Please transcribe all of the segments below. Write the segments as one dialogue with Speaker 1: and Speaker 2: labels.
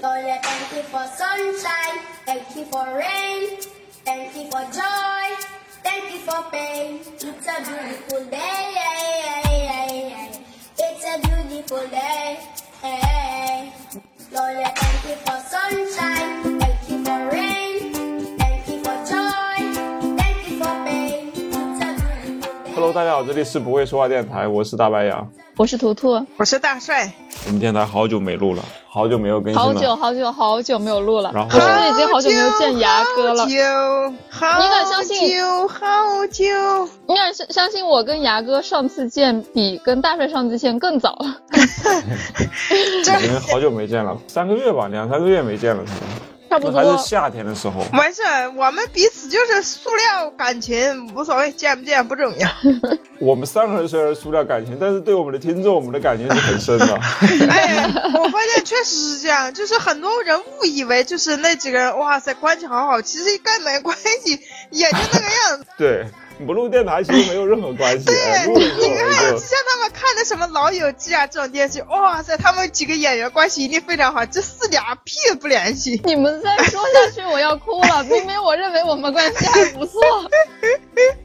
Speaker 1: yeah, thank you for sunshine, thank you for rain, thank you for joy, thank you for pain. It's a beautiful day, it's a beautiful day. Lord, yeah, thank you for sunshine, thank you for rain, thank you for joy, thank you for pain. It's a beautiful day.
Speaker 2: Hello，大家好，这里是不会说话电台，我是大白羊。
Speaker 3: 我是图图，
Speaker 4: 我是大帅，
Speaker 2: 我们电台好久没录了，好久没有更新了。
Speaker 3: 好久好久好久没有录了，
Speaker 2: 然后
Speaker 3: 我甚至已经好久没有见牙哥了
Speaker 4: 好。久，好
Speaker 3: 你敢相信
Speaker 4: 久，好久，
Speaker 3: 你敢相相信我跟牙哥上次见比跟大帅上次见更 早？
Speaker 2: 因为好久没见了，三个月吧，两三个月没见了，可能
Speaker 3: 差不
Speaker 2: 那还
Speaker 3: 多
Speaker 2: 是。夏天的时候。
Speaker 4: 完事儿，我们彼此就是塑料感情，无所谓见不见不重 要。
Speaker 2: 我们三个人虽然塑料感情，但是对我们的听众，我们的感情是很深 的。
Speaker 4: 哎，我发现确实是这样，就是很多人误以为就是那几个人，哇塞，关系好好，其实根本关系也就那个样子。
Speaker 2: 对，你不录电台其实没有任何关系，哎
Speaker 4: 对，
Speaker 2: 录了之后
Speaker 4: 你看，
Speaker 2: 我
Speaker 4: 就像他们看的什么《老友记》啊这种电视剧，哇塞，他们几个演员关系一定非常好，这四俩屁也不联系。
Speaker 3: 你们再说下去我要哭了。明明我认为我们关系还不 错，
Speaker 2: 就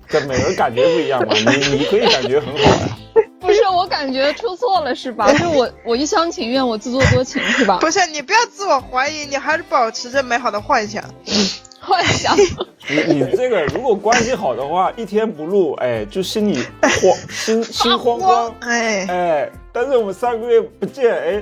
Speaker 2: 这每个人感觉不一样嘛，你你可以感觉很好呀、
Speaker 3: 不是我感觉出错了是 吧？就是我我一厢情愿，我自作多情是吧？
Speaker 4: 不是，你不要自我怀疑，你还是保持着美好的幻想。
Speaker 3: 幻 想，
Speaker 2: 你你这个如果关系好的话，一天不录，哎，就心里慌，心心慌慌。
Speaker 4: 哎，
Speaker 2: 哎，但是我们三个月不见，哎，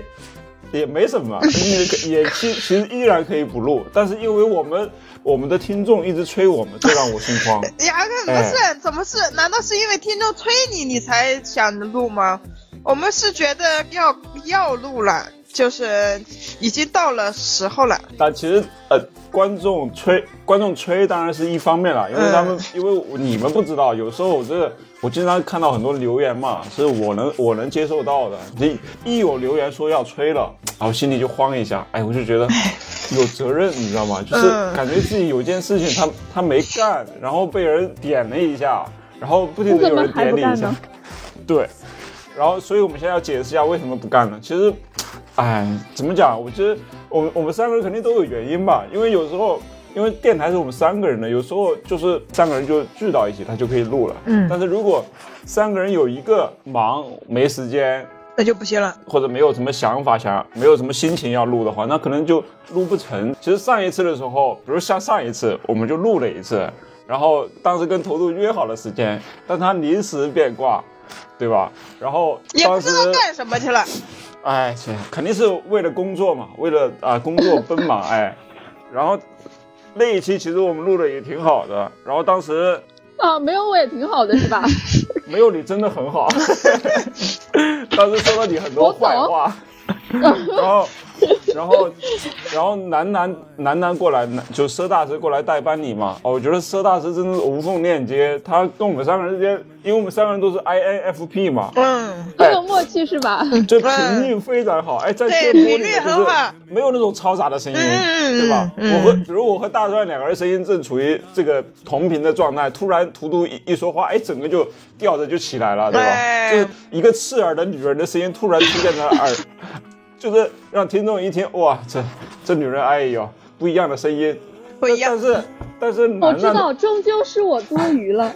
Speaker 2: 也没什么，也也其其实依然可以不录，但是因为我们我们的听众一直催我们，这让我心慌。
Speaker 4: 牙哥不
Speaker 2: 哎
Speaker 4: 是，怎么是？难道是因为听众催你，你才想着录吗？我们是觉得要要录了，就是已经到了时候了。
Speaker 2: 但其实呃，观众催观众催当然是一方面了，因为他们、因为我你们不知道，有时候我这我经常看到很多留言嘛，是我能我能接受到的。你一有留言说要催了，啊，我心里就慌一下，哎，我就觉得有责任，你知道吗？就是
Speaker 4: 嗯
Speaker 2: 感觉自己有件事情他他没干，然后被人点了一下，然后不停的有人点你
Speaker 3: 那
Speaker 2: 一
Speaker 3: 怎么还不干
Speaker 2: 下
Speaker 3: 呢，
Speaker 2: 对。然后，所以我们现在要解释一下为什么不干了。其实，哎，怎么讲？我觉得我们我们三个人肯定都有原因吧。因为有时候，因为电台是我们三个人的，有时候就是三个人就聚到一起，他就可以录了。嗯。但是如果三个人有一个忙没时间，
Speaker 4: 那就不行了。
Speaker 2: 或者没有什么想法想没有什么心情要录的话，那可能就录不成。其实上一次的时候，比如像上一次我们就录了一次，然后当时跟头头约好了时间，但他临时变卦，对吧？然后
Speaker 4: 也不
Speaker 2: 当时
Speaker 4: 知道干什么去了，
Speaker 2: 哎，切肯定是为了工作嘛，为了啊、工作奔忙哎。然后那一期其实我们录的也挺好的，然后当时
Speaker 3: 啊，没有我也挺好的是吧？
Speaker 2: 没有你真的很好， 当时说了你很多坏话，然后，然后，然后楠楠楠楠过来，楠就佘大师过来代班你嘛。哦，我觉得佘大师真的是无缝链接，他跟我们三个人之间，因为我们三个人都是 INFP 嘛，
Speaker 4: 嗯，
Speaker 3: 很有默契是吧？
Speaker 2: 这频率非常好。哎，在
Speaker 4: 对
Speaker 2: 电波里
Speaker 4: 频率
Speaker 2: 面就
Speaker 4: 很好
Speaker 2: 是没有那种嘈杂的声音，
Speaker 4: 嗯
Speaker 2: 对吧？
Speaker 4: 嗯
Speaker 2: 我和比如我和大壮两个人声音正处于这个同频的状态，突然图图一一说话，哎，整个就吊着就起来了，对吧？
Speaker 4: 哎
Speaker 2: 就是一个刺耳的女人的声音突然出现在耳， 就是让听众一听，哇，这这女人，哎呦，不一样的声音。
Speaker 4: 不一样
Speaker 2: 但。是但是
Speaker 3: 我
Speaker 2: 楠
Speaker 3: 知
Speaker 2: 楠
Speaker 3: 道，终究是我多余了。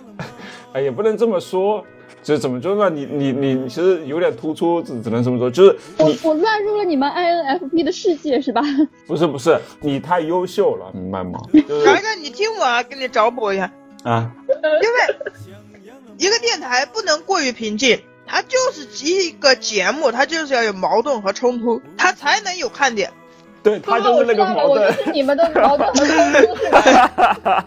Speaker 2: 哎，也不能这么说，就怎么说呢？你你你你其实有点突出，只只能这么说，就是
Speaker 3: 我
Speaker 2: 你
Speaker 3: 我乱入了你们 INFP 的世界是吧？
Speaker 2: 不是不是，你太优秀了，明白吗？就是
Speaker 4: 牙哥，你听我啊给你找补一下，
Speaker 2: 啊，
Speaker 4: 因为一个电台不能过于平静，它就是一个节目，它就是要有矛盾和冲突，它才能有看点。
Speaker 2: 对他就是那个矛
Speaker 3: 我
Speaker 2: 盾
Speaker 3: 就。是你们的矛盾和冲突是吧？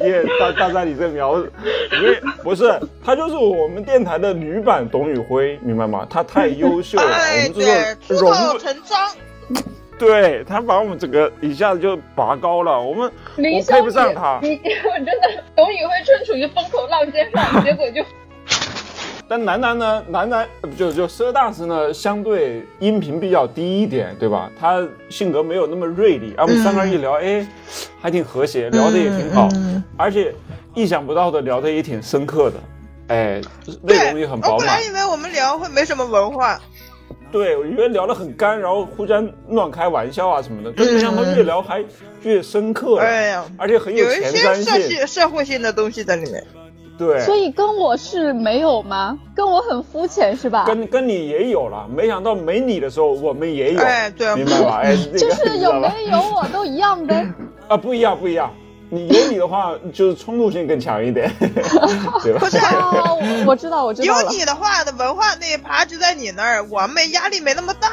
Speaker 2: 耶，大大家你这描，因为不是他就是我们电台的女版董宇辉，明白吗？他太优秀了，
Speaker 4: 哎，
Speaker 2: 我们这
Speaker 4: 对，
Speaker 2: 个
Speaker 4: 出
Speaker 2: 融
Speaker 4: 口
Speaker 2: 入
Speaker 4: 成章。
Speaker 2: 对他把我们整个一下子就拔高了， 我们
Speaker 3: 林
Speaker 2: 我
Speaker 3: 霄
Speaker 2: 配不上他。
Speaker 3: 你你我真的，董宇辉正处于风口浪 尖上，结果就
Speaker 2: 但楠楠呢，楠楠呃不就就佘大师呢，相对音频比较低一点，对吧？他性格没有那么锐利，啊，我们三个人一聊，哎，还挺和谐，聊的也挺好，
Speaker 4: 嗯嗯
Speaker 2: 而且意想不到的聊的也挺深刻的，哎，内
Speaker 4: 对，
Speaker 2: 容也很饱
Speaker 4: 我本
Speaker 2: 满
Speaker 4: 来以。为我们聊会没什么文化，
Speaker 2: 对，我觉得聊得很干，然后互相乱开玩笑啊什么的，但是没想到越聊还越深刻了，
Speaker 4: 嗯哎呀
Speaker 2: 而且很
Speaker 4: 有一
Speaker 2: 前
Speaker 4: 些
Speaker 2: 瞻
Speaker 4: 社
Speaker 2: 性。
Speaker 4: 会社会性的东西在里 面。
Speaker 2: 对，
Speaker 3: 所以跟我是没有吗？跟我很肤浅是
Speaker 4: 啊
Speaker 3: 吧？
Speaker 2: 跟跟你也有了，没想到没你的时候我们也有，
Speaker 4: 哎对
Speaker 2: 明白吧？哎，这
Speaker 3: 就
Speaker 2: 个
Speaker 3: 是
Speaker 2: 你知
Speaker 3: 有
Speaker 2: 道吧
Speaker 3: 没有我都一样呗。
Speaker 2: 啊，不一样不一样，你有你的话就是冲突性更强一点， 对吧
Speaker 4: 不？是，啊
Speaker 3: 哦，我我知道，我知道
Speaker 4: 有
Speaker 3: 了。
Speaker 4: 你的话，文化那一趴就在你那儿，我们压力没那么大。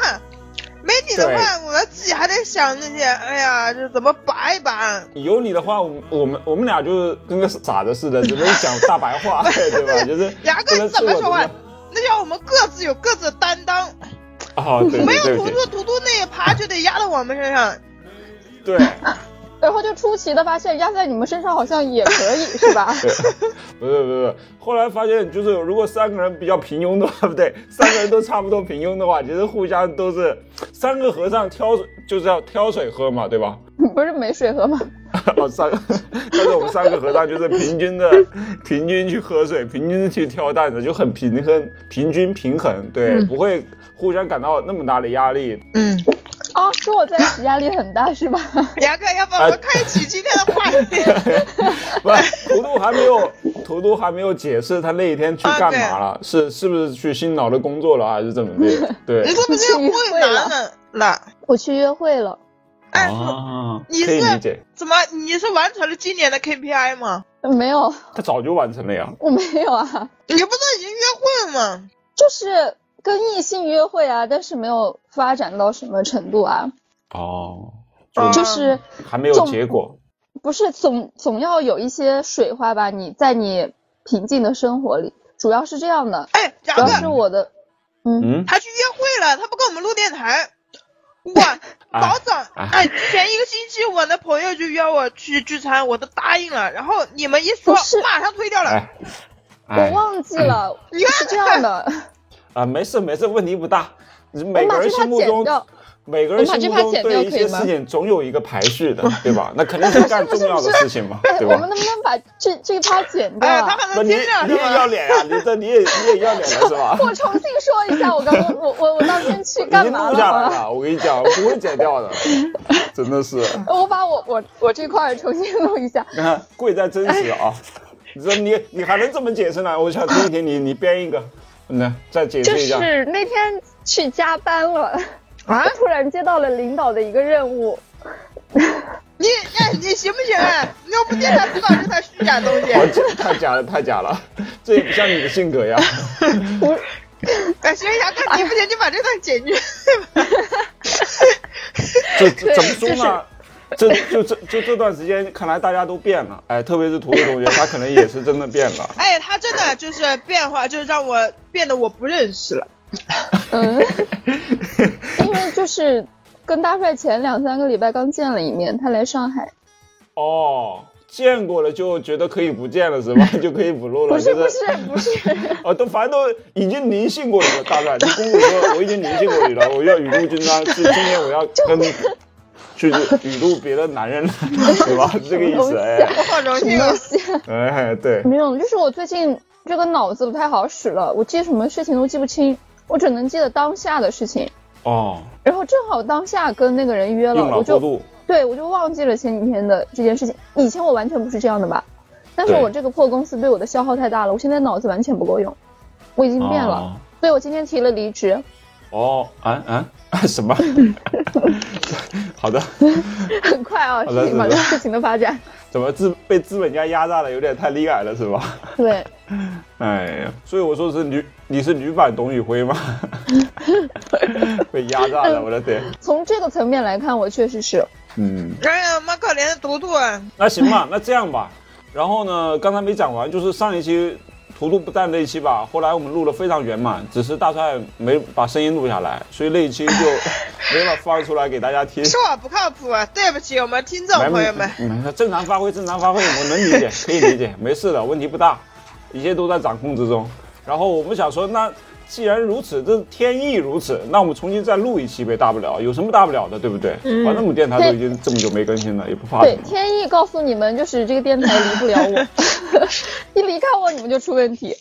Speaker 4: 没你的话，我们自己还得想那些，哎呀，这怎么拔一拔？
Speaker 2: 有你的话，我我们我们俩就是跟个傻子似的，只能讲大白话， 对吧？就是
Speaker 4: 两
Speaker 2: 不
Speaker 4: 个
Speaker 2: 能
Speaker 4: 人怎
Speaker 2: 自我
Speaker 4: 么说
Speaker 2: 独
Speaker 4: 话
Speaker 2: 立。？
Speaker 4: 那叫我们各自有各自担当，
Speaker 2: 哦，对
Speaker 4: 没
Speaker 2: 对对
Speaker 4: 有
Speaker 2: 不
Speaker 4: 图
Speaker 2: 起，
Speaker 4: 图图图那一趴就得压到我们身上。
Speaker 2: 对。
Speaker 3: 然后就出奇的发现压在你们身上好像也可以，是吧？
Speaker 2: 对，不是不是，后来发现就是，如果三个人比较平庸的话， 不对，三个人都差不多平庸的话，其实互相都是三个和尚挑水就是要挑水喝嘛，对吧？
Speaker 3: 不是没水喝吗？
Speaker 2: 哦，三，但是我们三个和尚就是平均的，平均去喝水，平均去挑担子，就很平衡，平均平衡，对，不会互相感到那么大的压力。
Speaker 4: 嗯，
Speaker 3: 啊，跟我在一起压力很大，是吧？
Speaker 4: 牙哥，要不我们开启今天的话题？
Speaker 2: 不，图图还没有，图图还没有解释他那一天去干嘛了，是是不是去辛劳的工作了，还是怎么的？对
Speaker 4: 你，是不是会男人了？
Speaker 3: 我去约会了，
Speaker 4: 哎，
Speaker 2: 啊，
Speaker 4: 你
Speaker 2: 可以
Speaker 4: 是
Speaker 2: 理解，
Speaker 4: 怎么？你是完成了今年的 KPI 吗？
Speaker 3: 没有，
Speaker 2: 他早就完成了呀。
Speaker 3: 我没有啊，
Speaker 4: 你不是已经约会了吗？
Speaker 3: 就是跟异性约会啊，但是没有发展到什么程度啊，
Speaker 2: 哦，
Speaker 4: 啊
Speaker 3: 就是
Speaker 2: 还没有结果。
Speaker 3: 不是总总要有一些水花吧？你在你平静的生活里，主要是这样的，
Speaker 4: 哎，牙
Speaker 3: 主要
Speaker 4: 哥，
Speaker 3: 是我的，嗯，
Speaker 2: 嗯，
Speaker 4: 他去约会了，他不跟我们录电 台。我
Speaker 2: 哎
Speaker 4: 早早
Speaker 2: 哎
Speaker 4: 哎，前一个星期我那朋友就约我去聚餐，我都答应了，然后你们一说
Speaker 3: 不是，
Speaker 4: 马上推掉了。
Speaker 2: 哎，
Speaker 3: 我
Speaker 2: 哎
Speaker 3: 忘记了，
Speaker 2: 嗯
Speaker 4: 你看
Speaker 3: 是这 样的，
Speaker 2: 啊，没事没事，问题不大。每个
Speaker 3: 把
Speaker 2: 人
Speaker 3: 这
Speaker 2: 心
Speaker 3: 趴
Speaker 2: 目中
Speaker 3: 剪掉，
Speaker 2: 每个人
Speaker 3: 我把
Speaker 2: 心
Speaker 3: 这
Speaker 2: 目
Speaker 3: 趴
Speaker 2: 中
Speaker 3: 剪
Speaker 2: 对
Speaker 3: 掉
Speaker 2: 一
Speaker 3: 可
Speaker 2: 些
Speaker 3: 以吗
Speaker 2: 事情总有一个排序的，对吧？那肯定是 干重要的事情嘛，
Speaker 3: 哎，
Speaker 2: 对
Speaker 3: 我们
Speaker 2: 吧？
Speaker 3: 能不能把这这一趴剪掉
Speaker 4: 哎，
Speaker 3: 啊
Speaker 4: 他？还
Speaker 2: 那
Speaker 4: 能
Speaker 2: 你
Speaker 4: 接着
Speaker 2: 你
Speaker 4: 是
Speaker 2: 也要
Speaker 4: 吧？
Speaker 2: 脸呀、你这你也你也要脸了是 吧？
Speaker 3: 我重新说一下，我刚刚我我我当 天去
Speaker 2: 已
Speaker 3: 干
Speaker 2: 经
Speaker 3: 嘛
Speaker 2: 录
Speaker 3: 了
Speaker 2: 下来
Speaker 3: 吗？
Speaker 2: 了，我跟你讲，不会剪掉 的，真的是。
Speaker 3: 我把我我我这块儿重新录一下。
Speaker 2: 你看，贵在真实啊！
Speaker 3: 哎
Speaker 2: 你说你你还能这么解释呢？我想听一听你你编一个，那再解
Speaker 3: 就
Speaker 2: 释一下。
Speaker 3: 是那天去加班了，
Speaker 4: 啊
Speaker 3: 突然接到了领导的一个任务，
Speaker 4: 你哎，你行不行啊？你要不接着知道这才虚假东 西。
Speaker 2: 我这太哦假了，太假了，这也不像你的性格呀。
Speaker 4: 哎，行，牙哥，你不行，你把这 段 解决。
Speaker 2: 这这怎么说呢？这就这就这段时间，看来大家都变了。哎，特别是图图同学，他可能也是真的变了。
Speaker 4: 哎，他真的就是变化，就是让我变得我不认识了。
Speaker 3: 嗯，因为就是跟大帅前两三个礼拜刚见了一面，他来上海，
Speaker 2: 哦，见过了就觉得可以不见了是吧？ 就可以不录了，
Speaker 3: 不是
Speaker 2: 就
Speaker 3: 不是不是，
Speaker 2: 哦，都反正都已经凝信过你了，大概你跟我说我已经凝信过你了，我要雨露均沾，是今天我要跟去雨露别的男人了，对吧？ 是这个意思，哎
Speaker 4: 我好荣
Speaker 3: 什
Speaker 4: 幸
Speaker 3: 么
Speaker 4: 啊
Speaker 3: 东！西？
Speaker 2: 哎，对，
Speaker 3: 没有，就是我最近这个脑子不太好使了，我记什么事情都记不清，我只能记得当下的事情。
Speaker 2: 哦，
Speaker 3: 然后正好当下跟那个人约了，
Speaker 2: 用脑
Speaker 3: 我
Speaker 2: 过
Speaker 3: 就
Speaker 2: 度，
Speaker 3: 对我就忘记了前几天的这件事情。以前我完全不是这样的吧？但是
Speaker 2: 对
Speaker 3: 我这个破公司对我的消耗太大了，我现在脑子完全不够用，我已经变了。
Speaker 2: 哦
Speaker 3: 所以我今天提了离职，
Speaker 2: 哦，啊啊啊， 什么？好的，
Speaker 3: 很快啊，
Speaker 2: 好的
Speaker 3: 事情嘛，
Speaker 2: 是的
Speaker 3: 事情的发展。
Speaker 2: 怎么资被资本家压榨的有点太厉害了是吧？
Speaker 3: 对，
Speaker 2: 哎呀，所以我说是女，你是女版董宇辉 吗？被压榨了，我的天，
Speaker 3: 从这个层面来看，我确实是
Speaker 2: 嗯。
Speaker 4: 哎呀，妈可怜的图图啊！
Speaker 2: 那行吧，那这样吧，然后呢，刚才没讲完，就是上一期图图不在那一期吧，后来我们录了非常圆满，只是大帅没把声音录下来，所以那一期就没法放出来给大家听。
Speaker 4: 是我不靠谱，啊，对不起我们听众朋友们。
Speaker 2: 没，没事嗯正常发挥，正常发挥，我能理 解，可以理解，没事的，问题不大，一切都在掌控之中。然后我们想说，那既然如此，这天意如此，那我们重新再录一期呗，大不了有什么大不了的，对不对？反正我们电台都已经这么久没更新了，也不怕什
Speaker 3: 嗯对
Speaker 2: 么。
Speaker 3: 天意告诉你们，就是这个电台离不了我， 一离开我你们就 出问题。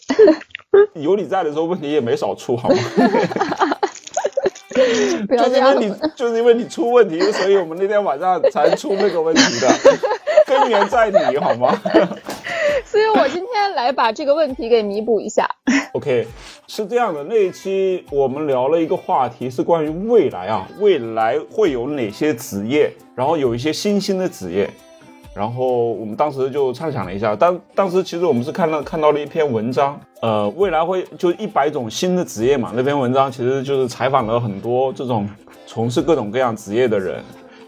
Speaker 2: 有你在的时候，问题也没少出，好吗？
Speaker 3: 不要
Speaker 2: 就是因
Speaker 3: 这样
Speaker 2: 为
Speaker 3: 了
Speaker 2: 你 就是因为你出问题，所以我们那天晚上才出那个问题的， 根源在你好吗
Speaker 3: 所以我今天来把这个问题给弥补一下。
Speaker 2: ？OK，是这样的，那一期我们聊了一个话题，是关于未来啊，未来会有哪些职业，然后有一些新兴的职业。然后我们当时就畅想了一下，当当时其实我们是看到看到了一篇文章，呃，未来会就一百种新的职业嘛。那篇文章其实就是采访了很多这种从事各种各样职业的人，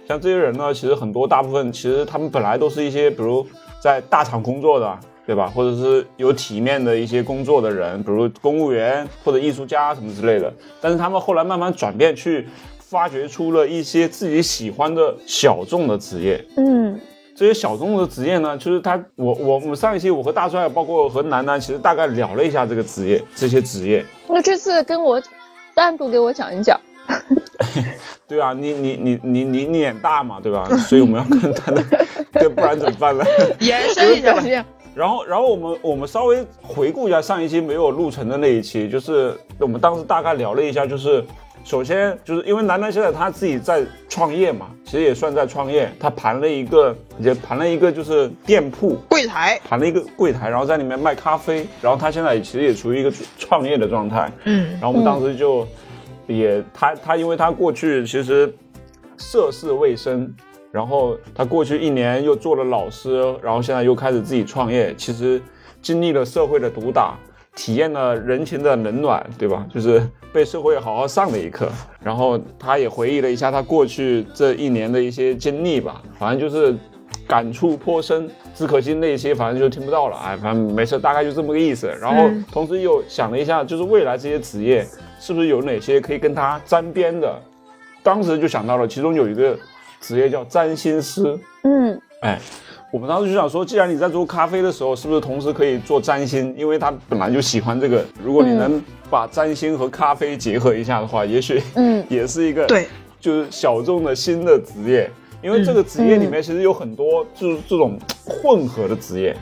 Speaker 2: 像这些人呢，其实很多大部分其实他们本来都是一些比如在大厂工作的，对吧？或者是有体面的一些工作的人，比如公务员或者艺术家什么之类的。但是他们后来慢慢转变去。发掘出了一些自己喜欢的小众的职业，
Speaker 3: 嗯，
Speaker 2: 这些小众的职业呢，就是他，我我我们上一期我和大帅，包括和楠楠，其实大概聊了一下这个职业，这些职业。
Speaker 3: 那这次跟我单独给我讲一讲。
Speaker 2: 对啊，你你你你你你脸大嘛，对吧？所以我们要跟他的， 对，不然怎么办呢？
Speaker 4: 延伸一下吧。
Speaker 3: 样，
Speaker 2: 然后，然后我们我们稍微回顾一下上一期没有录成的那一期，就是我们当时大概聊了一下，就是首先就是因为楠楠现在她自己在创业嘛，其实也算在创业，她盘了一个也盘了一个就是店铺，
Speaker 4: 柜台，
Speaker 2: 盘了一个柜台，然后在里面卖咖啡，然后他现在其实也处于一个创业的状态，
Speaker 4: 嗯
Speaker 2: 然后我们当时就也他他因为他过去其实涉世未深，然后他过去一年又做了老师，然后现在又开始自己创业，其实经历了社会的毒打，体验了人情的冷暖，对吧？就是被社会好好上了一课。然后他也回忆了一下他过去这一年的一些经历吧，反正就是感触颇深。只可惜那些反正就听不到了，哎，反正没事，大概就这么个意思。然后
Speaker 4: 嗯
Speaker 2: 同时又想了一下，就是未来这些职业是不是有哪些可以跟他沾边的？当时就想到了，其中有一个职业叫占星师。
Speaker 3: 嗯，
Speaker 2: 哎，我们当时就想说，既然你在做咖啡的时候，是不是同时可以做占星？因为他本来就喜欢这个，如果你
Speaker 3: 嗯
Speaker 2: 能把占星和咖啡结合一下的话，也许
Speaker 3: 嗯
Speaker 2: 也是一个
Speaker 4: 对，
Speaker 2: 就是小众的新的职业。因为这个职业
Speaker 3: 嗯
Speaker 2: 里面其实有很多就是这种混合的职业，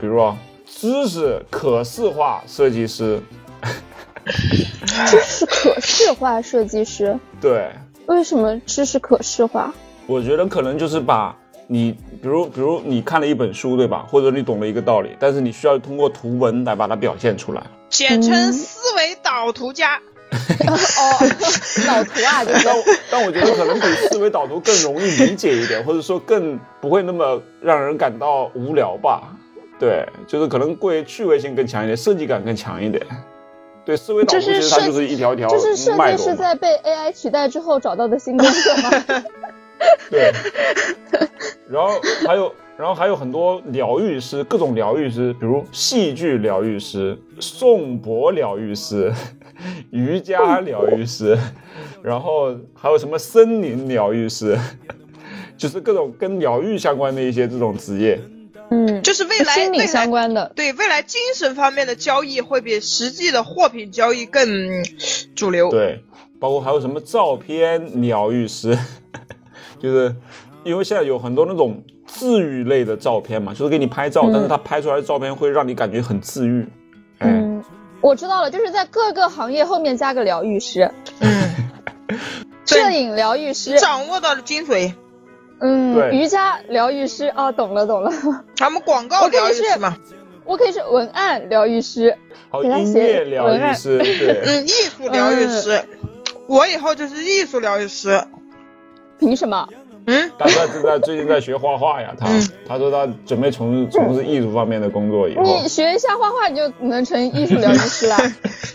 Speaker 2: 比如说知识可视化设计师，
Speaker 3: 知识可视化设计师，
Speaker 2: 对，
Speaker 3: 为什么知识可视化？
Speaker 2: 我觉得可能就是把你，比如比如你看了一本书，对吧？或者你懂了一个道理，但是你需要通过图文来把它表现出来。
Speaker 4: 简称
Speaker 3: 嗯
Speaker 4: 思维导图家。
Speaker 3: 哦， 脑图啊，就是
Speaker 2: 但我 但我觉得可能比思维导图更容易理解一点，或者说更不会那么让人感到无聊吧。对，就是可能会趣味性更强一点，设计感更强一点。对，思维导图
Speaker 3: 就
Speaker 2: 其
Speaker 3: 是
Speaker 2: 实它
Speaker 3: 设
Speaker 2: 就是一条条
Speaker 3: 就是设
Speaker 2: 脉
Speaker 3: 计
Speaker 2: 络
Speaker 3: 是
Speaker 2: 嘛。
Speaker 3: 在被 AI 取代之后找到的新工作吗？
Speaker 2: 对，然后还有，然后还有很多疗愈师，各种疗愈师，比如戏剧疗愈师、颂钵疗愈师、瑜伽疗愈师，然后还有什么森林疗愈师， 就是各种跟疗愈相关的一些这种职业。
Speaker 3: 嗯，
Speaker 4: 就是未来
Speaker 3: 心理
Speaker 4: 未来
Speaker 3: 相关的。
Speaker 4: 对未来精神方面的交易会比实际的货品交易更嗯主流。
Speaker 2: 对，包括还有什么照片疗愈师， 就是因为现在有很多那种治愈类的照片嘛，就是给你拍照，
Speaker 3: 嗯
Speaker 2: 但是他拍出来的照片会让你感觉很治愈。哎，
Speaker 3: 嗯，我知道了，就是在各个行业后面加个疗愈师，
Speaker 4: 嗯，
Speaker 3: 摄
Speaker 4: 对，
Speaker 3: 影疗愈师，
Speaker 4: 掌握到了精髓。
Speaker 2: 对
Speaker 3: 嗯，瑜伽疗愈师啊，懂了懂了。
Speaker 4: 咱们广告
Speaker 3: 我跟
Speaker 4: 疗
Speaker 3: 你
Speaker 4: 愈
Speaker 3: 是
Speaker 4: 师嘛，
Speaker 3: 我可以是文案疗愈师，
Speaker 2: 好，
Speaker 3: 给他
Speaker 2: 音
Speaker 3: 写
Speaker 2: 乐疗
Speaker 3: 文
Speaker 2: 愈
Speaker 3: 案
Speaker 2: 师， 对，
Speaker 4: 嗯，艺术疗愈
Speaker 3: 呃
Speaker 4: 师。我以后就是艺术疗愈师。
Speaker 3: 凭什么？
Speaker 4: 嗯，
Speaker 2: 大家正在最近在学画画呀，他
Speaker 4: 嗯
Speaker 2: 他说他准备从事从事艺术方面的工作以后
Speaker 3: 你，学一下画画，你就能成艺术疗愈师了。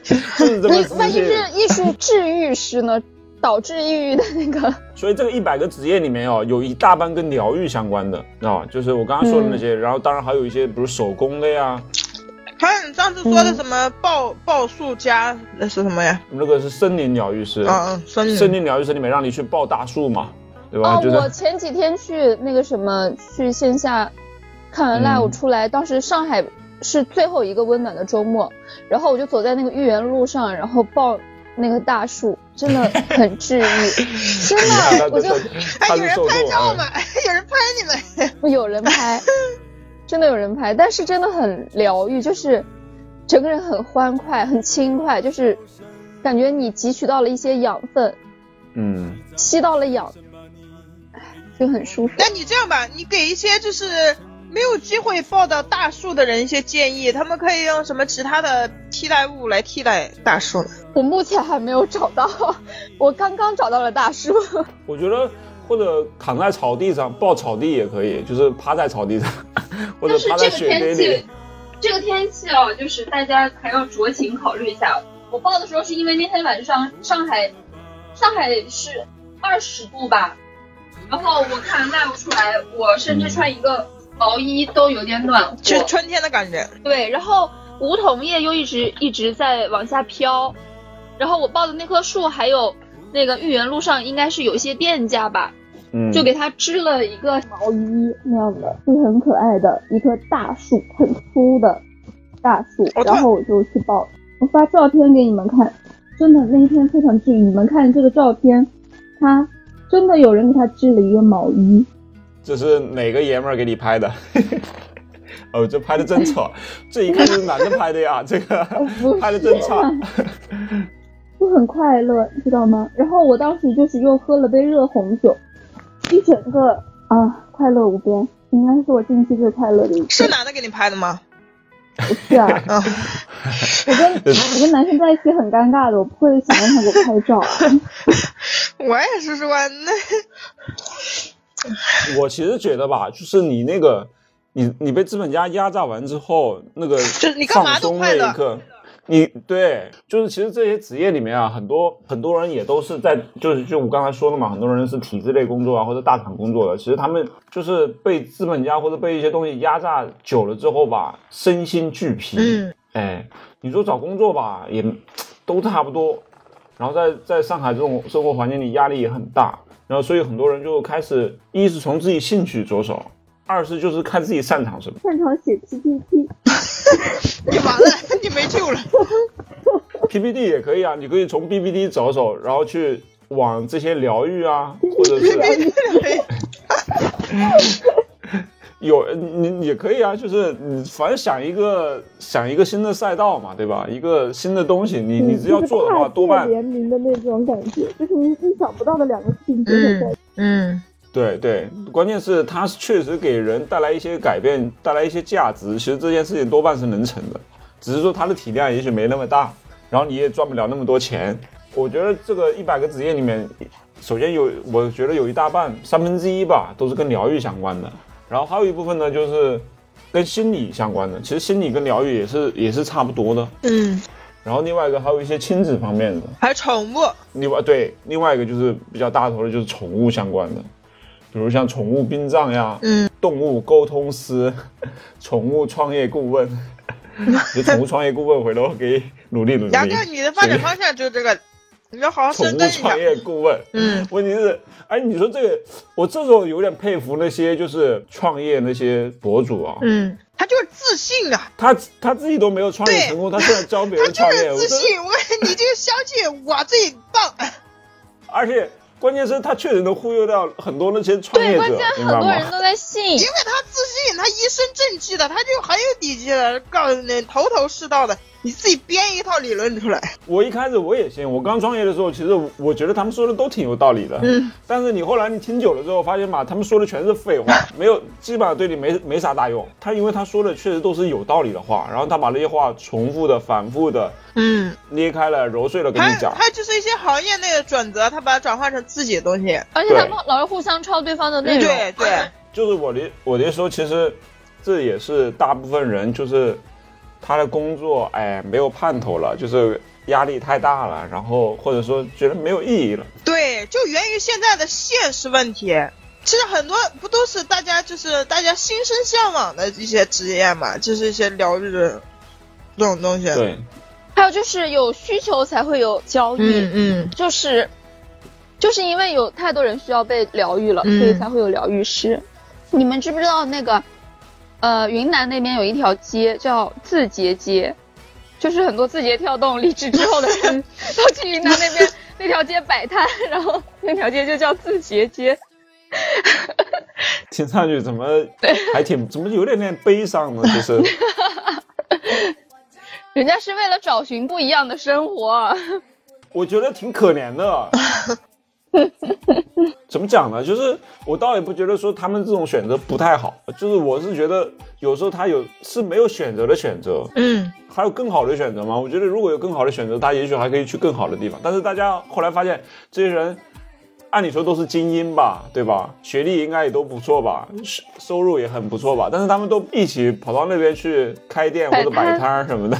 Speaker 2: 就是 这么
Speaker 3: 你
Speaker 2: 自
Speaker 3: 万一
Speaker 2: 信。
Speaker 3: 是艺术治愈师呢？导致抑郁的那个，
Speaker 2: 所以这个一百个职业里面哦，有一大半跟疗愈相关的，知道吧？就是我刚刚说的那
Speaker 3: 嗯
Speaker 2: 些，然后当然还有一些，比如手工啊的呀，
Speaker 4: 还有你上次说的什么报报数家，那是什么呀？
Speaker 2: 那个是森林疗愈师，
Speaker 3: 啊
Speaker 4: 嗯嗯，森
Speaker 2: 森
Speaker 4: 林。
Speaker 2: 林疗愈师里面让你去抱大树嘛，对吧？
Speaker 3: 哦，
Speaker 2: 啊就
Speaker 3: 我
Speaker 2: 是
Speaker 3: 前几天去那个什么，去线下看完
Speaker 2: 嗯
Speaker 3: live 出来，当时上海是最后一个温暖的周末，然后我就走在那个豫园路上，然后抱那个大树，真的很治愈， 真
Speaker 2: 他
Speaker 3: 的，我
Speaker 2: 就是
Speaker 3: 就
Speaker 4: 哎，
Speaker 2: 他
Speaker 4: 有
Speaker 2: 是
Speaker 4: 人
Speaker 2: 受
Speaker 4: 拍
Speaker 2: 众
Speaker 4: 照
Speaker 2: 啊
Speaker 4: 吗？哎，有人拍你们。
Speaker 3: 有人拍，真的有人拍，但是真的很疗愈，就是整个人很欢快、很轻快，就是感觉你汲取到了一些养分，
Speaker 2: 嗯，
Speaker 3: 吸到了氧，唉就很舒服。
Speaker 4: 那你这样吧，你给一些就是没有机会报到大树的人一些建议，他们可以用什么其他的替代物来替代大树呢？
Speaker 3: 我目前还没有找到，我刚刚找到了大树。
Speaker 2: 我觉得或者躺在草地上抱草地也可以，就是趴在草地上， 或者
Speaker 5: 但是
Speaker 2: 趴在
Speaker 5: 这个
Speaker 2: 雪堆
Speaker 5: 天
Speaker 2: 里
Speaker 5: 气。，这个天气哦，就是大家还要酌情考虑一下。我报的时候是因为那天晚上上海，上海是二十度吧，然后我看卖不出来，我甚至穿一个毛衣都有点暖和。
Speaker 4: 就是春天的感觉。
Speaker 5: 对，然后梧桐叶又一直一直在往下飘，然后我报的那棵树还有那个豫园路上应该是有一些店家吧，
Speaker 2: 嗯，
Speaker 5: 就给它织了一个
Speaker 3: 毛衣那样的，是很可爱的一棵大树，很粗的大树
Speaker 4: 哦。对
Speaker 3: 然后我就去抱，我发照片给你们看，真的那一天非常治愈。你们看这个照片，它真的有人给它织了一个毛衣，
Speaker 2: 这是哪个爷们儿给你拍的？ 哦，这拍的真丑，这一看就是男的拍的呀，这个
Speaker 3: 不是
Speaker 2: 拍的真差。
Speaker 3: 就很快乐，你知道吗？然后我当时就是又喝了杯热红酒，一整个啊快乐无边，应该是我近期最快乐的一次
Speaker 4: 是。男的给你拍的吗？
Speaker 3: 是啊，
Speaker 4: 嗯，
Speaker 3: 我跟我跟男生在一起很尴尬的，我不会想让他给我拍照啊。
Speaker 4: 我也是说那
Speaker 2: 我其实觉得吧，就是你那个，你你被资本家压榨完之后，那个
Speaker 4: 是你干嘛
Speaker 2: 放
Speaker 4: 都
Speaker 2: 松
Speaker 4: 快
Speaker 2: 那
Speaker 4: 乐
Speaker 2: 一刻，你对，就是其实这些职业里面啊，很多很多人也都是在，就是就我刚才说的嘛，很多人是体制类工作啊，或者大厂工作的，其实他们就是被资本家或者被一些东西压榨久了之后吧，身心俱疲。
Speaker 4: 嗯，
Speaker 2: 哎，你说找工作吧，也都差不多。然后在在上海这种生活环境里，压力也很大。然后所以很多人就开始，一是从自己兴趣着手，二是就是看自己擅长什么。
Speaker 3: 擅长写 PPT，
Speaker 4: 你完了，你没救了。
Speaker 2: PPT 也可以啊，你可以从 PPT 着手，然后去往这些疗愈啊，或者是 有你你也可以啊，就是你反正想一个想一个新的赛道嘛，对吧？一个新的东西，你你只要做的话，多半
Speaker 3: 联名的那种感觉，就是你意想不到的两个事情结合在一起。
Speaker 4: 嗯，
Speaker 2: 对对，关键是它是确实给人带来一些改变，带来一些价值。其实这件事情多半是能成的，只是说它的体量也许没那么大，然后你也赚不了那么多钱。我觉得这个一百个职业里面，首先有，我觉得有一大半三分之一吧，都是跟疗愈相关的，然后还有一部分呢，就是跟心理相关的。其实心理跟疗愈也是也是差不多的。
Speaker 4: 嗯，
Speaker 2: 然后另外一个还有一些亲子方面的，
Speaker 4: 还有宠物，
Speaker 2: 另外对，另外一个就是比较大头的，就是宠物相关的，比如像宠物殡葬呀，
Speaker 4: 嗯，
Speaker 2: 动物沟通师， 宠物创业顾 问，有宠物创业顾问，回头可以努力努
Speaker 4: 杨
Speaker 2: 力
Speaker 4: 哥，。你的发展方向就是这个，你要好好
Speaker 2: 宠
Speaker 4: 深
Speaker 2: 物
Speaker 4: 耕一下
Speaker 2: 创。业顾问，
Speaker 4: 嗯，
Speaker 2: 问题是，哎，你说这个，我这时候有点佩服那些就是创业那些博主啊，
Speaker 4: 嗯，他就是自信啊，
Speaker 2: 他他自己都没有创业
Speaker 4: 对
Speaker 2: 成功，他现在教别
Speaker 4: 他
Speaker 2: 人创
Speaker 4: 就
Speaker 2: 业，我
Speaker 4: 是自
Speaker 2: 真的
Speaker 4: 信。我，你就相信我最 棒。
Speaker 2: 而且关键是他确实能忽悠到很多那些创业
Speaker 3: 对，
Speaker 2: 者
Speaker 3: 关键，
Speaker 2: 明白
Speaker 3: 很多
Speaker 2: 吗
Speaker 3: 人都在信
Speaker 4: 因，为他自信，他一身正气的，他就很有底气的，告诉你头头是道的，你自己编一套理论出来。
Speaker 2: 我一开始我也信，我刚创业的时候，其实我我觉得他们说的都挺有道理的。
Speaker 4: 嗯，
Speaker 2: 但是你后来你听久了之后，发现吧，他们说的全是废话，没有基本上对你没没啥大用。他因为他说的确实都是有道理的话，然后他把那些话重复的、反复的
Speaker 4: 嗯，
Speaker 2: 捏开了、揉碎了跟
Speaker 4: 他
Speaker 2: 你讲。
Speaker 4: 他就是一些行业内的准则，他把它转化成自己的东西。
Speaker 3: 而且他
Speaker 2: 对
Speaker 3: 们老是互相抄对方的内容。
Speaker 4: 嗯对对，
Speaker 2: 就是我的我的说，其实这也是大部分人就是他的工作哎没有盼头了，就是压力太大了，然后或者说觉得没有意义了。
Speaker 4: 对，就源于现在的现实问题。其实很多不都是大家就是大家心生向往的一些职业嘛，就是一些疗愈的这种东西。，
Speaker 2: 对，
Speaker 3: 还有就是有需求才会有交易，
Speaker 4: 嗯嗯，
Speaker 3: 就是就是因为有太多人需要被疗愈了，
Speaker 4: 嗯
Speaker 3: 所以才会有疗愈师。你们知不知道那个呃云南那边有一条街叫字节街，就是很多字节跳动离职之后的人都去云南那边那条街摆摊，然后那条街就叫字节街。
Speaker 2: 听上去怎么还挺怎么有点点悲伤呢？就是
Speaker 3: 人家是为了找寻不一样的生活，
Speaker 2: 我觉得挺可怜的，怎么讲呢？就是我倒也不觉得说他们这种选择不太好，就是我是觉得有时候他有是没有选择的选择，
Speaker 4: 嗯，
Speaker 2: 还有更好的选择吗？我觉得如果有更好的选择，他也许还可以去更好的地方。但是大家后来发现，这些人按理说都是精英吧，对吧？学历应该也都不错吧，收收入也很不错吧，但是他们都一起跑到那边去开店或者摆
Speaker 3: 摆摊
Speaker 2: 摊儿什么的。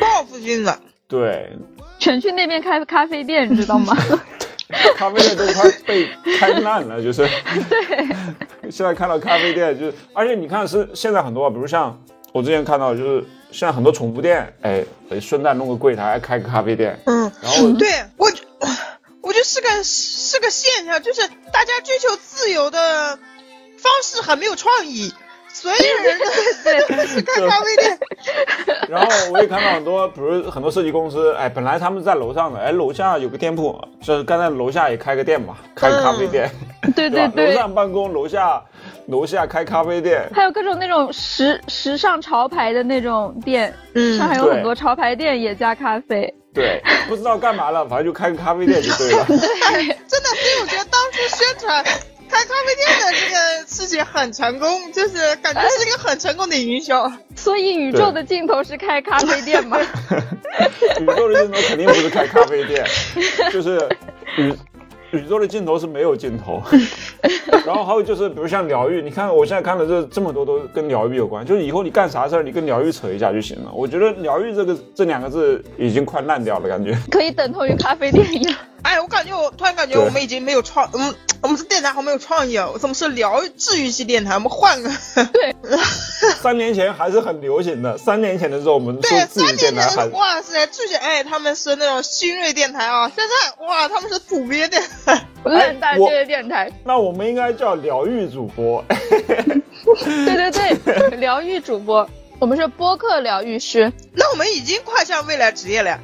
Speaker 4: 报复性的，
Speaker 2: 对，
Speaker 3: 全去那边开咖啡店，你知道吗？
Speaker 2: 咖啡店都快被开烂了，就是。现在看到咖啡店，就是，而且你看是现在很多啊，比如像我之前看到，就是现在很多宠物店，哎，顺带弄个柜台开个咖啡店，
Speaker 4: 嗯，
Speaker 2: 然后
Speaker 4: 对我觉，我觉得是个是个现象，就是大家追求自由的方式很没有创意，所有人都都去开咖啡店，
Speaker 2: 然后我也看到很多，比如很多设计公司，哎，本来他们在楼上的，哎，楼下有个店铺，这干脆楼下也开个店吧，开个咖啡店，
Speaker 3: 对
Speaker 2: 对吧？
Speaker 3: 对
Speaker 2: 楼
Speaker 3: 嗯对，
Speaker 2: 上办公，楼下楼下开咖啡店，
Speaker 3: 还有各种那种时时尚潮牌的那种店， 上海
Speaker 4: 嗯，
Speaker 3: 有
Speaker 2: 对
Speaker 3: 很多潮牌店也加咖啡。
Speaker 2: 对，不知道干嘛了，反正就开个咖啡店就对了。
Speaker 4: 哎真的，所以我觉得当初宣传。开咖啡店的这个事情很成功，就是感觉是一个很成功的营销。
Speaker 3: 所以宇宙的尽头是开咖啡店 吗？
Speaker 2: 宇宙的尽头肯定不是开咖啡 店，就是宇宇宙的尽头是没有尽 头。然后还有就是，比如像疗愈，你看我现在看的这这么多都跟疗愈有关，就是以后你干啥事儿，你跟疗愈扯一下就行了。我觉得疗愈这个这两个字已经快烂掉了，感 觉。
Speaker 3: 可以等同于咖啡店一样。
Speaker 4: 哎，我感觉我突然感觉
Speaker 2: 对
Speaker 4: 我们已经没有创，嗯，我们这电台好没有创意啊！我们是聊治愈系电台，我们换个。
Speaker 2: 三年前还是很流行的，三年前的时候我们说
Speaker 4: 对，
Speaker 2: 自己
Speaker 4: 三
Speaker 2: 的电
Speaker 4: 年
Speaker 2: 台
Speaker 4: 前
Speaker 2: 还
Speaker 4: 的哇塞，之前哎他们是那种新锐电台啊，现在哇他们是土鳖电台，
Speaker 3: 烂大
Speaker 2: 我
Speaker 3: 街的电台，
Speaker 2: 那我们应该叫疗愈主播。
Speaker 3: 对对 对，疗愈主播，我们是播客疗愈师，
Speaker 4: 那我们已经跨向未来职业了呀。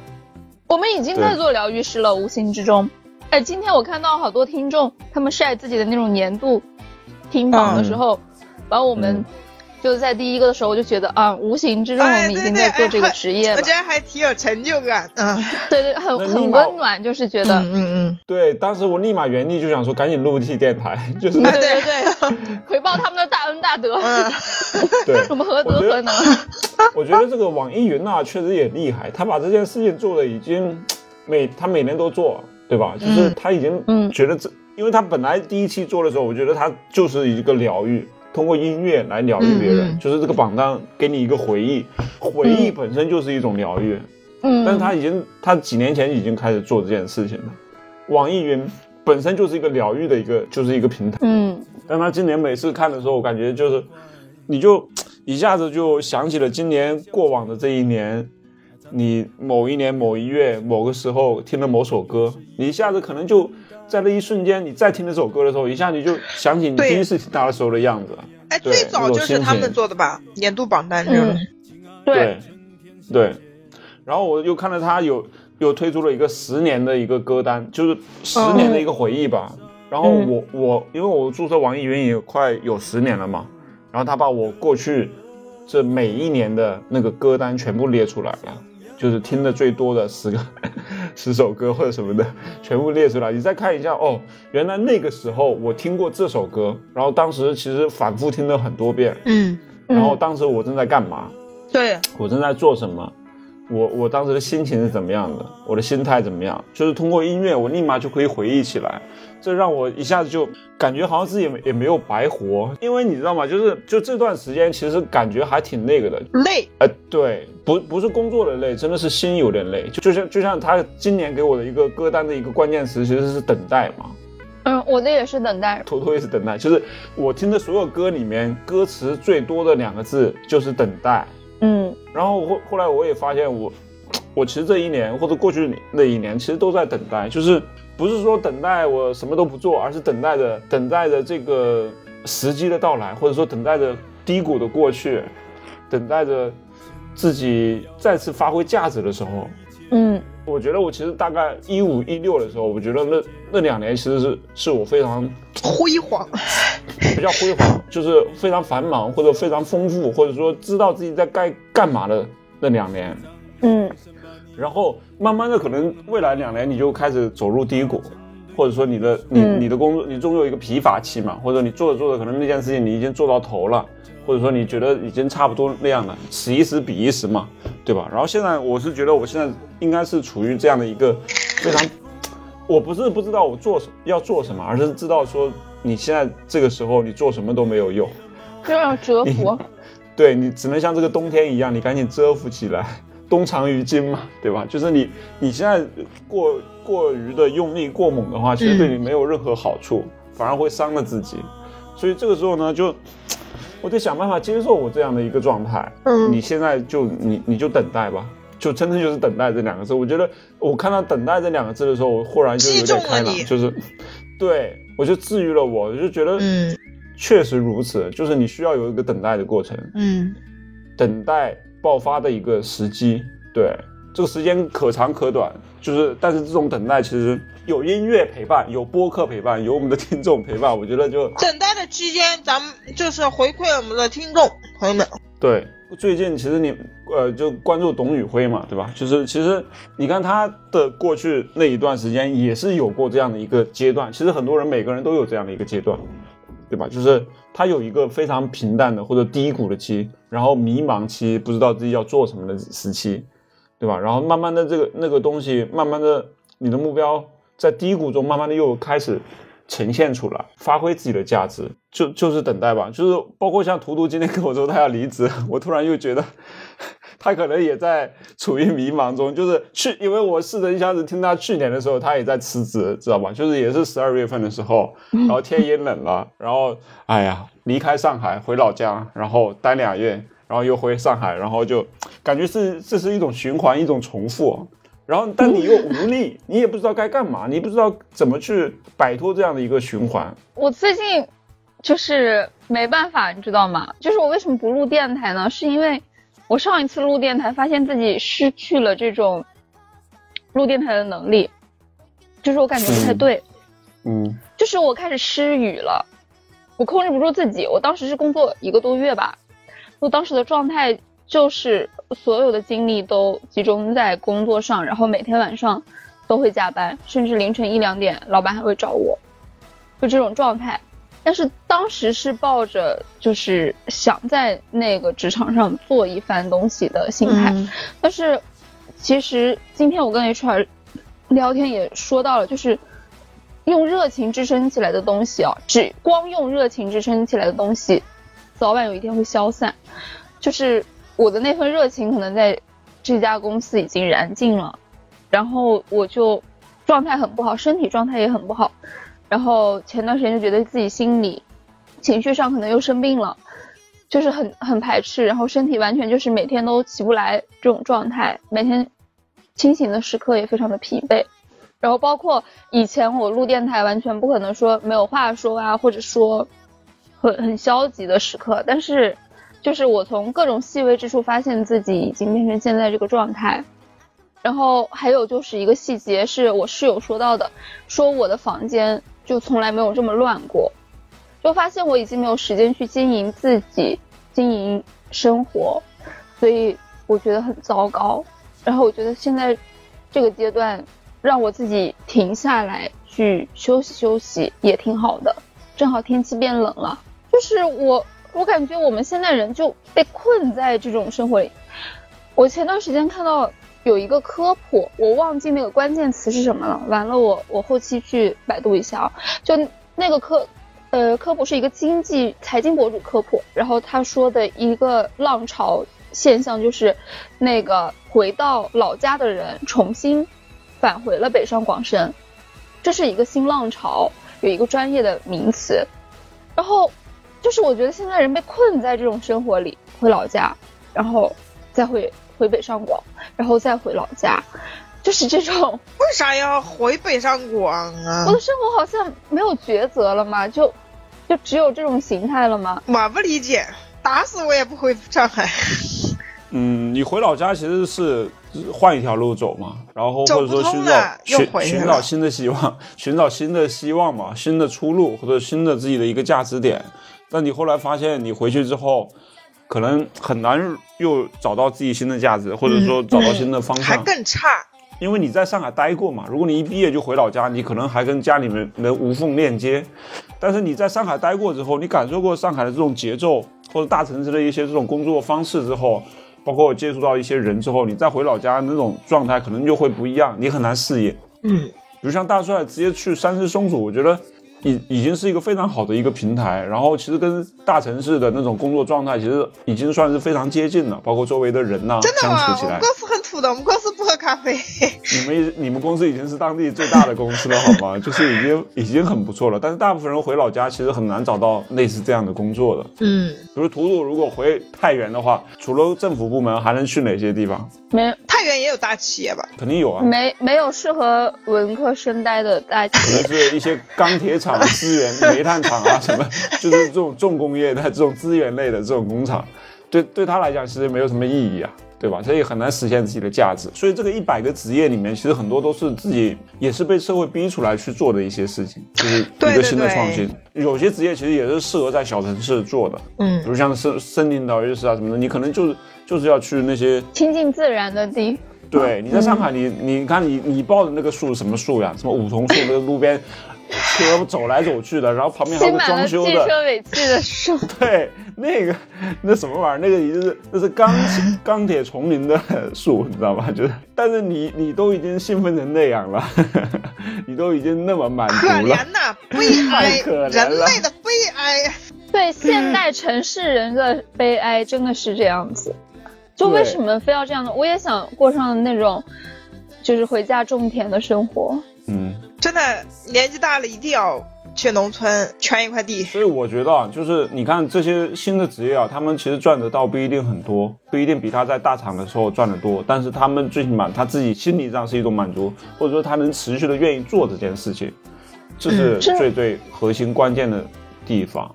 Speaker 3: 我们已经在做疗愈师了，无形之中。哎，今天我看到好多听众，他们晒自己的那种年度听榜的时候，然后我们
Speaker 2: 嗯
Speaker 3: 就在第一个的时候，我就觉得啊，无形之中我
Speaker 4: 哎
Speaker 3: 们已经在做这个职业
Speaker 4: 我
Speaker 3: 了
Speaker 4: 觉，得还挺有成就感的。
Speaker 3: 对对，很
Speaker 2: 那
Speaker 3: 很
Speaker 2: 另外
Speaker 3: 温暖，就是觉得，
Speaker 4: 嗯
Speaker 2: 对，当时我立马原地就想说，赶紧录一期电台，就是
Speaker 3: 对对对， 回报他们的大恩大德，
Speaker 4: 嗯
Speaker 2: 对。
Speaker 3: 我们何德
Speaker 2: 我觉得
Speaker 3: 何能？
Speaker 2: 我觉得这个网易云呐、确实也厉害，他把这件事情做的已经每他每年都做，啊对吧？就是他已经
Speaker 3: 嗯
Speaker 2: 觉得这，因为他本来第一期做的时候，我觉得他就是一个疗愈，通过音乐来疗愈别人，
Speaker 4: 嗯嗯
Speaker 2: 就是这个榜单给你一个回忆，回忆本身就是一种疗愈。
Speaker 3: 嗯，
Speaker 2: 但是他已经他几年前已经开始做这件事情了，网易云本身就是一个疗愈的一个就是一个平台。
Speaker 3: 嗯，
Speaker 2: 但他今年每次看的时候，我感觉就是，你就一下子就想起了今年过往的这一年，你某一年某一月某个时候听了某首歌，你一下子可能就在那一瞬间，你再听这首歌的时候，一下你就想起你
Speaker 4: 对
Speaker 2: 第一次听它的时候的样子。
Speaker 4: 嗯，哎，
Speaker 2: 对
Speaker 4: 最早就是
Speaker 2: 那种心
Speaker 4: 他们
Speaker 2: 情
Speaker 4: 做的吧，年度榜单这种。
Speaker 3: 对，
Speaker 2: 对，然后我又看到他有又推出了一个十年的一个歌单，就是十年的一个回忆吧。然后我我因为我注册网易云也快有十年了嘛，然后他把我过去这每一年的那个歌单全部列出来了，就是听的最多的十个 十首歌或者什么的，全部列出来。你再看一下哦，原来那个时候我听过这首歌，然后当时其实反复听了很多遍，
Speaker 4: 嗯，
Speaker 2: 然后当时我正在干嘛？
Speaker 4: 对，
Speaker 2: 我正在做什么，我我当时的心情是怎么样的，我的心态怎么样，就是通过音乐，我立马就可以回忆起来，这让我一下子就感觉好像自己也没也没有白活，因为你知道吗？就是就这段时间，其实感觉还挺那个的，
Speaker 4: 累，
Speaker 2: 呃，对，不不是工作的累，真的是心有点累，就就像就像他今年给我的一个歌单的一个关键词其实是等待嘛，
Speaker 3: 嗯，我的也是等待，
Speaker 2: 偷偷也是等待，就是我听的所有歌里面歌词最多的两个字就是等待。
Speaker 3: 嗯
Speaker 2: 然后后后来我也发现我，我其实这一年或者过去那一年，其实都在等待，就是不是说等待我什么都不做，而是等待着等待着这个时机的到来，或者说等待着低谷的过去，等待着自己再次发挥价值的时候。
Speaker 3: 嗯
Speaker 2: 我觉得我其实大概一五一六的时候，我觉得那那两年其实是是我非常
Speaker 4: 辉煌。
Speaker 2: 比较辉煌，就是非常繁忙或者非常丰富，或者说知道自己在该干嘛的那两年。
Speaker 3: 嗯
Speaker 2: 然后慢慢的，可能未来两年你就开始走入低谷，或者说你的你
Speaker 3: 嗯
Speaker 2: 你的工作，你终究有一个疲乏期嘛，或者你做着做着，可能那件事情你已经做到头了，或者说你觉得已经差不多那样了，此一时彼一时嘛，对吧？然后现在我是觉得我现在应该是处于这样的一个非常，我不是不知道我做什要做什么，而是知道说你现在这个时候你做什么都没有用，
Speaker 3: 这种折服，
Speaker 2: 哎对你只能像这个冬天一样，你赶紧蛰伏起来， 冬藏于今嘛，对吧？就是你你现在过过于的用力过猛的话，其实对你没有任何好
Speaker 4: 嗯
Speaker 2: 处，反而会伤了自己。所以这个时候呢，就我得想办法接受我这样的一个状态。
Speaker 4: 嗯
Speaker 2: 你现在就你你就等待吧。就真的就是等待这两个字，我觉得我看到“等待”这两个字的时候，我忽然就有
Speaker 4: 击中
Speaker 2: 点
Speaker 4: 了
Speaker 2: 开朗
Speaker 4: 你，
Speaker 2: 就是， 对我就治愈了我，我就觉得，
Speaker 4: 嗯
Speaker 2: 确实如此，就是你需要有一个等待的过程，
Speaker 4: 嗯
Speaker 2: 等待爆发的一个时机。对，这个时间可长可短，就是但是这种等待其实有音乐陪伴，有播客陪伴，有我们的听众陪伴，我觉得就
Speaker 4: 等待的期间，咱们就是回馈我们的听众朋友们。
Speaker 2: 对。最近其实你呃就关注董宇辉嘛，对吧？就是其实你看他的过去那一段时间也是有过这样的一个阶段，其实很多人每个人都有这样的一个阶段。对吧？就是他有一个非常平淡的或者低谷的期，然后迷茫期，不知道自己要做什么的时期，对吧？然后慢慢的这个那个东西，慢慢的你的目标在低谷中慢慢的又开始呈现出来，发挥自己的价值，就就是等待吧。就是包括像图图今天跟我说他要离职， 我突然又觉得。他可能也在处于迷茫中，就是去，因为我试着一下子听他去年的时候，他也在辞职，知道吧？就是也是十二月份的时候，然后天也冷了，然后哎呀，离开上海回老家，然后待俩月，然后又回上海，然后就感觉是这是一种循环，一种重复。然后，但你又无力， 你也不知道该干嘛，你不知道怎么去摆脱这样的一个循环。
Speaker 3: 我最近就是没办法，你知道吗？就是我为什么不录电台呢？是因为我上一次录电台，发现自己失去了这种录电台的能力，就是我感觉不太
Speaker 2: 嗯
Speaker 3: 对。
Speaker 2: 嗯
Speaker 3: 就是我开始失语了，我控制不住自己。我当时是工作一个多月吧，我当时的状态就是所有的精力都集中在工作上，然后每天晚上都会加班，甚至凌晨一两点，老板还会找我，就这种状态。但是当时是抱着就是想在那个职场上做一番东西的心态，但是其实今天我跟 HR 聊天也说到了，就是用热情支撑起来的东西啊，只光用热情支撑起来的东西，早晚有一天会消散。就是我的那份热情可能在这家公司已经燃尽了，然后我就状态很不好，身体状态也很不好，然后前段时间就觉得自己心里、情绪上可能又生病了。就是很很排斥，然后身体完全就是每天都起不来这种状态，每天清醒的时刻也非常的疲惫。然后包括以前我录电台，完全不可能说没有话说啊，或者说很很消极的时刻。但是，就是我从各种细微之处发现自己已经变成现在这个状态。然后还有就是一个细节是我室友说到的，说我的房间就从来没有这么乱过。就发现我已经没有时间去经营自己、经营生活，所以我觉得很糟糕。然后我觉得现在这个阶段，让我自己停下来去休息休息也挺好的。正好天气变冷了，就是我，我感觉我们现在人就被困在这种生活里。我前段时间看到有一个科普，我忘记那个关键词是什么了，完了我我后期去百度一下啊。就那个科，呃，科普是一个经济财经博主科普，然后他说的一个浪潮现象就是，那个回到老家的人重新返回了北上广深，这是一个新浪潮，有一个专业的名词。然后，就是我觉得现在人被困在这种生活里，回老家，然后再回回北上广，然后再回老家，就是这种。
Speaker 4: 为啥要回北上广啊
Speaker 3: 我？的生活好像没有抉择了嘛，就就只有这种形态了吗？
Speaker 4: 我不理解，打死我也不回上海。
Speaker 2: 嗯，你回老家其实是换一条路走嘛，然后或者说寻找
Speaker 4: 走不通了又
Speaker 2: 寻
Speaker 4: 回去了
Speaker 2: 寻找新的希望， 寻找新的希望嘛，新的出路或者新的自己的一个价值点。但你后来发现，你回去之后，可能很难又找到自己新的价值，或者说找到新的方
Speaker 4: 嗯还
Speaker 2: 向。
Speaker 4: 更差。
Speaker 2: 因为你在上海待过嘛。如果你一毕业就回老家，你可能还跟家里面人无缝链接。但是你在上海待过之后，你感受过上海的这种节奏，或者大城市的一些这种工作方式之后，包括接触到一些人之后，你再回老家那种状态可能就会不一样，你很难适应。
Speaker 4: 嗯，
Speaker 2: 比如像大帅直接去三只松鼠，我觉得已已经是一个非常好的一个平台。然后其实跟大城市的那种工作状态，其实已经算是非常接近了，包括周围的人呐、
Speaker 4: 真的
Speaker 2: 相
Speaker 4: 吗？
Speaker 2: 处
Speaker 4: 我
Speaker 2: 起
Speaker 4: 们
Speaker 2: 来。
Speaker 4: 公司很土的，我们公司不喝咖 啡。
Speaker 2: 你们你们公司已经是当地最大的公司了，好吗？ 就是已经已经很不错了。但是大部分人回老家其实很难找到类似这样的工作的。
Speaker 4: 嗯，
Speaker 2: 比如图图如果回太原的话，除了政府部门还能去哪些地方？
Speaker 3: 没
Speaker 4: 太原也有大企 业吧？
Speaker 2: 肯定有啊，
Speaker 3: 没没有适合文科生待的大企
Speaker 2: 可能是一些钢铁厂、资源、煤炭厂啊什么，就是这种重工业的这种资源类的这种工厂，对对他来讲其实没有什么意义啊，对吧？他也很难实现自己的价值。所以这个一百个职业里面，其实很多都是自己也是被社会逼出来去做的一些事情，就是一个新的创新。有些职业其实也是适合在小城市做的，比
Speaker 4: 嗯，
Speaker 2: 如像森森林导游师啊什么的，你可能就是就是要去那些
Speaker 3: 亲近自然的地，嗯
Speaker 2: 对，你在上海你，你看你你报的那个树是什么树呀？什么梧桐树，那个路边车走来走去的，然后旁边还有
Speaker 3: 积
Speaker 2: 个
Speaker 3: 满了
Speaker 2: 装修
Speaker 3: 汽
Speaker 2: 的，
Speaker 3: 车尾气的树。
Speaker 2: 对，那个那什么玩意儿，那个已经是那是 钢铁钢铁丛林的树，你知道吧？就是，但是你你都已经兴奋成那样了， 你都已经那么满
Speaker 4: 可
Speaker 2: 足了，
Speaker 4: 怜呐，悲哀，
Speaker 2: 太可怜了
Speaker 4: 人类的悲哀。
Speaker 3: 对现代城市人的悲哀真的是这样子，就
Speaker 2: 对
Speaker 3: 为什么非要这样呢？我也想过上那种，就是回家种田的生活。
Speaker 2: 嗯。
Speaker 4: 真的，年纪大了一定要去农村圈一块地。
Speaker 2: 所以我觉得啊，就是你看这些新的职业啊，他们其实赚的倒不一定很多，不一定比他在大厂的时候赚的多，但是他们最起码他自己心理上是一种满足，或者说他能持续的愿意做这件事情，这是
Speaker 3: 这
Speaker 2: 最最核心关键的地方，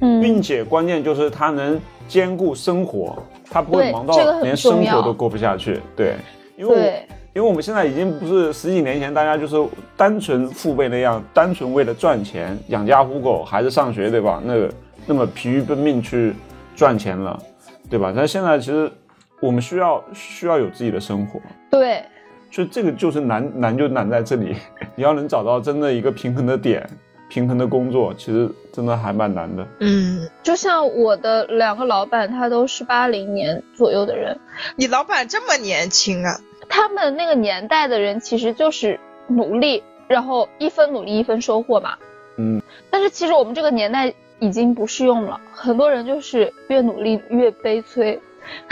Speaker 2: 并
Speaker 3: 嗯，
Speaker 2: 且关键就是他能兼顾生活，他不会
Speaker 3: 对
Speaker 2: 忙
Speaker 3: 这个
Speaker 2: 到
Speaker 3: 很
Speaker 2: 连生
Speaker 3: 重要
Speaker 2: 活都过不下去。对，因为我
Speaker 3: 对，
Speaker 2: 因为我们现在已经不是十几年前大家就是单纯父辈那样，单纯为了赚钱养家糊口，孩子上学，对吧？那个那么疲于奔命去赚钱了，对吧？但现在其实我们需要需要有自己的生活，
Speaker 3: 对，
Speaker 2: 所以这个就是难难就难在这里， 你要能找到真的一个平衡的点，平衡的工作，其实真的还蛮难的。
Speaker 4: 嗯，
Speaker 3: 就像我的两个老板，他都是八零年左右的人，
Speaker 4: 你老板这么年轻啊？
Speaker 3: 他们那个年代的人其实就是努力，然后一分努力一分收获嘛。
Speaker 2: 嗯，
Speaker 3: 但是其实我们这个年代已经不适用了，很多人就是越努力越悲催，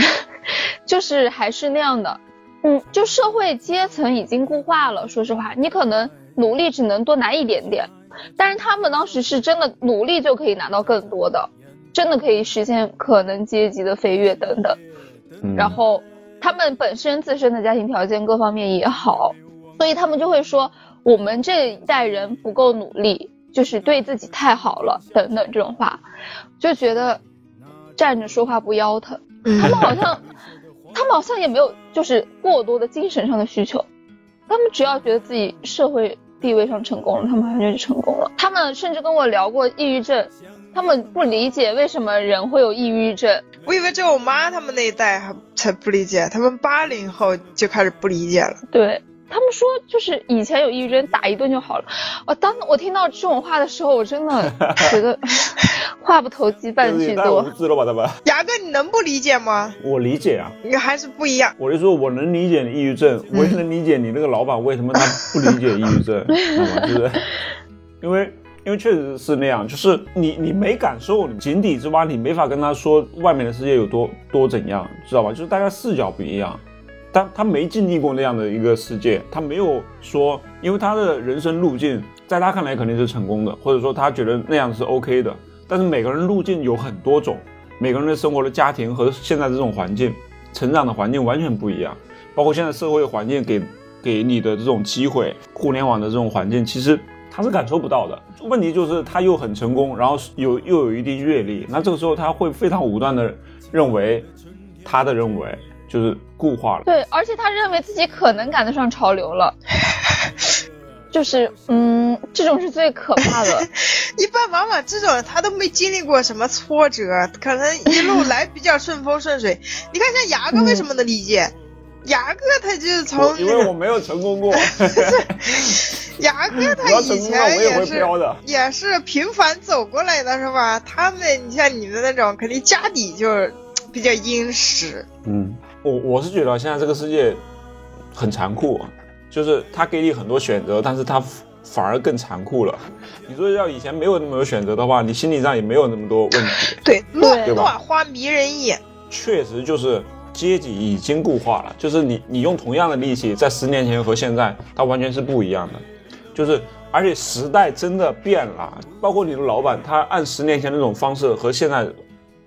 Speaker 3: 就是还是那样的。嗯，就社会阶层已经固化了。说实话，你可能努力只能多拿一点点，但是他们当时是真的努力就可以拿到更多的，真的可以实现可能阶级的飞跃等等。
Speaker 2: 嗯、
Speaker 3: 然后他们本身自身的家庭条件各方面也好，所以他们就会说我们这一代人不够努力，就是对自己太好了等等这种话，就觉得站着说话不腰疼。
Speaker 4: 嗯
Speaker 3: 他们好像，他们好像也没有就是过多的精神上的需求，他们只要觉得自己社会地位上成功了，他们好像就是成功了。他们甚至跟我聊过抑郁症，他们不理解为什么人会有抑郁症。
Speaker 4: 我以为只有我妈他们那一代还才不理解，他们八零后就开始不理解了。
Speaker 3: 对他们说，就是以前有抑郁症，打一顿就好了。我当我听到这种话的时候，我真的觉得话不投机半
Speaker 2: 就是
Speaker 3: 句
Speaker 2: 也太无
Speaker 3: 多。
Speaker 2: 知了吧，他 们？
Speaker 4: 牙哥，你能不理解吗？
Speaker 2: 我理解啊，
Speaker 4: 你还是不一样。
Speaker 2: 我就说，我能理解你抑郁症，我也能理解你那个老板为什么他不理解抑郁症，知道吗？就是因为因为确实是那样，就是你你没感受，你井底之蛙，你没法跟他说外面的世界有多多怎样，知道吧？就是大家视角不一样，但他没经历过那样的一个世界，他没有说，因为他的人生路径在他看来肯定是成功的，或者说他觉得那样是 OK 的，但是每个人路径有很多种，每个人的生活的家庭和现在这种环境。成长的环境完全不一样，包括现在社会环境给给你的这种机会，互联网的这种环境，其实他是感受不到的。问题就是他又很成功，然后有又有一定阅历，那这个时候他会非常武断的认为，他的认为就是固化了。
Speaker 3: 对，而且他认为自己可能赶得上潮流了，就是嗯，这种是最可怕的。
Speaker 4: 一般往往这种他都没经历过什么挫折，可能一路来比较顺风顺水。你看像牙哥为什么能理解？牙哥他就是
Speaker 2: 我
Speaker 4: 从
Speaker 2: 因
Speaker 4: 那
Speaker 2: 为我
Speaker 4: 个
Speaker 2: 没有成功 过，
Speaker 4: 牙哥
Speaker 2: 嗯我
Speaker 4: 他
Speaker 2: 要
Speaker 4: 以
Speaker 2: 成功了
Speaker 4: 前
Speaker 2: 我也
Speaker 4: 也
Speaker 2: 会
Speaker 4: 是
Speaker 2: 飘的。
Speaker 4: 也是频繁走过来的是吧？他们，你像你的那种，肯定家底就是比较殷实。
Speaker 2: 嗯，我我是觉得现在这个世界很残酷啊，就是他给你很多选择，但是他反而更残酷了。你说要以前没有那么多选择的话，你心理上也没有那么多问题。
Speaker 4: 对，落
Speaker 2: 对吧
Speaker 4: 落花迷人眼。
Speaker 2: 确实就是阶级已经固化了，就是你你用同样的力气，在十年前和现在，它完全是不一样的。就是而且时代真的变了，包括你的老板，他按十年前那种方式和现在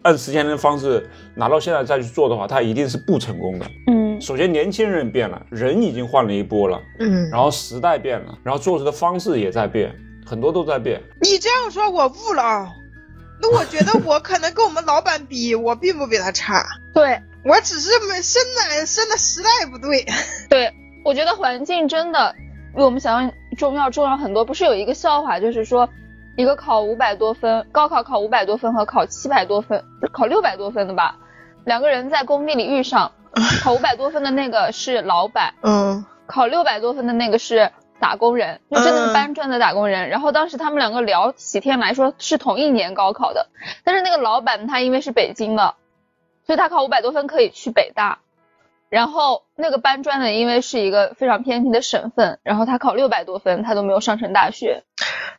Speaker 2: 按十年前的方式拿到现在再去做的话，他一定是不成功的。
Speaker 3: 嗯，
Speaker 2: 首先年轻人变了，人已经换了一波了，
Speaker 4: 嗯，
Speaker 2: 然后时代变了，然后做事的方式也在变，很多都在变。
Speaker 4: 你这样说，我悟了啊。那我觉得我可能跟我们老板比，我并不比他差，
Speaker 3: 对
Speaker 4: 我只是没生的生的时代不对。
Speaker 3: 对，我觉得环境真的比我们想象中要重要很多。不是有一个笑话，就是说一个考五百多分，高考考五百多分和考七百多分，考六百多分的吧，两个人在工地里遇上，考五百多分的那个是老板，
Speaker 4: 嗯
Speaker 3: 考六百多分的那个是打工人，就真的
Speaker 4: 嗯
Speaker 3: 是搬砖的打工人。然后当时他们两个聊起天来说是同一年高考的，但是那个老板他因为是北京的，所以他考五百多分可以去北大。然后那个搬砖的因为是一个非常偏僻的省份，然后他考六百多分，他都没有上成大学，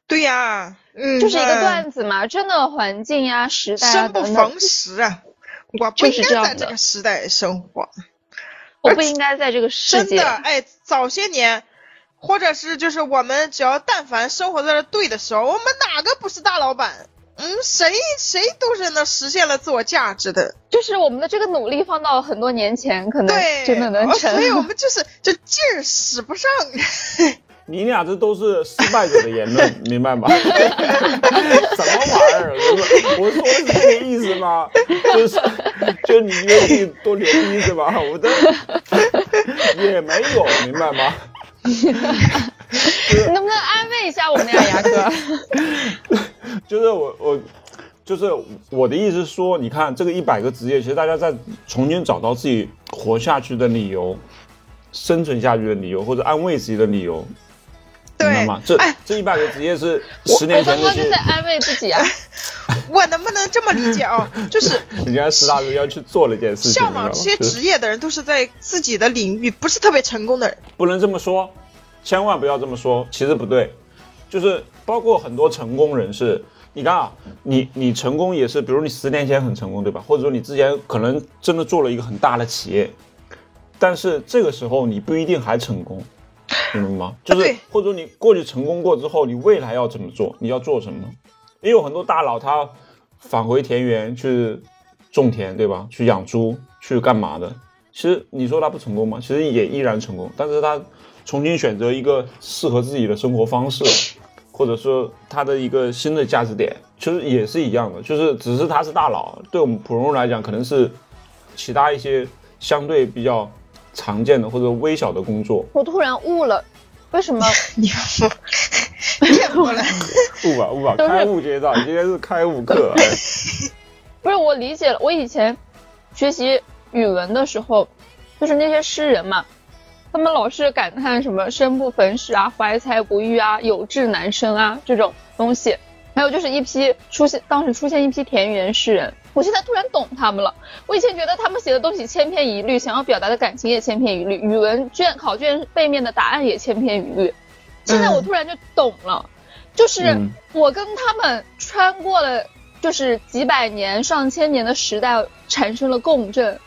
Speaker 4: 对呀、嗯，
Speaker 3: 就是一个
Speaker 4: 那
Speaker 3: 段子嘛。真的环境呀、时代啊
Speaker 4: 生不
Speaker 3: 等等
Speaker 4: 逢，时啊。我不
Speaker 3: 就
Speaker 4: 应
Speaker 3: 是这
Speaker 4: 该
Speaker 3: 样
Speaker 4: 在这
Speaker 3: 的
Speaker 4: 个时代生活。
Speaker 3: 我不应该在这个世
Speaker 4: 真
Speaker 3: 界
Speaker 4: 的，。哎，早些年，或者是就是我们只要但凡生活在这对的时候，我们哪个不是大老板？嗯，谁谁都是能实现了自我价值的，
Speaker 3: 就是我们的这个努力放到很多年前，可能
Speaker 4: 对，
Speaker 3: 真的能
Speaker 4: 哦
Speaker 3: 成。
Speaker 4: 所以我们就是这劲儿使不上，
Speaker 2: 你俩这都是失败者的言论，明白吗？什么玩意儿？我说我说的是这个意思吗？就是就你觉得自己多牛逼是吧？我这也没有，明白吗？
Speaker 3: 你能不能安慰一下我们呀，牙哥？
Speaker 2: 就是我我就是我的意思是说，你看这个一百个职业，其实大家在重新找到自己活下去的理由。生存下去的理由，或者安慰自己的理由，明白
Speaker 4: 对
Speaker 2: 吗？这、
Speaker 4: 哎
Speaker 2: 这一百个职业是十年
Speaker 3: 我
Speaker 2: 前
Speaker 3: 刚
Speaker 2: 那
Speaker 3: 刚
Speaker 2: 些
Speaker 3: 就在安慰自 己啊，
Speaker 4: 我能不能这么理解啊？就是
Speaker 2: 人家十大人要去做了一件事情，
Speaker 4: 向
Speaker 2: 你知道
Speaker 4: 往
Speaker 2: 吗？
Speaker 4: 这些
Speaker 2: 就是
Speaker 4: 职业的人，都是在自己的领域不是特别成功的人。
Speaker 2: 不能这么说，千万不要这么说，其实不对，就是包括很多成功人士，你看啊，你你成功也是，比如你十年前很成功，对吧？或者说你之前可能真的做了一个很大的企业，但是这个时候你不一定还成功。明白吗？就是
Speaker 4: 对
Speaker 2: 或者你过去成功过之后，你未来要怎么做？你要做什么？也有很多大佬他返回田园去种田，对吧？去养猪，去干嘛的？其实你说他不成功吗？其实也依然成功，但是他重新选择一个适合自己的生活方式，或者说他的一个新的价值点，其实也是一样的，就是只是他是大佬，对我们普通人来讲，可能是其他一些相对比较常见的或者微小的工作，
Speaker 3: 我突然悟了，为什么
Speaker 4: 你说，你也 过来，
Speaker 2: 悟吧悟吧，
Speaker 3: 是
Speaker 2: 开悟阶段，今天是开悟课，哎
Speaker 3: 不是我理解了？我以前学习语文的时候，就是那些诗人嘛，他们老是感叹什么“生不逢时”啊、“怀才不遇”啊、“有志难伸”啊这种东西。还有就是一批出现，当时出现一批田园诗人，我现在突然懂他们了。我以前觉得他们写的东西千篇一律，想要表达的感情也千篇一律，语文卷考卷背面的答案也千篇一律。现在我突然就懂了，就是
Speaker 2: 嗯
Speaker 3: 我跟他们穿过了就是几百年、上千年的时代，产生了共振。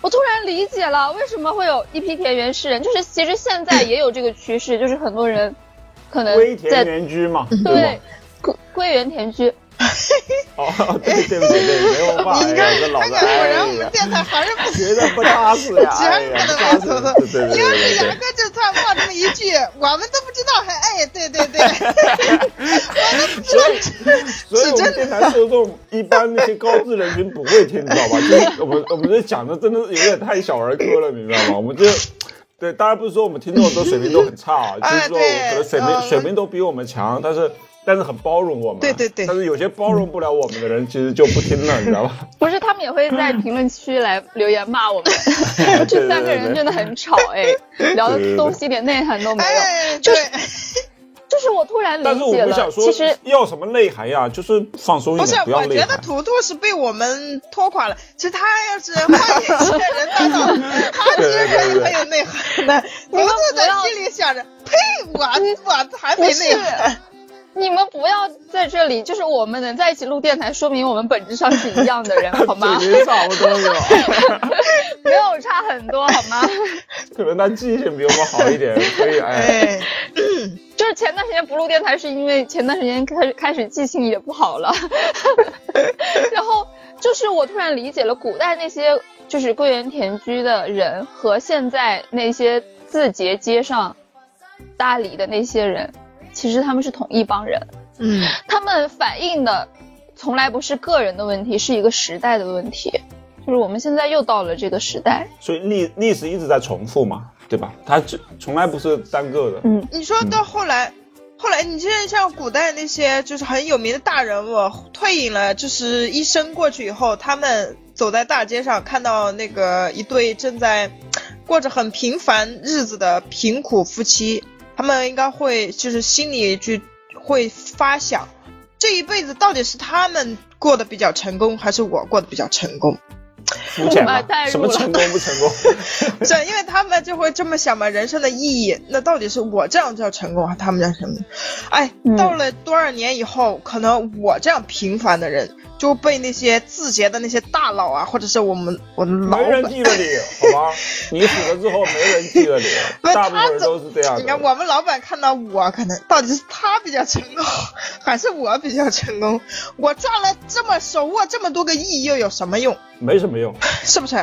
Speaker 3: 我突然理解了为什么会有一批田园诗人，就是其实现在也有这个趋势，就是很多人 可能
Speaker 2: 归
Speaker 3: 在
Speaker 2: 田园居嘛，
Speaker 3: 对
Speaker 2: 对吧？
Speaker 3: 归归园田居，
Speaker 2: 哦， 对对不起，对，没有办法，
Speaker 4: 你
Speaker 2: 哎
Speaker 4: 看
Speaker 2: 呀，这，老
Speaker 4: 看
Speaker 2: 子
Speaker 4: 看，果
Speaker 2: 哎
Speaker 4: 然我们
Speaker 2: 呀，
Speaker 4: 电台还是不
Speaker 2: 觉得不踏实呀，
Speaker 4: 其他
Speaker 2: 哎
Speaker 4: 人
Speaker 2: 呀，不
Speaker 4: 不能
Speaker 2: 踏
Speaker 4: 没
Speaker 2: 实，
Speaker 4: 说的
Speaker 2: 对对对
Speaker 4: 因为
Speaker 2: 对
Speaker 4: 牙
Speaker 2: 对
Speaker 4: 哥就突然冒这么一句，我们都不知道，还哎，对对 对，
Speaker 2: 所以，所以我们电台受众一般那些高知人群不会听，知道吧？ 就是我们我们这讲的真的是有点太小儿科了，明白吗？我们这。 对，当然不是说我们听众都水平都很差啊，就
Speaker 4: 哎
Speaker 2: 是说
Speaker 4: 对
Speaker 2: 可能水平、
Speaker 4: 嗯
Speaker 2: 水平都比我们强，但是但是很包容我们。啊
Speaker 4: 对对对
Speaker 2: 但是有些包容不了我们的人，其实就不听了，你知 道吧？
Speaker 3: 不是，他们也会在评论区来留言 骂我们。这三个人真的很吵哎，聊的东西一点内涵都没有。
Speaker 4: 哎，
Speaker 3: 就
Speaker 4: 对
Speaker 3: 是，就是我突然
Speaker 2: 但是
Speaker 3: 理
Speaker 2: 我
Speaker 3: 解
Speaker 2: 们
Speaker 3: 了，
Speaker 2: 想说，
Speaker 3: 其实
Speaker 2: 要什么内涵呀？就是放松一
Speaker 4: 不是
Speaker 2: 点，，要
Speaker 4: 我
Speaker 2: 内
Speaker 4: 觉得
Speaker 2: 涵。
Speaker 4: 图图是被我们拖垮了。其实他要是换一些人搭 档，他其实还是很有内涵的。图
Speaker 3: 们
Speaker 4: 图
Speaker 3: 不
Speaker 4: 在
Speaker 3: 要
Speaker 4: 心里想着，呸，我我还没内涵。
Speaker 3: 你们不要在这里，就是我们能在一起录电台，说明我们本质上是一样的 人，好吗
Speaker 2: 已？经差不多了，
Speaker 3: 没有差很多，好吗？
Speaker 2: 可能他记性比我们好一点，所以哎，
Speaker 4: 哎，
Speaker 3: 就是前段时间不录电台，是因为前段时间开始开始记性也不好了，然后就是我突然理解了古代那些就是归园田居的人和现在那些字节街上大理的那些人，其实他们是同一帮人，
Speaker 4: 嗯，
Speaker 3: 他们反映的从来不是个人的问题，是一个时代的问题。就是我们现在又到了这个时代，
Speaker 2: 所以历历史一直在重复嘛，对吧？它就从来不是单个的。
Speaker 4: 你说到后来，后来你现在像古代那些就是很有名的大人物退隐了，就是一生过去以后，他们走在大街上看到那个一对正在过着很平凡日子的贫苦夫妻，他们应该会就是心里去会发想，这一辈子到底是他们过得比较成功，还是我过得比较成功？
Speaker 2: 肤浅
Speaker 3: 我
Speaker 2: 嘛
Speaker 3: 们带，入
Speaker 2: 什么
Speaker 3: 了
Speaker 2: 成功不成功？
Speaker 4: 是因为他们就会这么想嘛，人生的意义，那到底是我这样叫成功，还是他们叫成功？哎，
Speaker 2: 嗯
Speaker 4: 到了多少年以后，可能我这样平凡的人，就被那些字节的那些大佬啊，或者是我们我的老
Speaker 2: 没人
Speaker 4: 板。
Speaker 2: 记得你，好吗？你死了之后没人记 得你，
Speaker 4: 不是
Speaker 2: 大部
Speaker 4: 他
Speaker 2: 分人
Speaker 4: 怎
Speaker 2: 都是这样
Speaker 4: 你看，
Speaker 2: 的。
Speaker 4: 我们老板看到我，可能到底是他比较成功，还是我比较成功？我赚了这么手握这么多个亿，又有什么用？
Speaker 2: 没什么用。
Speaker 4: 是不是？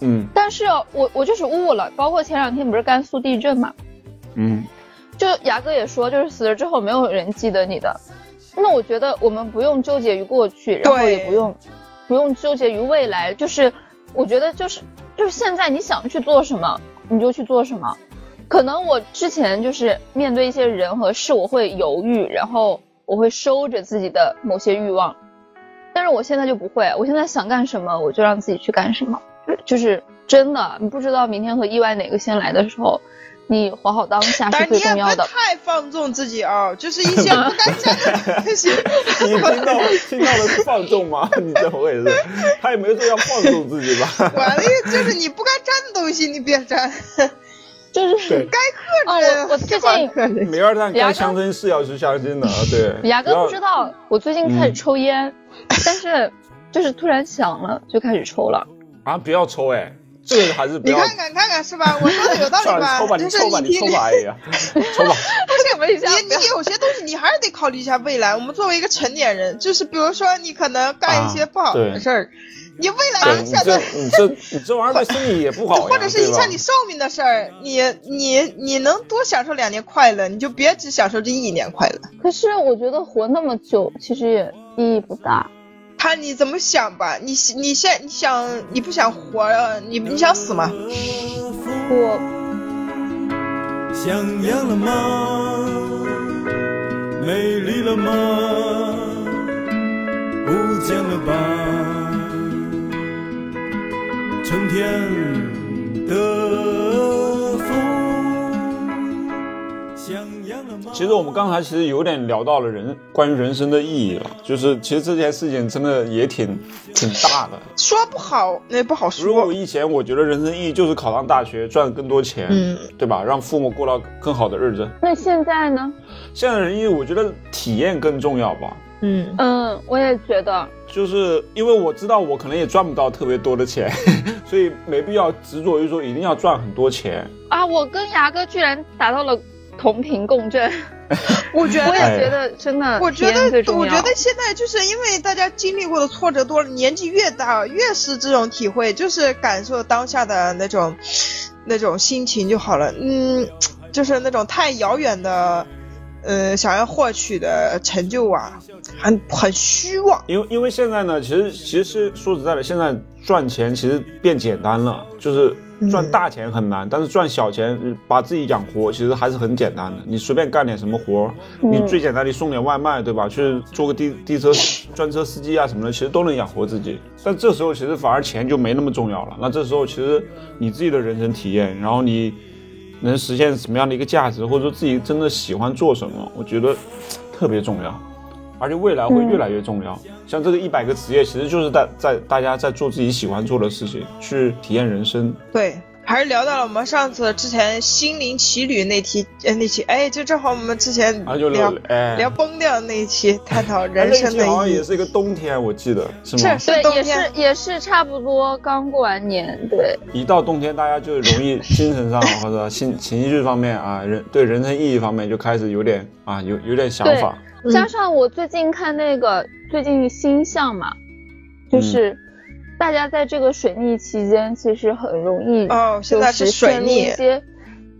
Speaker 2: 嗯
Speaker 3: 但是我我就是悟了，包括前两天不是甘肃地震嘛，
Speaker 2: 嗯，
Speaker 3: 就牙哥也说，就是死了之后没有人记得你的。那我觉得我们不用纠结于过去，然后
Speaker 4: 对
Speaker 3: 也不用不用纠结于未来。就是我觉得就是就是现在你想去做什么，你就去做什么。可能我之前就是面对一些人和事，我会犹豫，然后我会收着自己的某些欲望，但是我现在就不会，我现在想干什么，我就让自己去干什么。就是真的，你不知道明天和意外哪个先来的时候，你活好当下是
Speaker 4: 但
Speaker 3: 最
Speaker 4: 你也
Speaker 3: 重
Speaker 4: 别
Speaker 3: 要的。
Speaker 4: 太放纵自己啊、就是一些不该真的东 西。
Speaker 2: 你听到 听到的是放纵吗？ 你怎么回事？他也没说要放纵自己 吧？
Speaker 4: 我的意思就是你不该沾的东西你别沾，哎
Speaker 3: 就是
Speaker 2: 对
Speaker 4: 该克
Speaker 3: 哦
Speaker 4: 制
Speaker 3: 我我最近
Speaker 4: 干嘛克制。
Speaker 2: 没二蛋
Speaker 3: 牙
Speaker 2: 该
Speaker 3: 膏
Speaker 2: 相亲是要去相亲的，对。
Speaker 3: 牙哥不知
Speaker 2: 道。
Speaker 3: 道，我最近开始抽烟，但是就是突然想了，就开始抽 了。
Speaker 2: 啊，不要抽哎，这个还是不
Speaker 4: 你
Speaker 2: 要。
Speaker 4: 看看看看是吧？我说的有 道理
Speaker 2: 算了，抽吧，
Speaker 4: 就
Speaker 2: 你
Speaker 4: 是
Speaker 2: 抽吧，
Speaker 4: 你
Speaker 2: 你抽
Speaker 4: 听
Speaker 2: 吧，哎 呀，抽吧。
Speaker 3: 我们一下
Speaker 4: 你你有些东西你还是得考虑一下未来。我们作为一个成年人，就是比如说你可能干一些不好的事儿，你未来
Speaker 2: 啊对
Speaker 4: 影
Speaker 2: 你
Speaker 4: 响
Speaker 2: 这
Speaker 4: 的，
Speaker 2: 你这你这玩意儿对身体也不好呀，
Speaker 4: 或者是
Speaker 2: 对
Speaker 4: 影
Speaker 2: 吧
Speaker 4: 响你寿命的事儿，你你你能多享受两年快乐，你就别只享受这一年快乐。
Speaker 3: 可是我觉得活那么久其实也意义不大。
Speaker 4: 看你怎么想吧，你你现你想你不想活了，你你想死吗？
Speaker 3: 我
Speaker 6: 像样了吗？美丽了吗？不见了吧？春天的风，像样了吗？
Speaker 2: 其实我们刚才其实有点聊到了人关于人生的意义了，就是其实这件事情真的也挺挺大的。
Speaker 4: 说不好那不好
Speaker 2: 如果
Speaker 4: 说。
Speaker 2: 以前我觉得人生意义就是考上大学赚更多钱，
Speaker 4: 嗯，
Speaker 2: 对吧？让父母过到更好的日子。
Speaker 3: 那现在呢？
Speaker 2: 现在的人意义，我觉得体验更重要吧。
Speaker 4: 嗯，
Speaker 3: 嗯，我也觉得，
Speaker 2: 就是因为我知道我可能也赚不到特别多的钱， 所以没必要执着于说一定要赚很多钱。
Speaker 3: 啊，我跟牙哥居然达到了同频共振，
Speaker 4: 我觉
Speaker 3: 我
Speaker 4: 得。
Speaker 3: 也觉得真的，
Speaker 4: 我觉
Speaker 3: 体啊验最
Speaker 4: 得，
Speaker 3: 重
Speaker 4: 我
Speaker 3: 要
Speaker 4: 觉得现在就是因为大家经历过的挫折多了，年纪越大，越是这种体会，就是感受当下的那种那种心情就好了。嗯，就是那种太遥远的，呃，想要获取的成就啊，很很虚妄。
Speaker 2: 因为因为现在呢，其实其实说实在的，现在赚钱其实变简单了，就是赚大钱很难，但是赚小钱呃把自己养活其实还是很简单的。你随便干点什么活儿，你最简单的送点外卖，对吧？去做个地地车专车司机啊什么的，其实都能养活自己。但这时候其实反而钱就没那么重要了。那这时候其实你自己的人生体验，然后你能实现什么样的一个价值，或者说自己真的喜欢做什么，我觉得嘖特别重要。而且未来会越来越重要。像这个一百个职业，其实就是在在大家在做自己喜欢做的事情，去体验人生。
Speaker 4: 对，还是聊到了我们上次之前心灵奇旅那期，呃，那期，哎，就正好我们之前
Speaker 2: 啊就
Speaker 4: 聊
Speaker 2: 聊哎
Speaker 4: 聊崩掉那一期，探讨人
Speaker 2: 那一
Speaker 4: 生
Speaker 2: 期好
Speaker 4: 的
Speaker 2: 像
Speaker 4: 意
Speaker 2: 也
Speaker 4: 义。
Speaker 2: 是一个冬天，我记得是吗
Speaker 4: 这？是
Speaker 3: 对，
Speaker 4: 冬
Speaker 3: 也是
Speaker 4: 天，
Speaker 3: 也是差不多刚过完年，对，
Speaker 2: 一到冬天，大家就容易精神上或者心情绪方面啊，人对人生意义方面就开始有点啊，有有点想法。
Speaker 3: 加上我最近看那个最近星象嘛，就是大家在这个水逆期间，其实很容易
Speaker 4: 哦，现
Speaker 3: 就
Speaker 4: 在
Speaker 3: 是
Speaker 4: 是水
Speaker 3: 陷入一
Speaker 4: 逆。
Speaker 3: 些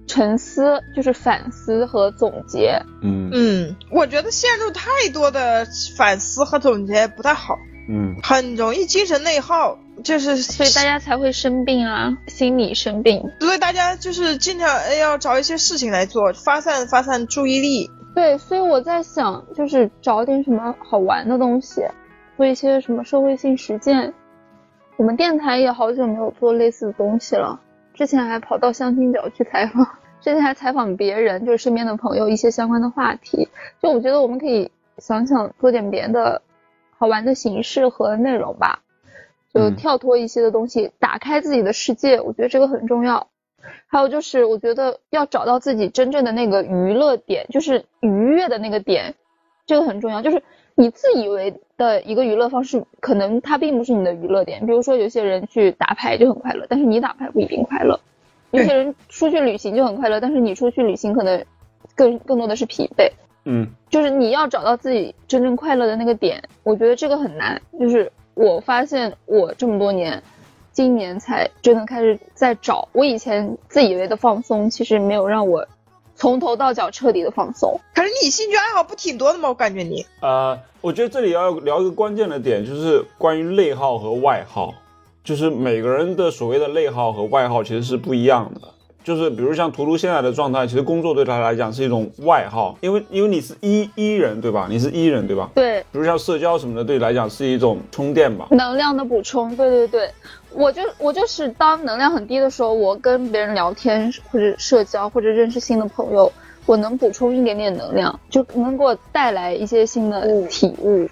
Speaker 3: 沉思，就是反思和总结。
Speaker 2: 嗯
Speaker 4: 嗯，我觉得陷入太多的反思和总结不太好，
Speaker 2: 嗯，
Speaker 4: 很容易精神内耗，就是
Speaker 3: 所以大家才会生病啊，心理生病。
Speaker 4: 所以大家就是尽量呃要找一些事情来做，发散发散注意力。
Speaker 3: 对，所以我在想，就是找点什么好玩的东西，做一些什么社会性实践。我们电台也好久没有做类似的东西了，之前还跑到相亲角去采访，之前还采访别人，就是身边的朋友一些相关的话题。就我觉得我们可以想想做点别的好玩的形式和内容吧，就
Speaker 2: 嗯
Speaker 3: 跳脱一些的东西，打开自己的世界，我觉得这个很重要。还有就是，我觉得要找到自己真正的那个娱乐点，就是愉悦的那个点，这个很重要。就是你自以为的一个娱乐方式，可能它并不是你的娱乐点。比如说，有些人去打牌就很快乐，但是你打牌不一定快乐；有些人出去旅行就很快乐，但是你出去旅行可能更更多的是疲惫。
Speaker 2: 嗯，
Speaker 3: 就是你要找到自己真正快乐的那个点，我觉得这个很难。就是我发现我这么多年，今年才真的开始在找。我以前自以为的放松，其实没有让我从头到脚彻底的放松。
Speaker 4: 可是你兴趣爱好不挺多的吗？我感觉你
Speaker 2: 呃，我觉得这里要聊一个关键的点，就是关于内耗和外耗，就是每个人的所谓的内耗和外耗其实是不一样的。就是比如像图图现在的状态，其实工作对他来讲是一种外耗，因为因为你是一一人对吧？你是一人对吧？
Speaker 3: 对，
Speaker 2: 比如像社交什么的，对你来讲是一种充电吧。
Speaker 3: 能量的补充，对对对，我就我就是当能量很低的时候，我跟别人聊天或者社交或者认识新的朋友，我能补充一点点能量，就能给我带来一些新的体悟。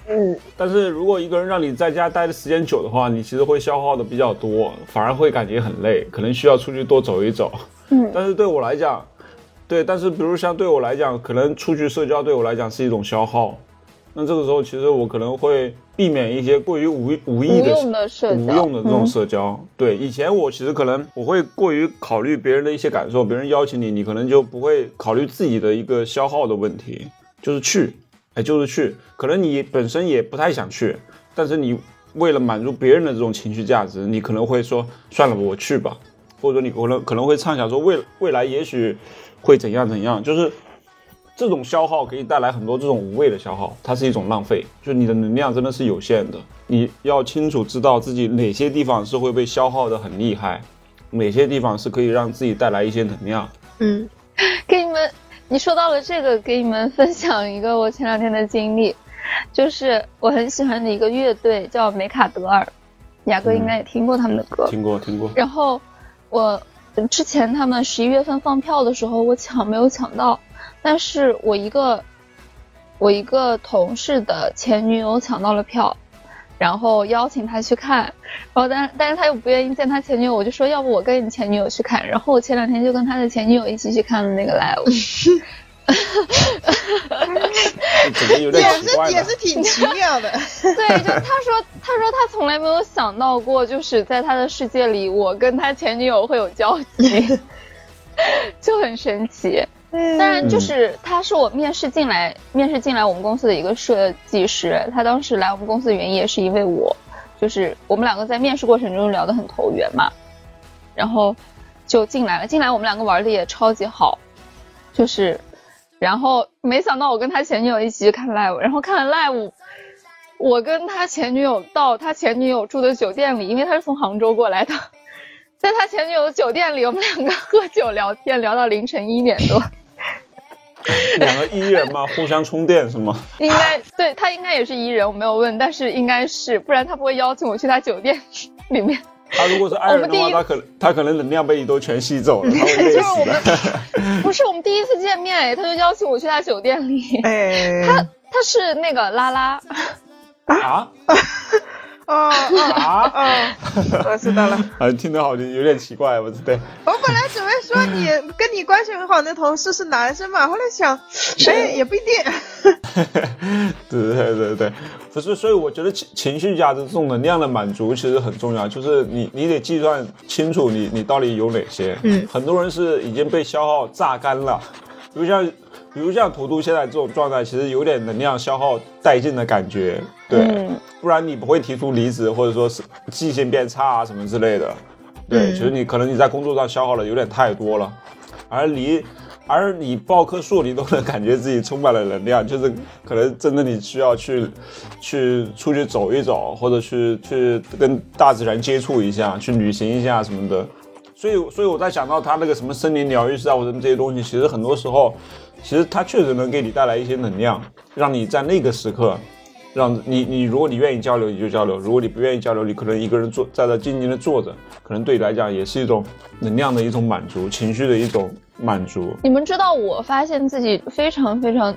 Speaker 2: 但是如果一个人让你在家待的时间久的话，你其实会消耗的比较多，反而会感觉很累，可能需要出去多走一走。
Speaker 3: 嗯
Speaker 2: 但是对我来讲，对，但是比如像对我来讲，可能出去社交对我来讲是一种消耗。那这个时候，其实我可能会避免一些过于无无意
Speaker 3: 无
Speaker 2: 的
Speaker 3: 用的社交，
Speaker 2: 无用的这
Speaker 3: 嗯
Speaker 2: 种社交。对，以前我其实可能我会过于考虑别人的一些感受，别人邀请你，你可能就不会考虑自己的一个消耗的问题，就是去，哎，就是去。可能你本身也不太想去，但是你为了满足别人的这种情绪价值，你可能会说算了吧，我去吧，或者你可能可能会畅想说未未来也许会怎样怎样，就是。这种消耗可以带来很多这种无谓的消耗，它是一种浪费，就是你的能量真的是有限的，你要清楚知道自己哪些地方是会被消耗的很厉害，哪些地方是可以让自己带来一些能 量。
Speaker 3: 给你们，你说到了这个，给你们分享一个我前两天的经历，就是我很喜欢的一个乐队叫梅卡德尔，雅
Speaker 2: 嗯
Speaker 3: 哥应该也听过他们的歌。
Speaker 2: 听过，听过。
Speaker 3: 然后我之前他们十一月份放票的时候，我抢没有抢到，但是我一个我一个同事的前女友抢到了票，然后邀请他去看，然后但但是他又不愿意见他前女友，我就说要不我跟你前女友去看，然后我前两天就跟他的前女友一起去看了那个 live，
Speaker 2: 怎么有点
Speaker 4: 也
Speaker 2: 奇怪
Speaker 4: 是
Speaker 2: 呢
Speaker 4: 也？是挺奇妙 的。
Speaker 3: 对，就他说他说他从来没有想到过，就是在他的世界里，我跟他前女友会有交集， 就很神奇。
Speaker 4: 嗯
Speaker 3: 当然，就是他是我面试进来，面试进来我们公司的一个设计师。他当时来我们公司的原因也是因为我，就是我们两个在面试过程中聊得很投缘嘛，然后就进来了。进来我们两个玩的也超级好，就是，然后没想到我跟他前女友一起去看 live，然后看了 live，我跟他前女友到他前女友住的酒店里，因为他是从杭州过来的， 在他前女友的酒店里，我们两个喝酒聊天，聊到凌晨一点多。
Speaker 2: 两个 E 人嘛，互相充电是吗？
Speaker 3: 应该对他应该也是宜人，我没有问，但是应该是，不然他不会邀请我去他酒店里面。
Speaker 2: 他如果是爱人的
Speaker 3: 我
Speaker 2: 话，
Speaker 3: 们第一
Speaker 2: 他可能他可能能量被你都全吸走了，他会
Speaker 3: 就
Speaker 2: 累
Speaker 3: 是
Speaker 2: 死
Speaker 3: 我们
Speaker 2: 的。
Speaker 3: 不是我们第一次见面，哎，他就邀请我去他酒店里。
Speaker 4: 哎，
Speaker 3: 他是那个拉拉，
Speaker 2: 啊
Speaker 4: 哦哦
Speaker 2: 啊！
Speaker 4: 哦，我知道了。
Speaker 2: 啊， 听得好有点奇怪，我对。
Speaker 4: 我本来准备说你跟你关系很好的同事是男生嘛，后来想，哎，也不一定。
Speaker 2: 对对对对，不是，所以我觉得情情绪价值这种能量的满足其实很重要，就是你你得计算清楚你你到底有哪些。嗯，很多人是已经被消耗榨干了，比如像比如像图图现在这种状态，其实有点能量消耗殆尽的感觉。对，不然你不会提出离职，或者说是记性变差啊什么之类的。对，就是你可能你在工作上消耗的有点太多了。而离，而你报棵树，你都能感觉自己充满了能量，就是可能真的你需要去，去出去走一走，或者去去跟大自然接触一下，去旅行一下什么的。所以，所以我在想到他那个什么森林疗愈师啊，或者这些东西，其实很多时候，其实它确实能给你带来一些能量，让你在那个时刻，让你你如果你愿意交流你就交流，如果你不愿意交流，你可能一个人坐在那静静的坐着，可能对你来讲也是一种能量的一种满足，情绪的一种满足。
Speaker 3: 你们知道我发现自己非常非常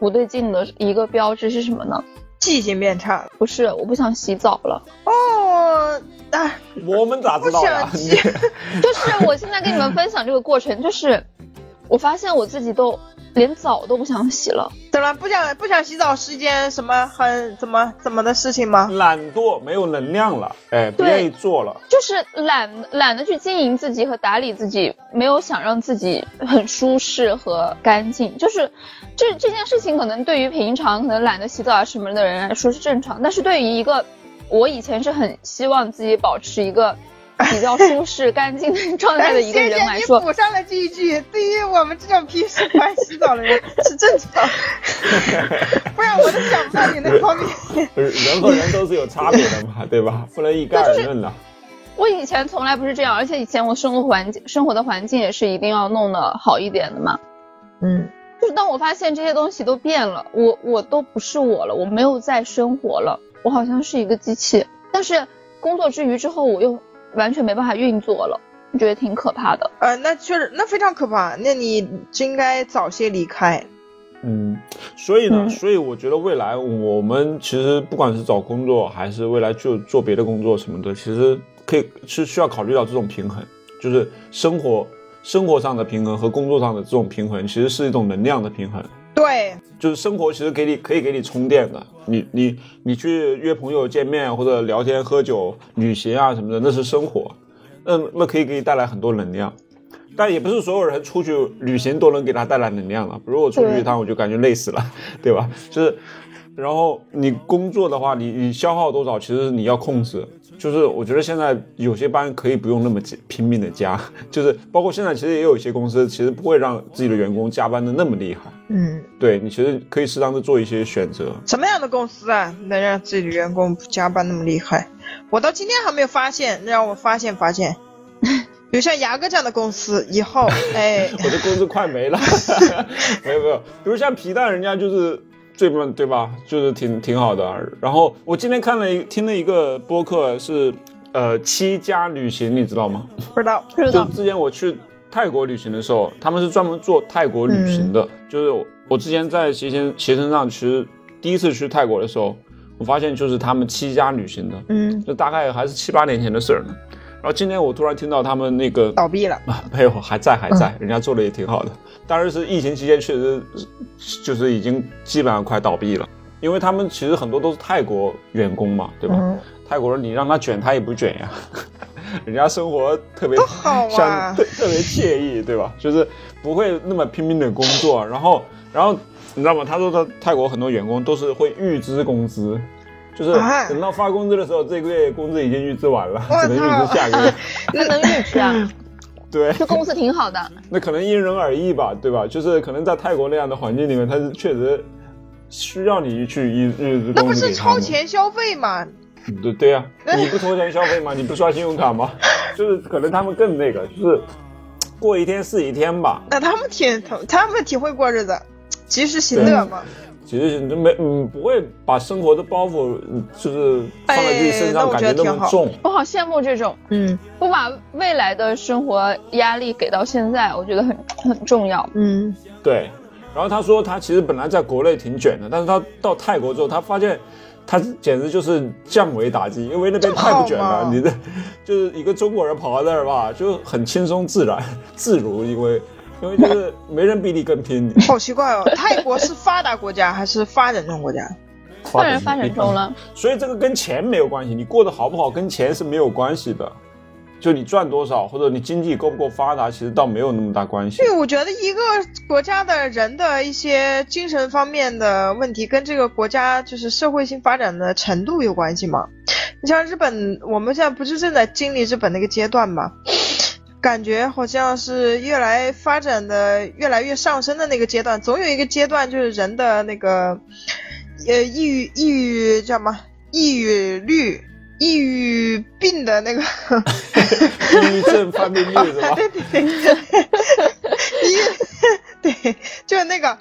Speaker 3: 不对劲的一个标志是什么呢？
Speaker 4: 记性变差了。
Speaker 3: 不是，我不想洗澡了，
Speaker 4: 哦，哎，
Speaker 2: 我们咋知道呀？
Speaker 4: 不想
Speaker 3: 就是我现在跟你们分享这个过程，就是我发现我自己都连澡都不想洗了。
Speaker 4: 怎么不想不想洗澡是一件什么很怎么怎么的事情吗？
Speaker 2: 懒惰，没有能量了，哎，不愿意做了。
Speaker 3: 就是懒懒得去经营自己和打理自己，没有想让自己很舒适和干净。就是这这件事情，可能对于平常可能懒得洗澡啊什么的人来说是正常，但是对于一个我以前是很希望自己保持一个比较舒适干净的 状态的一个
Speaker 4: 谢
Speaker 3: 人
Speaker 4: 谢
Speaker 3: 来
Speaker 4: 你
Speaker 3: 说，
Speaker 4: 哎补上了这一句，对于我们这种平时不爱洗澡的 人是正常， 不然我都想不到你那方面。
Speaker 2: 人和人都是有差别的嘛，对吧？不能一概而论的。
Speaker 3: 我以前从来不是这样，而且以前我生活环境生活的环境也是一定要弄得好一点的嘛。
Speaker 4: 嗯，
Speaker 3: 就是当我发现这些东西都变了，我我都不是我了，我没有再生活了，我好像是一个机器。但是工作之余之后，我又完全没办法运作了，我觉得挺可怕的。
Speaker 4: 呃，那确实，那非常可怕。那你就应该早些离开。
Speaker 2: 嗯，所以呢，
Speaker 3: 嗯
Speaker 2: 所以我觉得未来我们其实不管是找工作，还是未来就做别的工作什么的，其实可以是需要考虑到这种平衡，就是生活生活上的平衡和工作上的这种平衡，其实是一种能量的平衡。
Speaker 4: 对，
Speaker 2: 就是生活其实给你可以给你充电的，你你你去约朋友见面啊或者聊天、喝酒、旅行啊什么的，那是生活，那那可以给你带来很多能量。但也不是所有人出去旅行都能给他带来能量了。比如我出去一趟，我就感觉累死了，对吧？就是，然后你工作的话，你你消耗多少，其实你要控制。就是我觉得现在有些班可以不用那么紧拼命的加，就是包括现在其实也有一些公司其实不会让自己的员工加班的那么厉害。
Speaker 4: 嗯，
Speaker 2: 对你其实可以适当的做一些选择。
Speaker 4: 什么样的公司啊，能让自己的员工加班那么厉害？我到今天还没有发现，让我发现 发现。比如像牙哥这样的公司，以后， 哎，
Speaker 2: 我的工资快没了， 没有没有，比如像皮蛋，人家就是最笨对吧？就是挺挺好的。然后我今天看了一听了一个播客是，呃七家旅行，你知道吗？
Speaker 4: 不知道，
Speaker 3: 知
Speaker 2: 就
Speaker 3: 道，
Speaker 2: 之前我去泰国旅行的时候，他们是专门做泰国旅行的。就是我我之前在携程携程上，其实第一次去泰国的时候，我发现就是他们七家旅行的，
Speaker 4: 嗯，
Speaker 2: 就大概还是七八年前的事儿呢。然后今天我突然听到他们那个
Speaker 4: 倒闭了。
Speaker 2: 啊，没有，还在还
Speaker 4: 嗯
Speaker 2: 在，人家做的也挺好的。当然是疫情期间，确实是就是已经基本上快倒闭了，因为他们其实很多都是泰国员工嘛，对吧？
Speaker 4: 嗯
Speaker 2: 泰国人你让他卷，他也不卷呀， 人家生活特别
Speaker 4: 多好啊
Speaker 2: 像特特别惬意，对吧？就是不会那么拼命的工作，然后然后你知道吗？他说他泰国很多员工都是会预支工资。就是
Speaker 4: 啊
Speaker 2: 等到发工资的时候，这个月工资已经预支完了，
Speaker 4: 我
Speaker 2: 只能预支
Speaker 4: 操
Speaker 2: 下个月。
Speaker 3: 那能预知
Speaker 4: 嗯
Speaker 3: 啊，
Speaker 2: 对，
Speaker 3: 这公司挺好的。
Speaker 2: 那可能因人而异吧，对吧？就是可能在泰国那样的环境里面，它是确实需要你去一日日
Speaker 4: 那
Speaker 2: 工
Speaker 4: 不
Speaker 2: 资
Speaker 4: 是
Speaker 2: 给他
Speaker 4: 超
Speaker 2: 们。嗯
Speaker 4: 前消费吗？
Speaker 2: 对对呀、你不投钱消费吗？你不刷信用卡吗？就是可能他们更那个，就是过一天是一天吧。
Speaker 4: 那他们挺他们挺会过日子，及时行乐嘛。
Speaker 2: 其实你就没嗯不会把生活的包袱嗯就是放在自己身上，
Speaker 4: 哎
Speaker 2: 感觉那么重。
Speaker 3: 我好羡慕这种
Speaker 4: 嗯
Speaker 3: 不把未来的生活压力给到现在，我觉得很很重要。
Speaker 4: 嗯，
Speaker 2: 对，然后他说他其实本来在国内挺卷的，但是他到泰国之后，他发现他简直就是降维打击，因为那边太不卷
Speaker 4: 这么好
Speaker 2: 了
Speaker 4: 吗。
Speaker 2: 你的就是一个中国人跑到那儿吧，就很轻松自然自如，因为因为就是没人比你更拼。
Speaker 4: 好奇怪哦，泰国是发达国家还是发展中国家？
Speaker 3: 当然 发展中了，
Speaker 2: 所以这个跟钱没有关系，你过得好不好跟钱是没有关系的，就你赚多少或者你经济够不够发达，其实倒没有那么大 关系
Speaker 4: 对，。我觉得一个国家的人的一些精神方面的问题，跟这个国家就是社会性发展的程度有关系嘛。你像日本，我们现在不是正在经历日本那个阶段嘛？感觉好像是越来发展的越来越上升的那个阶段，总有一个阶段就是人的那个，呃，抑郁抑郁叫什么？抑郁率、抑郁病的那个
Speaker 2: 抑郁症犯病率是吧？
Speaker 4: 对对对， 一 对，就是那个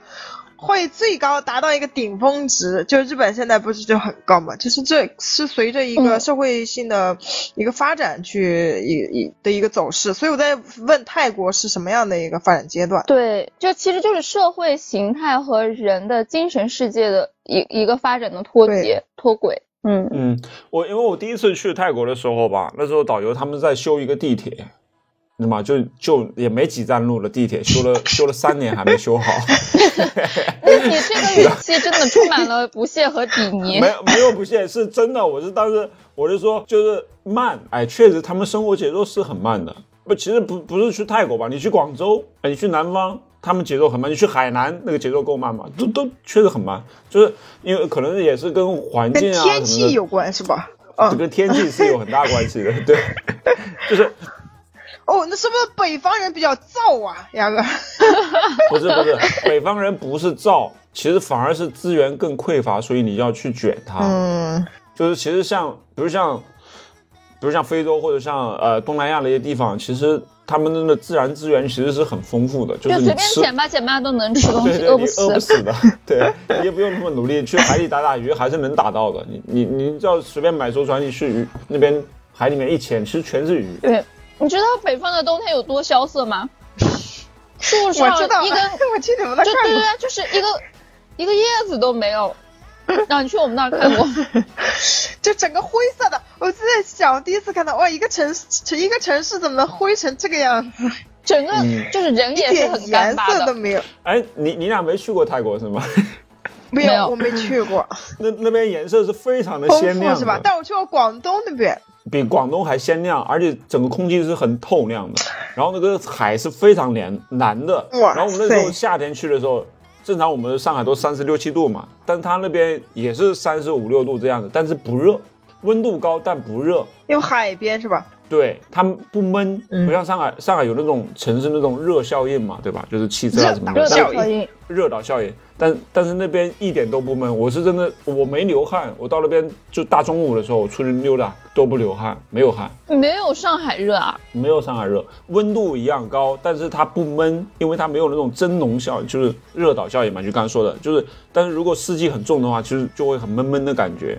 Speaker 4: 会最高达到一个顶峰值，就日本现在不是就很高嘛？就是这是随着一个
Speaker 3: 嗯
Speaker 4: 社会性的一个发展去一一的一个走势，所以我在问泰国是什么样的一个发展阶段？
Speaker 3: 对，就其实就是社会形态和人的精神世界的一一个发展的脱节脱轨。嗯，
Speaker 2: 嗯，我因为我第一次去泰国的时候吧，那时候导游他们在修一个地铁，你知道吗？就就也没几站路了，地铁修了修了三年还没 修好，
Speaker 3: 你这个语气真的充满了不屑和鄙
Speaker 2: 没
Speaker 3: 夷。
Speaker 2: 有没有不屑，是真的。我是当时我是说就是慢，哎，确实他们生活节奏是很慢的。不，其实不不是去泰国吧，你去广州，哎，你去南方，他们节奏很慢；你去海南，那个节奏够慢吗？都都确实很慢，就是因为可能也是跟环
Speaker 4: 跟
Speaker 2: 境啊
Speaker 4: 天
Speaker 2: 什么的
Speaker 4: 气有关是吧？嗯
Speaker 2: 这，跟天气是有很大关系的， 对，就是
Speaker 4: 哦，那是不是北方人比较燥啊，牙哥？
Speaker 2: 不是不是，北方人不是燥，其实反而是资源更匮乏，所以你要去卷它。
Speaker 4: 嗯，
Speaker 2: 就是其实像，比如像，比如像非洲或者像呃东南亚的一些地方，其实他们的自然资源其实是很丰富的，就
Speaker 3: 就是
Speaker 2: 你
Speaker 3: 随便
Speaker 2: 吃。
Speaker 3: 捡吧捡吧都能吃东
Speaker 2: 对
Speaker 3: 西，
Speaker 2: 对，
Speaker 3: 饿
Speaker 2: 你
Speaker 3: 不
Speaker 2: 饿
Speaker 3: 死
Speaker 2: 不。死的，对，你也不用那么努力，去海里打打鱼还是能打到的。你你你只要随便买艘船，你去鱼那边海里面一潜，其实全是鱼。
Speaker 3: 对，你知道北方的冬天有多萧瑟吗？树
Speaker 4: 我
Speaker 3: 上
Speaker 4: 知道
Speaker 3: 一
Speaker 4: 了
Speaker 3: 根，
Speaker 4: 我去你们那
Speaker 3: 就
Speaker 4: 看
Speaker 3: 对
Speaker 4: 过
Speaker 3: 对。，就是一个一个叶子都没 有。啊，你去我们那儿看过？
Speaker 4: 就整个灰色的，我就在想，第一次看到，哇，一个城市，一个城市怎么灰成这个样子，
Speaker 3: 整个
Speaker 2: 嗯
Speaker 3: 就是人
Speaker 4: 一
Speaker 3: 也是
Speaker 4: 点
Speaker 3: 很干
Speaker 4: 颜
Speaker 3: 巴
Speaker 4: 色都
Speaker 3: 的。
Speaker 4: 没有，
Speaker 2: 哎，你你俩没去过泰国是吗？
Speaker 4: 没
Speaker 3: 没有
Speaker 4: 我没去过，
Speaker 2: 那那边颜色是非常的
Speaker 4: 丰
Speaker 2: 鲜亮
Speaker 4: 富
Speaker 2: 的，
Speaker 4: 是吧？但我去过广东那边，
Speaker 2: 比广东还鲜亮，而且整个空气是很透亮的。然后那个海是非常蓝蓝的。
Speaker 4: 哇
Speaker 2: 然后我们那时候
Speaker 4: 塞
Speaker 2: 夏天去的时候，正常我们上海都三十六七度嘛，但它那边也是三十五六度这样子，但是不热，温度高但不热。
Speaker 4: 有海边是吧？
Speaker 2: 对，它不闷，
Speaker 4: 嗯
Speaker 2: 不像上海，上海有那种城市那种热效应嘛，对吧？就是汽车啊什么的，
Speaker 3: 热
Speaker 2: 但
Speaker 3: 岛
Speaker 4: 效
Speaker 3: 效应，
Speaker 2: 热岛效应，但但是那边一点都不闷，我是真的我没流汗，我到那边就大中午的时候我出去溜达都不流汗，没有汗，
Speaker 3: 没有上海热啊。
Speaker 2: 没有上海热，温度一样高，但是它不闷，因为它没有那种蒸笼效应，就是热岛效应嘛，就刚才说的，就是但是如果湿气很重的话，其实就会很闷闷的感觉。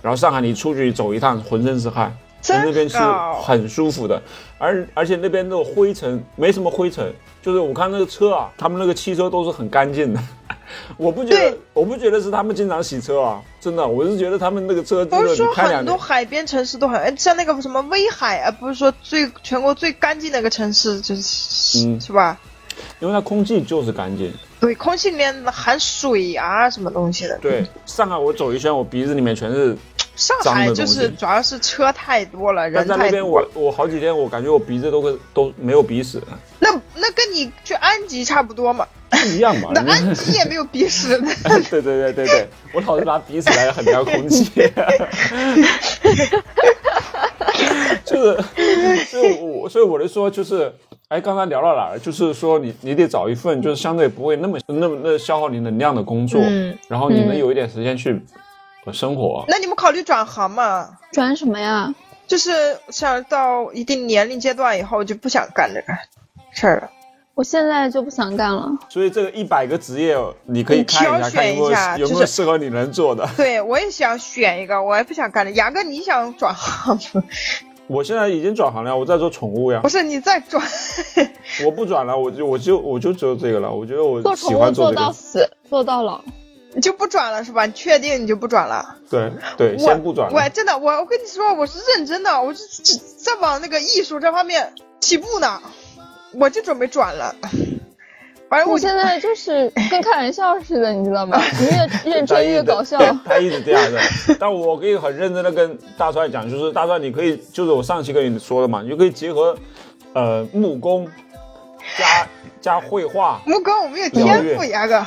Speaker 2: 然后上海你出去走一趟，浑身是汗，
Speaker 4: 真
Speaker 2: 那边是
Speaker 4: 好
Speaker 2: 很舒服的，而而且那边那种灰尘没什么灰尘，就是我看那个车啊，他们那个汽车都是很干净的。 我不觉得
Speaker 4: 对，
Speaker 2: 我不觉得是他们经常洗车啊，真的，我是觉得他们那个车真
Speaker 4: 不
Speaker 2: 的，
Speaker 4: 是
Speaker 2: 你
Speaker 4: 说
Speaker 2: 看两
Speaker 4: 很
Speaker 2: 眼
Speaker 4: 多，海边城市都很，哎像那个什么威海啊，不是说最全国最干净的一个城市，就是、
Speaker 2: 嗯
Speaker 4: 是吧？
Speaker 2: 因为它空气就是干净。
Speaker 4: 对，空气里面含水啊，什么东西的。
Speaker 2: 对，上海我走一圈，我鼻子里面全是
Speaker 4: 上
Speaker 2: 脏的
Speaker 4: 海
Speaker 2: 东
Speaker 4: 就
Speaker 2: 西
Speaker 4: 是主要是车太多了，
Speaker 2: 但
Speaker 4: 人
Speaker 2: 在
Speaker 4: 太
Speaker 2: 那边
Speaker 4: 多
Speaker 2: 我
Speaker 4: 了。
Speaker 2: 我好几天我感觉我鼻子都跟都没有鼻屎，
Speaker 4: 那那跟你去安吉差不多嘛？
Speaker 2: 不一样嘛。
Speaker 4: 那安吉也没有鼻屎呢。
Speaker 2: 对对对对对，我老是拿鼻屎来衡量空气， 就是，所以我所以我就说就是，哎，刚才聊到哪儿了？就是说你你得找一份就是相对不会那么那么那消耗你能量的工作，
Speaker 4: 嗯
Speaker 2: 然后你能
Speaker 3: 嗯
Speaker 2: 有一点时间去呃生活。
Speaker 4: 那你们考虑转行吗？
Speaker 3: 转什么呀？
Speaker 4: 就是想到一定年龄阶段以后就不想干这个事儿了。
Speaker 3: 我现在就不想干了。
Speaker 2: 所以这个一百个职业，你可以
Speaker 4: 你
Speaker 2: 看一下，
Speaker 4: 挑选
Speaker 2: 看有没
Speaker 4: 一下
Speaker 2: 有有没
Speaker 4: 就
Speaker 2: 有
Speaker 4: 是
Speaker 2: 适合你能做的。
Speaker 4: 对，我也想选一个，我也不想干了。牙哥，你想转行吗？
Speaker 2: 我现在已经转行了，我在做宠物 呀
Speaker 4: 不。是，你再转，
Speaker 2: 我不转了，我就我就我就只有这个了。我觉得我
Speaker 3: 做
Speaker 2: 喜
Speaker 3: 宠物
Speaker 2: 欢做
Speaker 3: 做
Speaker 2: 这
Speaker 3: 到
Speaker 2: 个。
Speaker 3: 死，做到老。
Speaker 4: 你就不转了是吧？你确定你就不转了？
Speaker 2: 对对，
Speaker 4: 我
Speaker 2: 先不转
Speaker 4: 我
Speaker 2: 了。
Speaker 4: 真的，我我跟你说，我是认真的，我是只在往那个艺术这方面起步呢，我就准备转了。反正
Speaker 3: 我
Speaker 4: 我就
Speaker 3: 现 在就是跟开玩笑似的，你知 道吗？越认
Speaker 2: 他
Speaker 3: 真
Speaker 2: 一
Speaker 3: 越
Speaker 2: 直
Speaker 3: 搞笑。
Speaker 2: 对他一直这样的。 但我可以很认真的跟大帅讲，就是大帅，你可以就是我上期跟你说的嘛，你就可以结合呃木工加加绘画，
Speaker 4: 木工，我们有
Speaker 2: 疗
Speaker 4: 天
Speaker 2: 愈
Speaker 4: 赋，牙哥。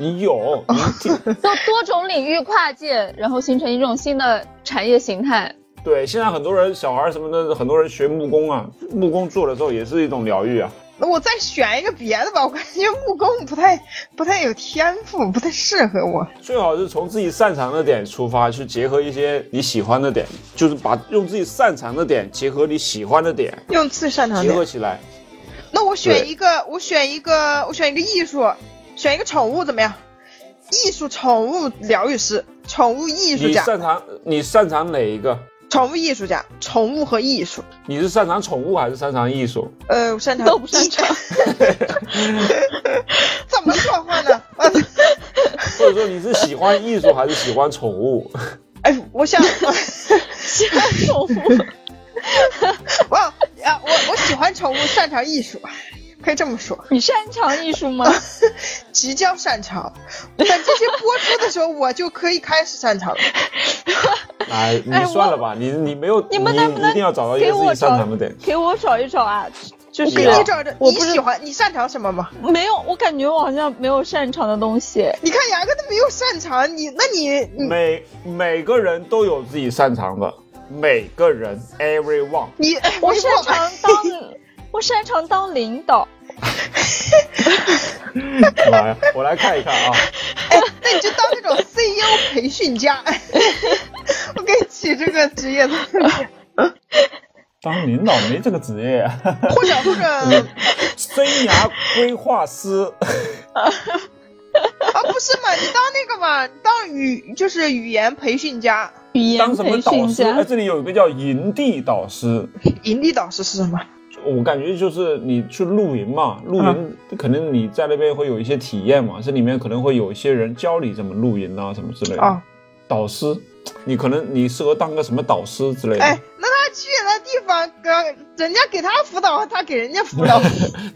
Speaker 2: 你有你挺
Speaker 3: 就多种领域跨界，然后形成一种新的产业形态。
Speaker 2: 对。现在很多人小孩什么的，很多人学木工啊，木工做的时候也是一种疗愈啊。
Speaker 4: 那我再选一个别的吧，我感觉木工不太 不太有天赋，不太适合我。
Speaker 2: 最好是从自己擅长的点出发，去结合一些你喜欢的点，就是把用自己擅长的点结合你喜欢的点
Speaker 4: 用最擅长
Speaker 2: 结合
Speaker 4: 的。
Speaker 2: 起来。
Speaker 4: 那我选
Speaker 2: 对
Speaker 4: 一个，我选一个，我选一个艺术，选一个宠物怎么样？艺术宠物疗愈师，宠物艺术
Speaker 2: 你
Speaker 4: 家，
Speaker 2: 擅长你擅长哪一个？
Speaker 4: 宠物艺术家，宠物和艺术。
Speaker 2: 你是擅长宠物还是擅长艺术？
Speaker 4: 呃，我擅长
Speaker 3: 都不擅长。
Speaker 4: 怎么转换呢？ 啊
Speaker 2: 或者说你是喜欢艺术还是喜欢宠物？
Speaker 4: 哎，我想，
Speaker 3: 喜欢 宠物，
Speaker 4: 我啊，我我喜欢宠物，擅长艺术，可以这么说，
Speaker 3: 你擅长艺术吗？
Speaker 4: 即将擅长。等这些播出的时候，我就可以开始 擅长了。
Speaker 2: 哎，你
Speaker 3: 哎我
Speaker 2: 算了吧，你你没有，
Speaker 3: 你们能不能
Speaker 2: 一定要找到一
Speaker 3: 给
Speaker 2: 个自
Speaker 3: 我
Speaker 2: 己擅
Speaker 3: 找
Speaker 2: 长的点。
Speaker 3: 给我找一找啊！就是
Speaker 4: 我给你找着，
Speaker 3: 我
Speaker 4: 你
Speaker 3: 不是
Speaker 4: 喜欢你擅长什么吗？
Speaker 3: 没有，我感觉我好像没有擅长的东西。
Speaker 4: 你看牙哥都没有擅长，你那你
Speaker 3: 嗯
Speaker 4: 你
Speaker 2: 每每个人都有自己擅长的，每个人 everyone。
Speaker 4: 你
Speaker 3: 哎 我
Speaker 4: 你
Speaker 3: 擅
Speaker 4: 忘
Speaker 3: 长当， 我擅长当领导。
Speaker 2: 来，我来看一看啊。
Speaker 4: 哎，那 你就当那种 CEO 培训家。 我给你起这个职业的，
Speaker 2: 当领导没这个职业、 啊。
Speaker 4: 或者 或者啊，
Speaker 2: 生涯规划师，
Speaker 4: 不是嘛？你当那个嘛，你当语就是语言培训家，
Speaker 3: 语言
Speaker 2: 当什么
Speaker 3: 培
Speaker 2: 导
Speaker 3: 训
Speaker 2: 师？哎，
Speaker 3: 家，
Speaker 2: 这里有一个叫营地导师，
Speaker 4: 营地导师是什么？
Speaker 2: 我感觉就是你去露营嘛，露营
Speaker 3: 嗯
Speaker 2: 可能你在那边会有一些体验嘛，这里面可能会有一些人教你怎么露营啊，什么之类的。
Speaker 3: 哦
Speaker 4: 啊
Speaker 2: 导师，你可能你适合当个什么导师之类的。
Speaker 4: 哎，那他去那地方，跟人家给他辅导，他给人家 辅导。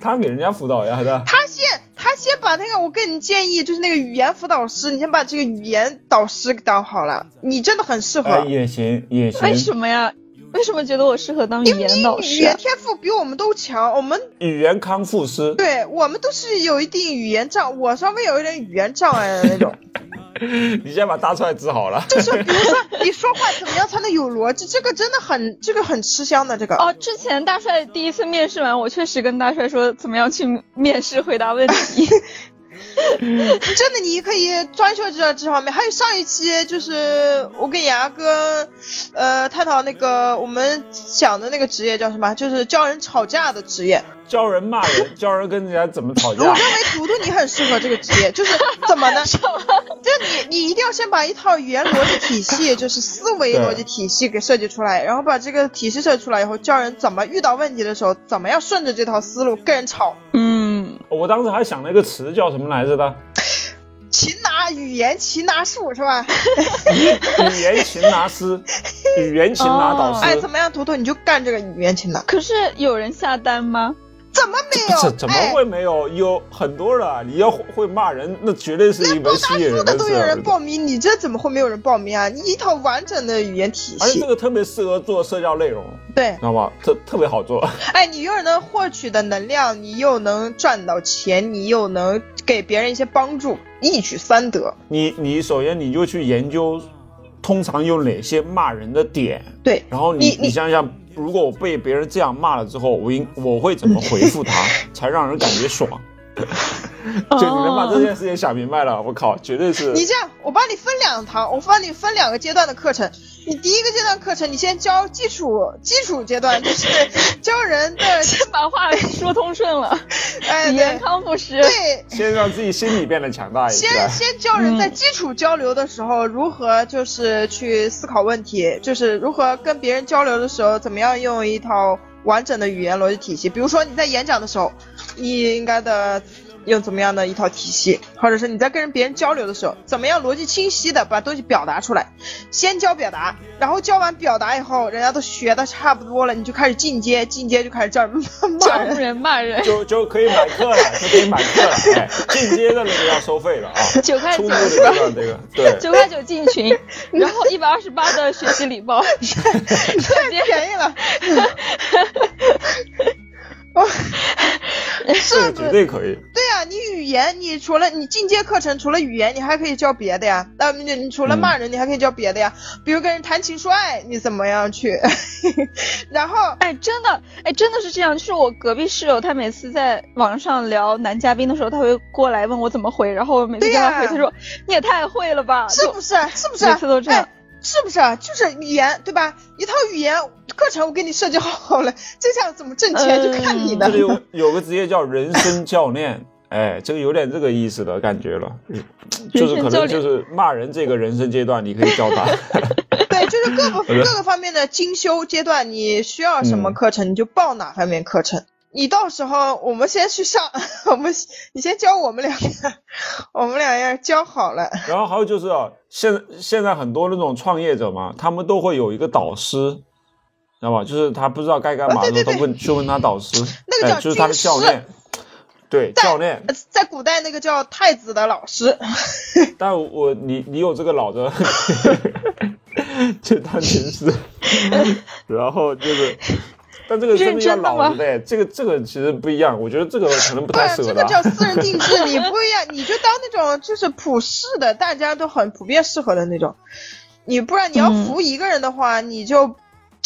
Speaker 2: 他给人家辅导呀，是吧？
Speaker 4: 他先他先把那个，我跟你建议，就是那个语言辅导师，你先把这个语言导师给当好了，你真的很适合。
Speaker 2: 哎，也行，也行。
Speaker 3: 为什么呀？为什么觉得我适合当语言导
Speaker 4: 语
Speaker 3: 师啊
Speaker 4: 言？天赋比我们都强，我们
Speaker 2: 语言康复师，
Speaker 4: 对我们都是有一定语言障，我稍微有一点语言障碍的那种。
Speaker 2: 你先把大帅治好了。
Speaker 4: 就是比如说，你说话怎么样才能有逻辑？这个真的很，这个很吃香的。这个
Speaker 3: 哦，之前大帅第一次面试完，我确实跟大帅说怎么样去面试回答问 题。
Speaker 4: 真的你可以专修这这方面。还有上一期就是我跟牙哥，呃，探讨那个我们讲的那个职业叫什么？就是教人吵架的职业。
Speaker 2: 教人骂 人，教人跟人家怎么吵
Speaker 4: 我认
Speaker 2: 架。
Speaker 4: 为图图你很适合这个职业，就是怎么呢？就你你一定要先把一套语言逻辑体系，就是思维逻辑体系给设计出来，然后把这个体系设计出来以后，教人怎么遇到问题的时候，怎么样顺着这套思路跟人吵。
Speaker 3: 嗯，
Speaker 2: 我当时还想了一个词叫什么来着的，
Speaker 4: 擒拿语言擒拿术是吧？
Speaker 2: 语言擒拿师，语言擒拿导师。
Speaker 4: 哎，怎么样，图图你就干这个语言擒拿？
Speaker 3: 可是有人下单吗？
Speaker 4: 怎么没有？
Speaker 2: 这怎么
Speaker 4: 哎
Speaker 2: 会没有？有很多人啊，你要会会骂人，那绝对是一门吸引
Speaker 4: 说
Speaker 2: 人
Speaker 4: 的
Speaker 2: 的
Speaker 4: 都
Speaker 2: 事
Speaker 4: 有
Speaker 2: 儿
Speaker 4: 人。报名，你这怎么会没有人报名啊？你一套完整的语言体
Speaker 2: 而且
Speaker 4: 系
Speaker 2: 这，个特别适合做社交内容，
Speaker 4: 对
Speaker 2: 知，道吗？特特别好做。
Speaker 4: 哎，你又能获取的能量，你又能赚到钱，你又能给别人一些帮助，一举三得。
Speaker 2: 你你首先你就去研究，通常有哪些骂人的点，
Speaker 4: 对，
Speaker 3: 嗯
Speaker 2: 然后你
Speaker 4: 你你
Speaker 2: 想想，如果我被别人这样骂了之后，我应我会怎么回复他，才让人感觉爽？就你能把这件事情想明白了，我靠，绝对是
Speaker 4: 你这样，我帮你分两堂，我帮你分两个阶段的课程。你第一个阶段课程，你先教基础基础阶段，就是教人 的，
Speaker 3: 先把话说通顺了，
Speaker 4: 哎，
Speaker 3: 语言
Speaker 4: 对
Speaker 3: 康复师。
Speaker 4: 对，
Speaker 2: 先让自己心理变得强大一些。
Speaker 4: 先先教人在基础交流的时候，如何就是去思考问题，就是如何跟别人交流的时候，怎么样用一套完整的语言逻辑体系。比如说你在演讲的时候，你应该的用怎么样的一套体系，或者是你在跟别人交流的时候，怎么样逻辑清晰的把东西表达出来。先教表达，然后教完表达以后，人家都学的差不多了，你就开始进阶，进阶就开始叫人骂
Speaker 3: 讲
Speaker 4: 人。
Speaker 3: 人骂人，
Speaker 2: 就就可以买课了，就可以买课了。哎，进阶的那个要收费了啊，
Speaker 3: 九块
Speaker 2: 初
Speaker 3: 九
Speaker 2: 步的
Speaker 3: 是吧？
Speaker 2: 这个这个对。
Speaker 3: 九块九进 群，然后一百二十八的学习礼包，
Speaker 4: 太便宜了。哦，
Speaker 2: 这
Speaker 4: 是
Speaker 2: 个绝
Speaker 4: 对
Speaker 2: 对可以，
Speaker 4: 呀、你语言，你除了你进阶课程，除了语言，你还可以教别的呀。那、你你除了骂人，你还可以教别的呀，比如跟人谈情说爱，你怎么样去？ 然后
Speaker 3: 哎，真的，哎，真的是这样。就是我隔壁室友，他每次在网上聊男嘉宾的时候，他会过来问我怎么回，然后我每次
Speaker 4: 对
Speaker 3: 跟
Speaker 4: 呀
Speaker 3: 他回，他说你也太会了吧，
Speaker 4: 是
Speaker 3: 就
Speaker 4: 不是？啊是不是？
Speaker 3: 每次都这样
Speaker 4: 哎是不是啊？就是语言，对吧？一套语言课程我给你设计好了，这下怎么挣钱、
Speaker 3: 嗯
Speaker 4: 就看你
Speaker 2: 这
Speaker 4: 的
Speaker 2: 里。有有个职业叫人生教练，哎，这个有点这个意思的感觉了，就是可
Speaker 3: 人生教
Speaker 2: 能
Speaker 3: 练
Speaker 2: 就是骂人这个人生阶段，你可以教他。
Speaker 4: 对，就是各 个
Speaker 2: 我觉得
Speaker 4: 各个方面的精修阶段，你需要什么课程，你就报哪方面课程。你到时候我们先去上， 我们你先教我们两个，我们俩要教好了。
Speaker 2: 然后还有就是啊，现现在很多那种创业者嘛，他们都会有一个导师，知道吧？就是他不知道该干嘛
Speaker 4: 啊
Speaker 2: 的时
Speaker 4: 对
Speaker 2: 候，
Speaker 4: 对
Speaker 2: 他问去问他导师，
Speaker 4: 那个叫
Speaker 2: 哎，就是他的
Speaker 4: 军师
Speaker 2: 教练，对教练。
Speaker 4: 呃在古代那个叫太子的老师，
Speaker 2: 但我你你有这个 脑子，就当军 师，然后就是，但这个真的要脑子的，这个这个其实不一样，我觉得这个可能不太适
Speaker 4: 对，
Speaker 2: 合
Speaker 4: 啊这个
Speaker 2: 他
Speaker 4: 叫。私人定制，你不一样，你就当那种就是普世的，大家都很普遍适合的那种。你不然你要服一个人的话，你就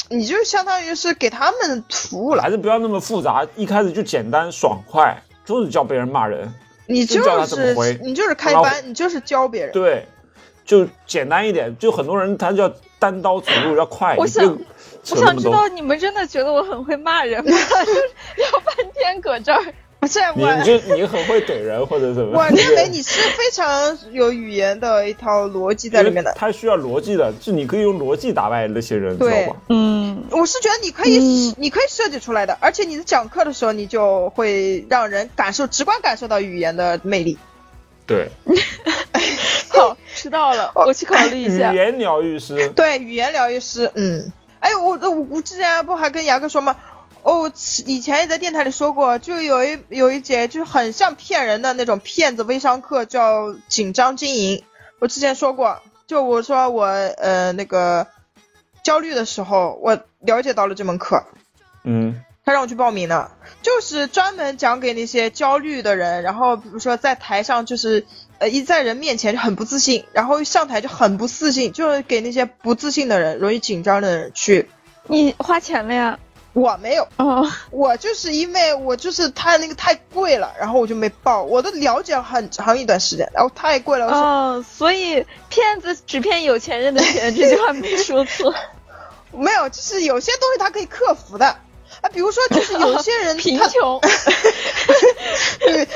Speaker 4: 你就相当于是给他们服务了。
Speaker 2: 还是不要那么复杂，一开始就简单爽快，就是教别人骂人，
Speaker 4: 你
Speaker 2: 就
Speaker 4: 就
Speaker 2: 叫他怎么
Speaker 4: 是
Speaker 2: 回
Speaker 4: 你就是开
Speaker 2: 然后
Speaker 4: 班，你就是教别人。
Speaker 2: 对，就简单一点。就很多人他叫单刀直入，要快，
Speaker 3: 我
Speaker 2: 你不
Speaker 3: 想
Speaker 2: 用扯
Speaker 3: 我
Speaker 2: 那
Speaker 3: 想
Speaker 2: 么
Speaker 3: 知
Speaker 2: 多
Speaker 3: 道。你们真的觉得我很会骂人吗？就是聊半天搁这 儿，
Speaker 4: 不是
Speaker 2: 你
Speaker 4: 我
Speaker 2: 你，就你很会怼人或者怎么？
Speaker 4: 我认为
Speaker 2: 对
Speaker 4: 你是非常有语言的一套逻辑在里面的。
Speaker 2: 他需要逻辑的，就你可以用逻辑打败那些人，知
Speaker 4: 对
Speaker 2: 道吧？
Speaker 3: 嗯，
Speaker 4: 我是觉得你可以，你可以设计出来的，而且你在讲课的时候，你就会让人感受直观感受到语言的魅力。
Speaker 2: 对，
Speaker 3: 好，知道了，
Speaker 4: 哦
Speaker 3: 我去考虑一
Speaker 2: 语
Speaker 3: 下。
Speaker 2: 言疗愈师，
Speaker 4: 对，语言疗愈师，嗯，哎，我我我之前不还跟牙哥说吗？哦，以前也在电台里说过，就有一有一节就是很像骗人的那种骗子微商课，叫紧张经营。我之前说过，就我说我呃那个焦虑的时候，我了解到了这门课，
Speaker 2: 嗯，
Speaker 4: 他让我去报名的，就是专门讲给那些焦虑的人，然后比如说在台上就是，呃，一在人面前就很不自信，然后一上台就很不自信，就是给那些不自信的人、容易紧张的人去。
Speaker 3: 你花钱了呀？
Speaker 4: 我没有，
Speaker 3: 哦，
Speaker 4: 我就是因为我就是他那个太贵了，然后我就没报。我都了解了很长一段时间，然后太贵了，我说
Speaker 3: 哦，所以骗子只骗有钱人的钱，这句话没说 错。
Speaker 4: 没有，就是有些东西他可以克服的。啊，比如说，就是有些 人
Speaker 3: 贫
Speaker 4: 他
Speaker 3: 穷，
Speaker 4: 对，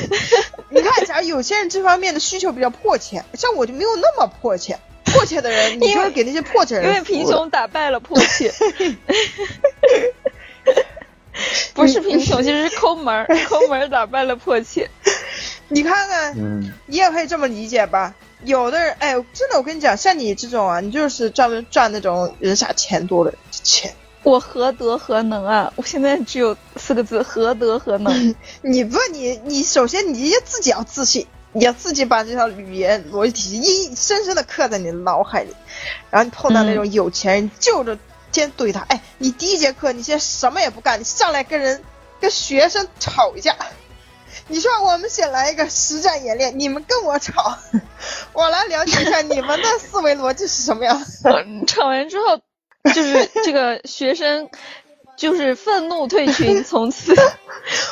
Speaker 4: 你看，假如有些人这方面的需求比较迫切，像我就没有那么迫切。迫切的人，你就会给那些迫切的
Speaker 3: 因
Speaker 4: 人
Speaker 3: 为
Speaker 4: 服务
Speaker 3: 贫穷打败了迫 切。不是贫穷，其实是抠门儿，抠门儿打败了迫切。
Speaker 4: 你看看，
Speaker 2: 嗯，
Speaker 4: 你也可以这么理解吧。有的人，哎，真的，我跟你讲，像你这种啊，你就是专门赚那种人傻钱多的人钱。
Speaker 3: 我何德何能啊！我现在只有四个字：何德何 能。
Speaker 4: 你不，你你首先你自己要自信，你要自己把这套语言逻辑体系一深深的刻在你的脑海里，然后你碰到那种有钱人，你就着先怼他。哎，你第一节课你先什么也不干，你上来跟人跟学生吵一架，你说我们先来一个实战演练，你们跟我吵，我来了解一下你们的思维逻辑是什么样的。
Speaker 3: 嗯吵完之后，就是这个学生。就是愤怒退群，从此，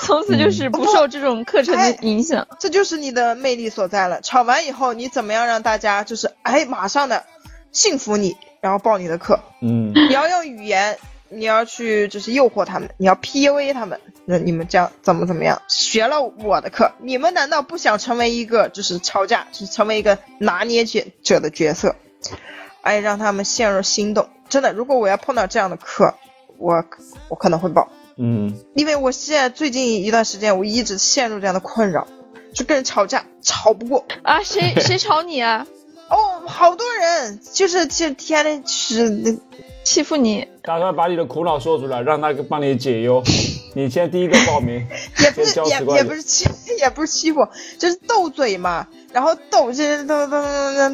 Speaker 3: 从此就是不受这种课程的影响。
Speaker 4: 这就是你的魅力所在了。吵完以后，你怎么样让大家就是哎，马上的信服你，然后报你的课。
Speaker 2: 嗯，
Speaker 4: 你要用语言，你要去就是诱惑他们，你要 PUA 他们。那你们这样怎么怎么样？学了我的课，你们难道不想成为一个就是吵架，就是成为一个拿捏者者的角色？哎，让他们陷入心动。真的，如果我要碰到这样的课，我我可能会报，
Speaker 2: 嗯，
Speaker 4: 因为我现在最近一段时间我一直陷入这样的困扰，就跟人吵架吵不过，
Speaker 3: 啊，谁谁吵你啊？
Speaker 4: 哦，好多人就是这天天就是那
Speaker 3: 欺负你？
Speaker 2: 打算把你的苦恼说出来，让他帮你解忧。你现在第一个报名，
Speaker 4: 也不
Speaker 2: 先
Speaker 4: 是
Speaker 2: 交
Speaker 4: 也
Speaker 2: 十块
Speaker 4: 也
Speaker 2: 钱
Speaker 4: 不是欺 也不是欺负，就是斗嘴嘛。然后斗这斗斗斗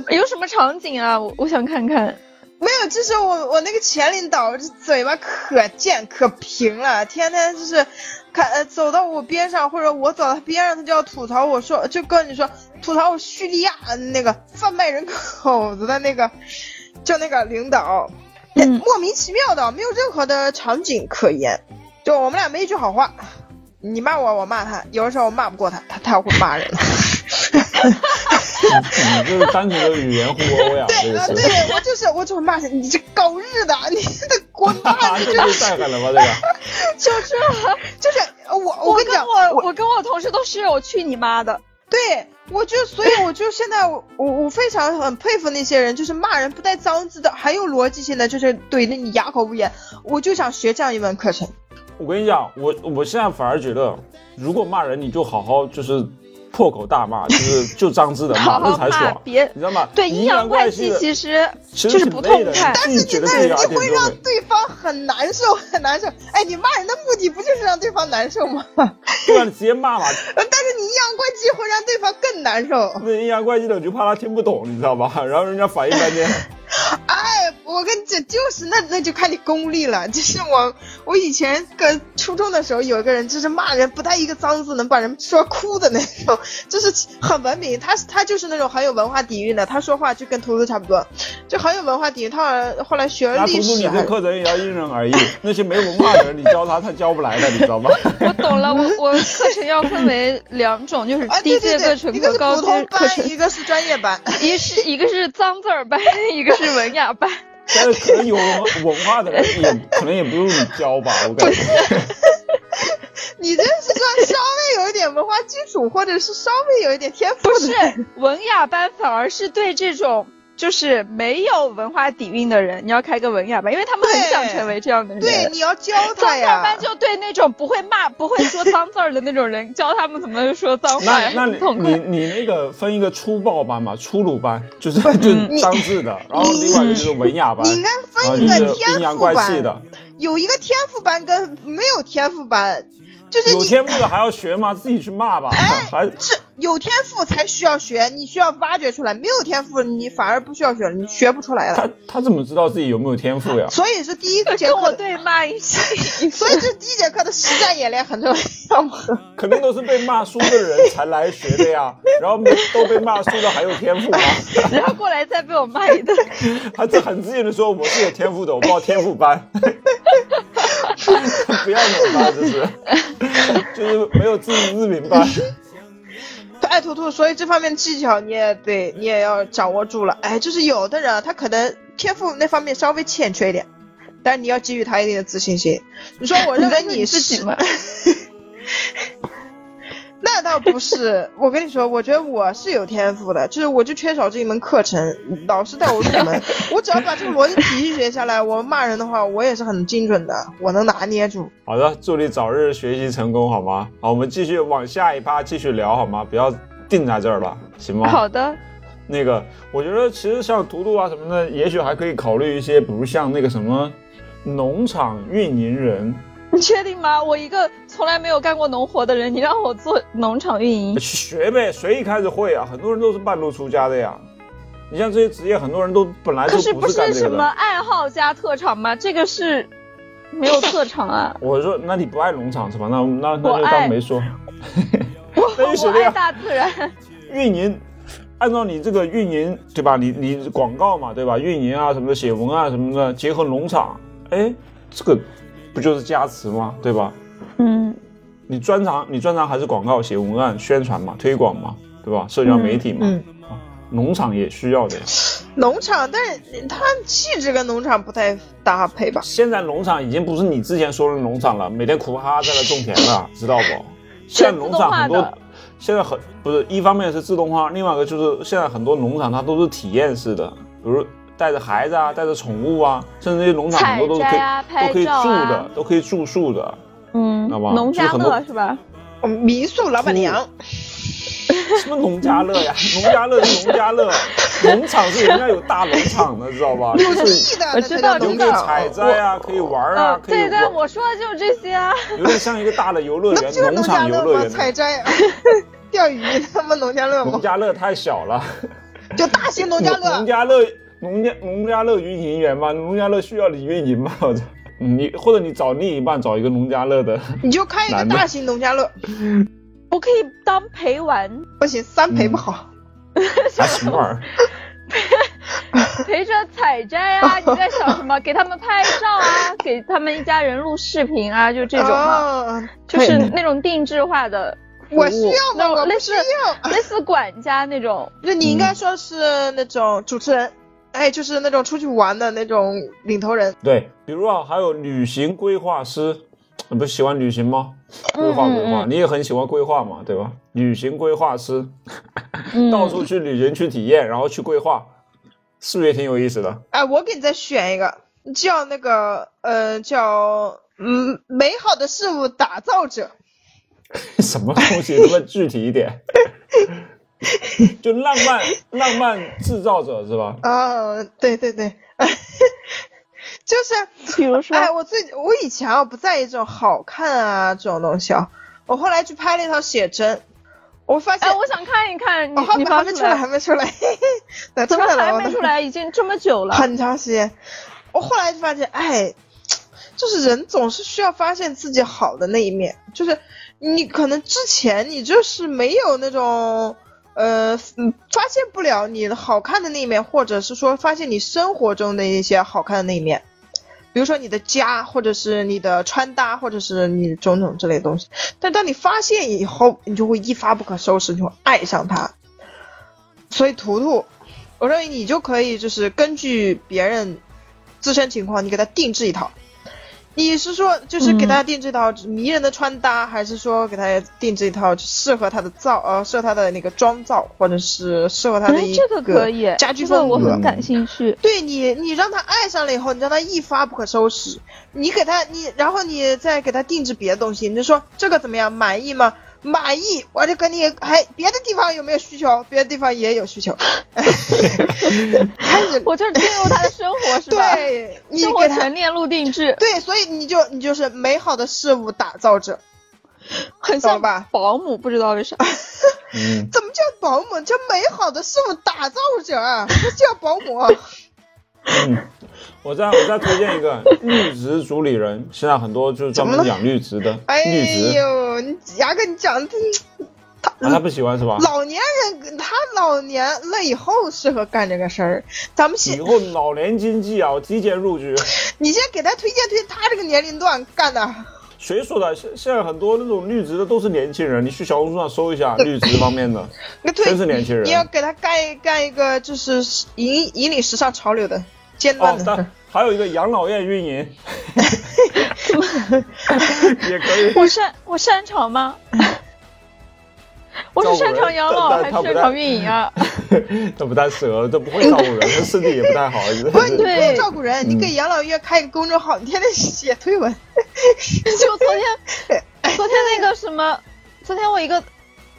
Speaker 4: 斗，
Speaker 3: 有什么场景啊？我我想看看。
Speaker 4: 没有，就是我我那个前领导这嘴巴可贱可贫了，天天就是看呃走到我边上或者我走到他边上，他就要吐槽我说就跟你说吐槽我叙利亚那个贩卖人口子的那个， 就那个领导，
Speaker 3: 嗯
Speaker 4: 莫名其妙的，没有任何的场景可言，就我们俩没一句好话，你骂我，我骂他，有的时候我骂不过他，他太会骂人 了。
Speaker 2: 你嗯就是单纯的语言互殴呀，这
Speaker 4: 对
Speaker 2: 个
Speaker 4: 啊，
Speaker 2: 是。
Speaker 4: 对我就是我就会骂他，你这狗日的，你的 滚
Speaker 2: 啊，
Speaker 4: 蛋！你
Speaker 2: 这
Speaker 4: 这
Speaker 2: 不是太狠了吧？这个，
Speaker 4: 就是就是我
Speaker 3: 我
Speaker 4: 跟你讲，
Speaker 3: 我我跟我同事都是有去你妈的。
Speaker 4: 对我就所以我就现在我我我非常很佩服那些人，就是骂人不带脏字的，还有逻辑性的，就是怼得你哑口无言。我就想学这样一门课程。
Speaker 2: 我跟你讲，我我现在反而觉得，如果骂人，你就好好就是破口大 骂，就是就张字的
Speaker 3: 好
Speaker 2: 骂，
Speaker 3: 好
Speaker 2: 那才
Speaker 3: 骂
Speaker 2: 爽，
Speaker 3: 别
Speaker 2: 你知道吗？
Speaker 3: 对，阴
Speaker 2: 阴
Speaker 3: 阳
Speaker 2: 怪
Speaker 3: 怪气
Speaker 2: 的
Speaker 3: 其 实
Speaker 2: 其实
Speaker 3: 就是
Speaker 2: 挺
Speaker 3: 不
Speaker 2: 累
Speaker 3: 痛
Speaker 2: 的
Speaker 3: 快。
Speaker 2: 自己觉得自己有
Speaker 4: 那
Speaker 2: 一
Speaker 4: 你
Speaker 2: 点
Speaker 4: 会
Speaker 2: 都
Speaker 4: 让
Speaker 2: 没。
Speaker 4: 对方很难受，很难受。哎，你骂人的目的不就是让对方难受吗？ 但
Speaker 2: 不然你直接骂嘛，
Speaker 4: 是你阴阳怪气会让对方更难受。
Speaker 2: 那阴阳怪气的，我就怕他听不懂，你知道吧？ 然后人家反应半 天，
Speaker 4: 哎，我跟你讲，就是那那就看你功力了。 就是我，我以前跟初中的时候，有一个人就是骂人不带一个脏字，能把人说哭的那种， 就是很文明。他他就是那种很有文化底蕴的，他说话就跟图图差不多，就很有文化底蕴。他好像后来学了
Speaker 2: 那图
Speaker 4: 历
Speaker 2: 图你
Speaker 4: 史还
Speaker 2: 这
Speaker 4: 是，
Speaker 2: 课程也要因人而异，那些没文化的人你教他他教不来的，你知道吗？
Speaker 3: 我懂了，我我课程要分为两种，就是
Speaker 4: 啊，
Speaker 3: 低
Speaker 4: 对对
Speaker 3: 阶课
Speaker 4: 对，
Speaker 3: 程
Speaker 4: 一个
Speaker 3: 和
Speaker 4: 是
Speaker 3: 高
Speaker 4: 普
Speaker 3: 阶
Speaker 4: 通
Speaker 3: 课程
Speaker 4: 班，，一个是专业班。
Speaker 3: 一是一个是脏字儿班，一个是文雅 班。
Speaker 2: 但是可能有文化的人也可能也不用你教吧，我感觉。
Speaker 4: 你这是说稍微有一点文化基础，或者是稍微有一点天赋
Speaker 3: 不
Speaker 4: 的
Speaker 3: 是文雅班，反而是对这种就是没有文化底蕴的人，你要开个文雅班，因为他们很
Speaker 4: 对
Speaker 3: 想成为这样的人。
Speaker 4: 对，你要教
Speaker 3: 脏
Speaker 4: 他
Speaker 3: 字儿
Speaker 4: 呀
Speaker 3: 班。就对那种不会骂、不会说脏字儿的那种人，教他们怎么说脏 话，
Speaker 2: 那
Speaker 3: 然后
Speaker 2: 那
Speaker 3: 很痛
Speaker 2: 你
Speaker 3: 快。
Speaker 2: 你那个分一个粗暴班嘛，粗鲁班就是 就是张字的，然后另外一个就是文雅班，
Speaker 4: 嗯你应该
Speaker 2: 然后
Speaker 4: 分
Speaker 2: 就
Speaker 4: 一个
Speaker 2: 啊是
Speaker 4: 天
Speaker 2: 阴阳
Speaker 4: 赋
Speaker 2: 怪
Speaker 4: 班，
Speaker 2: 气的。
Speaker 4: 有一个天赋班跟没有天赋班，就是
Speaker 2: 有
Speaker 4: 你
Speaker 2: 天赋的还要学吗？自己去骂吧，
Speaker 4: 哎
Speaker 2: 还
Speaker 4: 是有天赋才需要学，你需要挖掘出来，没有天赋你反而不需要学了，你学不出来了。
Speaker 2: 他他怎么知道自己有没有天赋呀？
Speaker 4: 所以是第一个节
Speaker 3: 跟我
Speaker 4: 课的，
Speaker 3: 对骂一下，
Speaker 4: 所以这第一节课的实战演练很重要嘛。
Speaker 2: 肯定都是被骂输的人才来学的呀，然后都被骂输的还有天赋吗？
Speaker 3: 然后过来再被我骂一顿。
Speaker 2: 他这很自信的说我是有天赋的，我报天赋班， 不要我班，这是 就是没有自知之明吧？
Speaker 4: 爱哎图图，所以这方面技巧你也得，你也要掌握住了。哎，就是有的人啊他可能天赋那方面稍微欠缺一点，但你要给予他一定的自信心。你说我认为你
Speaker 3: 自
Speaker 4: 是
Speaker 3: 己嘛，
Speaker 4: 那倒不是，我跟你说，我觉得我是有天赋的，就是我就缺少这一门课程，老师带我入门，我只要把这个逻辑体系学下来，我骂人的话，我也是很精准的，我能拿捏住。
Speaker 2: 好的，祝你早日学习成功，好吗？好，我们继续往下一趴继续聊，好吗？不要定在这儿了，行吗？
Speaker 3: 好的，
Speaker 2: 那个，我觉得其实像图图啊什么的，也许还可以考虑一些，比如像那个什么农场运营人，
Speaker 3: 你确定吗？我一个从来没有干过农活的人，你让我做农场运营
Speaker 2: 去，学呗，谁一开始会啊？很多人都是半路出家的呀。你像这些职业，很多人都本来就
Speaker 3: 可是
Speaker 2: 不
Speaker 3: 不
Speaker 2: 是干
Speaker 3: 是
Speaker 2: 这
Speaker 3: 什
Speaker 2: 个
Speaker 3: 么
Speaker 2: 的。，
Speaker 3: 爱好加特长吗？这个是没有特长啊
Speaker 2: 我说，那你不爱农场是吧？那那那就
Speaker 3: 我爱
Speaker 2: 当没说。
Speaker 3: 我
Speaker 2: 那就啊
Speaker 3: 我
Speaker 2: 学的
Speaker 3: 爱
Speaker 2: 呀，
Speaker 3: 大自 然。
Speaker 2: 运营，按照你这个运营对吧？你你广告嘛对吧？运营啊什么的，写文案什么的，结合农场，哎，这个不就是加持吗？对吧？
Speaker 3: 嗯，
Speaker 2: 你专长，你专长还是广告、写文案、宣传嘛，推广嘛，对吧？社交媒体嘛，
Speaker 4: 嗯
Speaker 2: 啊农场也需要的呀。
Speaker 4: 农场，但是它气质跟农场不太搭配吧？
Speaker 2: 现在农场已经不是你之前说的农场了，每天苦哈哈在那种田 了，知道不？现在农
Speaker 7: 自动
Speaker 2: 场很
Speaker 7: 化
Speaker 2: 多
Speaker 7: 的，
Speaker 2: 现在很不是一方面是自动化，另外一个就是现在很多农场它都是体验式的，比如带着孩子啊，带着宠物啊，甚至那些农场很多都是可
Speaker 7: 采摘啊
Speaker 2: 以、都可以
Speaker 7: 拍照啊
Speaker 2: 住的，都可以住宿的。
Speaker 7: 嗯
Speaker 2: 好吧
Speaker 3: 农家
Speaker 2: 就是很多
Speaker 3: 乐是吧？
Speaker 4: 嗯民宿老板娘，
Speaker 2: 什么农家乐 呀？农家乐是农家乐，农场是人家有大农场的，知 道吧？就
Speaker 4: 有
Speaker 2: 是
Speaker 4: 地的，
Speaker 3: 我
Speaker 4: 那
Speaker 3: 知
Speaker 4: 才
Speaker 3: 道
Speaker 4: 叫
Speaker 2: 有
Speaker 4: 农
Speaker 2: 可以
Speaker 4: 场。
Speaker 2: 采摘啊，可以玩啊，
Speaker 7: 呃
Speaker 2: 可以
Speaker 3: 呃对对，
Speaker 2: 玩
Speaker 3: 我说的就是这些啊。
Speaker 2: 有点像一个大的游乐
Speaker 4: 那不
Speaker 2: 园
Speaker 4: 就，是
Speaker 2: 农
Speaker 4: 农家
Speaker 2: 场游
Speaker 4: 乐
Speaker 2: 乐
Speaker 4: 吗？
Speaker 2: 园。
Speaker 4: 采摘、啊钓鱼，他们农家 乐
Speaker 2: 农
Speaker 4: 吗？
Speaker 2: 家乐太小了，
Speaker 4: 就大型农家乐
Speaker 2: 农。家乐农家农家乐运营员吗？农家乐需要你运营吗？我操！嗯你或者你找另一半找一个农家乐的，
Speaker 4: 你就开一个
Speaker 2: 男的
Speaker 4: 大型农家乐，
Speaker 3: 我可以当陪玩，
Speaker 4: 不行，三陪不好。
Speaker 2: 还什么玩意儿？
Speaker 3: 陪着采摘啊！你在想什么？给他们拍照啊，给他们一家人录视频啊，就这种嘛，
Speaker 4: 啊，
Speaker 3: 就是那种定制化的服务，
Speaker 4: 我需要
Speaker 3: 那
Speaker 4: 吗？我
Speaker 3: 种
Speaker 4: 不
Speaker 3: 类
Speaker 4: 需
Speaker 3: 似
Speaker 4: 要。
Speaker 3: 类似管家那种。
Speaker 4: 就你应
Speaker 3: 嗯
Speaker 4: 该说是那种主持人，哎，就是那种出去玩的那种领头人。
Speaker 2: 对，比如啊，还有旅行规划师，你不是喜欢旅行吗？规
Speaker 4: 嗯
Speaker 2: 划规划，你也很喜欢规划嘛，对吧？旅行规划师，嗯
Speaker 3: 嗯
Speaker 2: 到
Speaker 4: 嗯
Speaker 2: 处去旅行去体验，然后去规划，是不是也挺有意思的？
Speaker 4: 哎，我给你再选一个，叫那个呃，叫嗯，美好的事物打造者。
Speaker 2: 什么东西？能不能具体一点？ 就浪漫浪漫制造者是吧？
Speaker 4: 啊，对对对， 就是，
Speaker 3: 比如说，
Speaker 4: 哎，我最我以前啊不在意这种好看啊这种东西啊，我后来去拍了一套写真，我发现
Speaker 3: 哎，我想看一看你
Speaker 4: 我还
Speaker 3: 你
Speaker 4: 没还
Speaker 3: 发
Speaker 4: 没出
Speaker 3: 来，
Speaker 4: 还没 出来，等出
Speaker 3: 怎么还
Speaker 4: 来了，我
Speaker 3: 没
Speaker 4: 等
Speaker 3: 出来？已经这么久了，
Speaker 4: 很长时间。我后来就发现，哎，就是人总是需要发现自己好的那一面，就是你可能之前你就是没有那种。呃，嗯发现不了你的好看的那一面，或者是说发现你生活中的一些好看的那一面，比如说你的家，或者是你的穿搭，或者是你种种之类的东西。但当你发现以后，你就会一发不可收拾，你会爱上它。所以图图，我认为你就可以就是根据别人自身情况，你给他定制一套。你是说就是给
Speaker 3: 嗯
Speaker 4: 他定制一套迷人的穿搭，还是说给他定制一套适合他的造呃适合他的那个妆造，或者是适合他的
Speaker 3: 哎
Speaker 4: 一，
Speaker 3: 这个可以，
Speaker 4: 家居
Speaker 3: 这个
Speaker 4: 风格？
Speaker 3: 我很感兴 趣。
Speaker 4: 对你，你让他爱上了以后，你让他一发不可收拾。你给他，你然后你再给他定制别的东西，你就说这个怎么样，满意吗？满意，我就跟你还别的地方有没有需求？别的地方也有 需求。开始
Speaker 3: 我就是进入他的生活，是吧？
Speaker 4: 对你
Speaker 3: 生
Speaker 4: 给
Speaker 3: 活
Speaker 4: 他
Speaker 3: 全链路定制，
Speaker 4: 对，所以你就你就是美好的事物打造者，
Speaker 3: 很
Speaker 4: 懂
Speaker 3: 像
Speaker 4: 吧
Speaker 3: 保姆，不知道为啥。
Speaker 2: 嗯，
Speaker 4: 怎么叫保姆？叫美好的事物打造者啊，不叫保 姆啊。
Speaker 2: 我再我再推荐一 个绿植主理人，现在很多就是专门养绿植的
Speaker 4: 哎
Speaker 2: 绿植，
Speaker 4: 呦，你牙哥，你讲的。
Speaker 2: 啊他不喜欢是吧？
Speaker 4: 老年人他老年了以后适合干这个事儿，咱们
Speaker 2: 以
Speaker 4: 先
Speaker 2: 后老年经济啊，我提前入局。
Speaker 4: 你先给他推荐推荐他这个年龄段干的，
Speaker 2: 谁说的？现现在很多那种绿植的都是年轻人，你去小红书上搜一下绿植方面的，
Speaker 4: 那推
Speaker 2: 真是年轻人哦
Speaker 4: 你要给他干一干一个就是引引领时尚潮流的尖
Speaker 2: 哦
Speaker 4: 端，的事
Speaker 2: 但
Speaker 4: 儿。
Speaker 2: 还有一个养老院 运营，也可以。
Speaker 3: 我擅我擅长 吗？我是擅长养老
Speaker 2: 照顾
Speaker 3: 还
Speaker 2: 人
Speaker 3: 是擅长运营啊？
Speaker 2: 这不太适合，这不会照顾人，这身体也不太好。
Speaker 4: 不是你不
Speaker 3: 对
Speaker 4: 用照顾人，你给养老院开一个公众号，你天天写推文。
Speaker 3: 就昨天，昨天那个什么，昨天我一个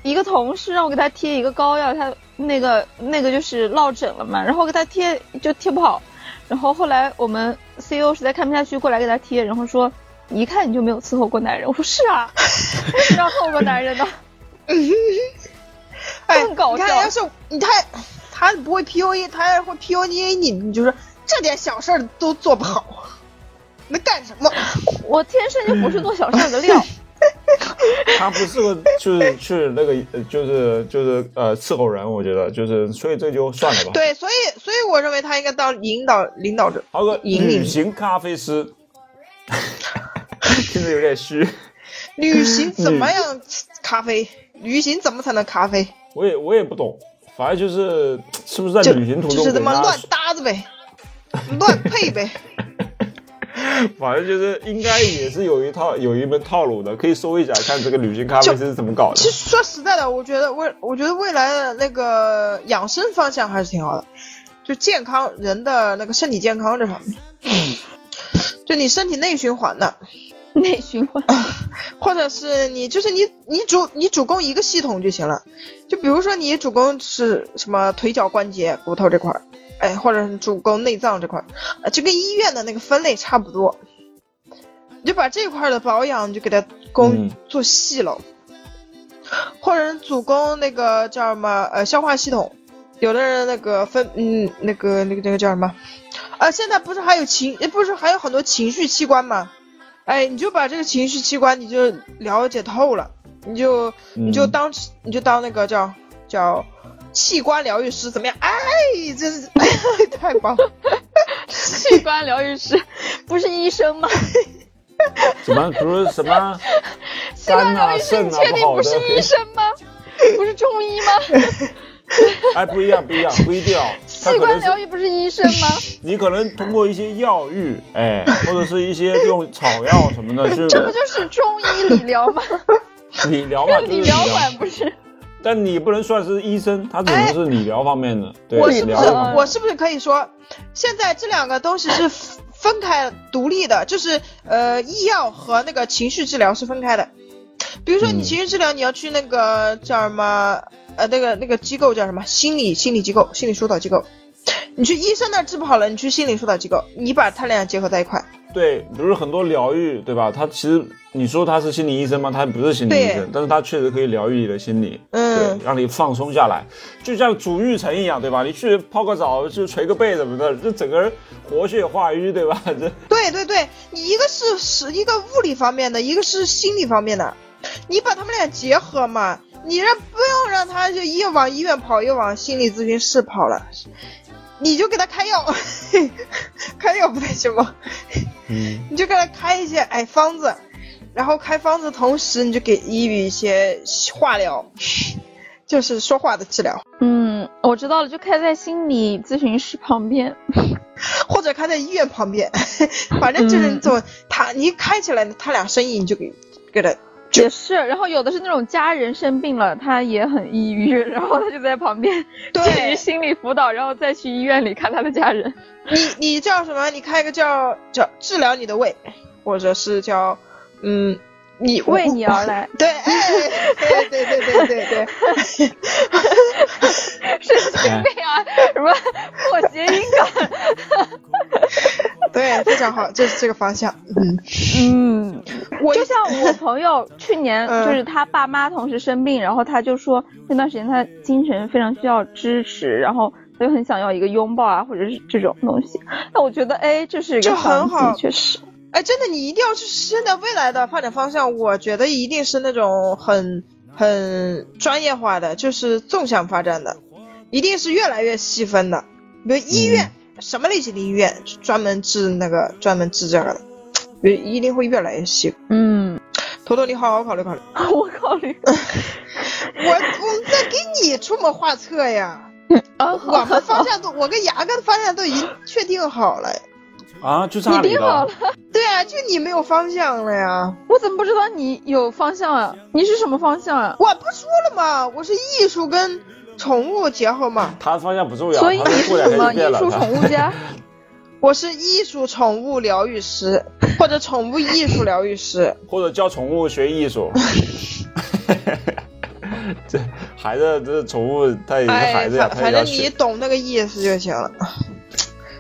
Speaker 3: 一个同事让我给他贴一个膏药，他那个那个就是落枕了嘛，然后给他贴就贴不好，然后后来我们 CEO 实在看不下去，过来给他贴，然后说一看你就没有伺候过男人。我说是啊，谁让伺候过男人呢？
Speaker 4: 哎，
Speaker 3: 更搞
Speaker 4: 你看，
Speaker 3: 笑
Speaker 4: 要是你太他不会 PUA，他要会 PUA 你，你就说这点小事儿都做不好，那干什么？
Speaker 2: 哦
Speaker 3: 我天生就不是做小事儿的料。
Speaker 2: 他不适合，就是去那个，呃就是就是呃伺候人，我觉得就是，所以这就算了吧。
Speaker 4: 对，所以所以我认为他应该当引导领导者，
Speaker 2: 还有个
Speaker 4: 引领
Speaker 2: 旅行咖啡师，听着有点虚。嗯
Speaker 4: 旅行怎么样咖啡？旅行怎么才能咖啡？
Speaker 2: 我也我也不懂，反正就是是不是在
Speaker 4: 就
Speaker 2: 旅行途中
Speaker 4: 就是
Speaker 2: 给
Speaker 4: 他妈
Speaker 2: 他
Speaker 4: 乱搭子 呗，乱配呗。
Speaker 2: 反正就是应该也是有一套有一门套路的，可以搜一下看这个旅行咖啡
Speaker 4: 就
Speaker 2: 师是怎么搞的
Speaker 4: 其。实说实在的，我觉得未我觉得未来的那个养生方向还是挺好的，就健康人的那个身体健康这 方面，就你身体内循环的，
Speaker 3: 内循环，
Speaker 4: 或者是你就是你你主你主攻一个系统就行了，就比如说你主攻是什么腿脚关节骨头这块儿，哎，或者是主攻内脏这块儿，呃就跟医院的那个分类差不多，你就把这块儿的保养你就给它攻、
Speaker 2: 嗯
Speaker 4: 做细了，或者是主攻那个叫什么呃消化系统，有的人那个分嗯那个那个那个叫什么，啊现在不是还有情呃不是还有很多情绪器官吗？哎，你就把这个情绪器官你就了解透了，你就你就
Speaker 2: 嗯
Speaker 4: 当、你就当那个叫叫器官疗愈师怎么样？哎，这是、 哎、太棒了！
Speaker 3: 器官疗愈师不是医生吗？
Speaker 2: 什么，比如什么肝啊、肾啊
Speaker 3: 确定
Speaker 2: 好
Speaker 3: 不
Speaker 2: 的
Speaker 3: 是，
Speaker 2: 可以
Speaker 3: 医生吗？不是中医吗？
Speaker 2: 哎，不一样，不一样，不一定哦。他
Speaker 3: 器
Speaker 2: 可
Speaker 3: 官
Speaker 2: 能是
Speaker 3: 疗愈不是医生 吗？
Speaker 2: 你可能通过一些药浴，哎，或者是一些用草药什么的
Speaker 3: 这不
Speaker 2: 去
Speaker 3: 就是中医理疗吗？
Speaker 2: 理疗 嘛，就是
Speaker 3: 理疗馆不是？
Speaker 2: 但你不能算是医生，他只能是理疗方面的，对，
Speaker 4: 我
Speaker 2: 理
Speaker 4: 是不
Speaker 2: 疗
Speaker 4: 是
Speaker 2: 方面
Speaker 4: 我是不是可以说，现在这两个东西是分开独立的，就是呃，医药和那个情绪治疗是分开的。比如说你
Speaker 2: 嗯
Speaker 4: 情绪治疗，你要去那个叫什么呃，那个那个机构叫什么心理心理机构、心理疏导机构。你去医生那儿治不好了，你去心理疏导机构，你把它俩结合在一块。
Speaker 2: 对，比如很多疗愈，对吧？他其实你说他是心理医生吗？他不是心理医生
Speaker 4: 对，
Speaker 2: 但是他确实可以疗愈你的心理，
Speaker 4: 嗯
Speaker 2: 对，让你放松下来，就像足浴城一样，对吧？你去泡个澡，去捶个背什么的，这整个人活血化瘀，对吧？这
Speaker 4: 对对对，你一个是是一个物理方面的，一个是心理方面的，你把他们俩结合嘛，你让不用让他就一往医院跑，又往心理咨询室跑了，你就给他开药， 开药不太行吗？
Speaker 2: 嗯，
Speaker 4: 你就给他开一些哎方子，然后开方子同时你就给予一些化疗，就是说话的治疗，
Speaker 3: 嗯，我知道了，就开在心理咨询室旁边。
Speaker 4: 或者开在医院旁边， 反正就是你怎么、他你一开起来，他俩生意你就给给他。
Speaker 3: 也是，然后有的是那种家人生病了，他也很抑郁，然后他就在旁边
Speaker 4: 对
Speaker 3: 进行心理辅导，然后再去医院里看他的家人。
Speaker 4: 你你叫什么？你开个叫叫治疗你的胃，或者是叫嗯，你
Speaker 3: 为你 而来。
Speaker 4: 对，哎，对对对对对对，
Speaker 3: 神经病啊！什么破谐音梗？
Speaker 4: 对，非常好，这是这个方向。嗯，
Speaker 3: 嗯，
Speaker 4: 我
Speaker 3: 就像我朋 友去年
Speaker 4: 嗯
Speaker 3: 就是他爸妈同时生病，然后他就说那段时间他精神非常需要支持，然后他就很想要一个拥抱啊，或者是这种东西。那我觉得，哎，这是一
Speaker 4: 这
Speaker 3: 个
Speaker 4: 很
Speaker 3: 方
Speaker 4: 好
Speaker 3: 式，确实。
Speaker 4: 哎，真的，你一定要去现在未来的发展方向，我觉得一定是那种很很专业化的，就是纵向发展的，一定是越来越细分的。比如医院，
Speaker 3: 嗯
Speaker 4: 什么类型的医院专门治那个专门治这个的，比如一定会越来越细。
Speaker 3: 嗯，
Speaker 4: 坨坨，你好好考虑考虑。
Speaker 3: 我考 虑。
Speaker 4: 我我们在给你出谋划策呀。
Speaker 3: 啊，
Speaker 4: 我
Speaker 3: 好，
Speaker 4: 们方向都，我跟牙哥的方向都已经确定好了。
Speaker 2: 啊，就差你
Speaker 3: 定
Speaker 2: 了
Speaker 3: 好了，
Speaker 4: 对啊，就你没有方向了呀。
Speaker 3: 我怎么不知道你有方向啊？你是什么方向啊？
Speaker 4: 我不说了吗？我是艺术跟宠物结合嘛。
Speaker 2: 他方向不重要，
Speaker 3: 所以
Speaker 2: 他
Speaker 3: 你
Speaker 2: 过
Speaker 3: 是
Speaker 2: 两
Speaker 3: 什么
Speaker 2: 天就
Speaker 3: 艺
Speaker 2: 变了
Speaker 3: 术
Speaker 2: 他
Speaker 3: 宠物 家？
Speaker 4: 我是艺术宠物疗愈师，或者宠物艺术疗愈 师。
Speaker 2: 或者教宠物学艺术。这孩子，这宠物，他也是孩
Speaker 4: 哎，
Speaker 2: 子呀，
Speaker 4: 反
Speaker 2: 他
Speaker 4: 反
Speaker 2: 也要
Speaker 4: 正你
Speaker 2: 学。
Speaker 4: 懂那个意思就行了。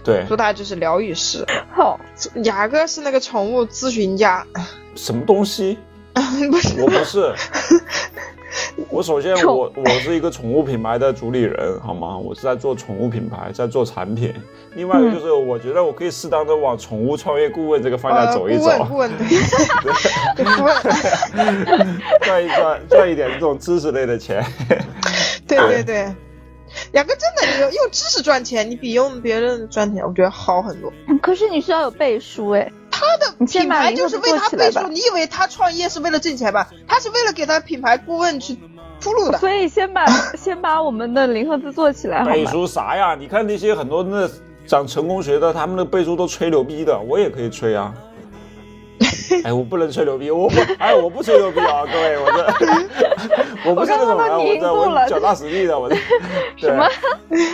Speaker 2: 对，
Speaker 4: 主打就是疗愈师，
Speaker 3: 好，
Speaker 4: 雅哥是那个宠物咨询家，
Speaker 2: 什么东西？
Speaker 4: 不是
Speaker 2: 我不 是。我首先我我是一个宠物品牌的主理人，好吗？我是在做宠物品牌，在做产品。另外一
Speaker 4: 嗯
Speaker 2: 个就是，我觉得我可以适当的往宠物创业顾问这个方向
Speaker 4: 呃，
Speaker 2: 走一
Speaker 4: 顾
Speaker 2: 走，
Speaker 4: 问顾问对， 顾问。
Speaker 2: 赚一赚赚一点这种知识类的钱。
Speaker 4: 对对对，雅哥真的，你用用知识赚钱，你比用别人赚钱，我觉得好很多。
Speaker 3: 可是你需要有背书哎。
Speaker 4: 他的
Speaker 3: 你先
Speaker 4: 品
Speaker 3: 把
Speaker 4: 牌
Speaker 3: 零
Speaker 4: 就
Speaker 3: 售
Speaker 4: 是
Speaker 3: 做
Speaker 4: 为他
Speaker 3: 起来
Speaker 4: 背
Speaker 3: 吧
Speaker 4: 书，你以为他创业是为了挣钱吧？他是为了给他品牌顾问去秃噜的。
Speaker 8: 所以 先把先把我们的零赫兹做起来好
Speaker 2: 背
Speaker 8: 吗？
Speaker 2: 书啥呀？你看那些很多那讲成功学的，他们的背书都吹牛逼的，我也可以吹 啊。哎，我不能吹牛逼，我不，哎，我不吹牛逼啊，各位，我这， 我不是那种
Speaker 8: 我刚
Speaker 2: 人，
Speaker 8: 刚都
Speaker 2: 我
Speaker 8: 凝
Speaker 2: 这
Speaker 8: 住
Speaker 2: 我
Speaker 8: 了
Speaker 2: 脚踏实地的，我 这，对，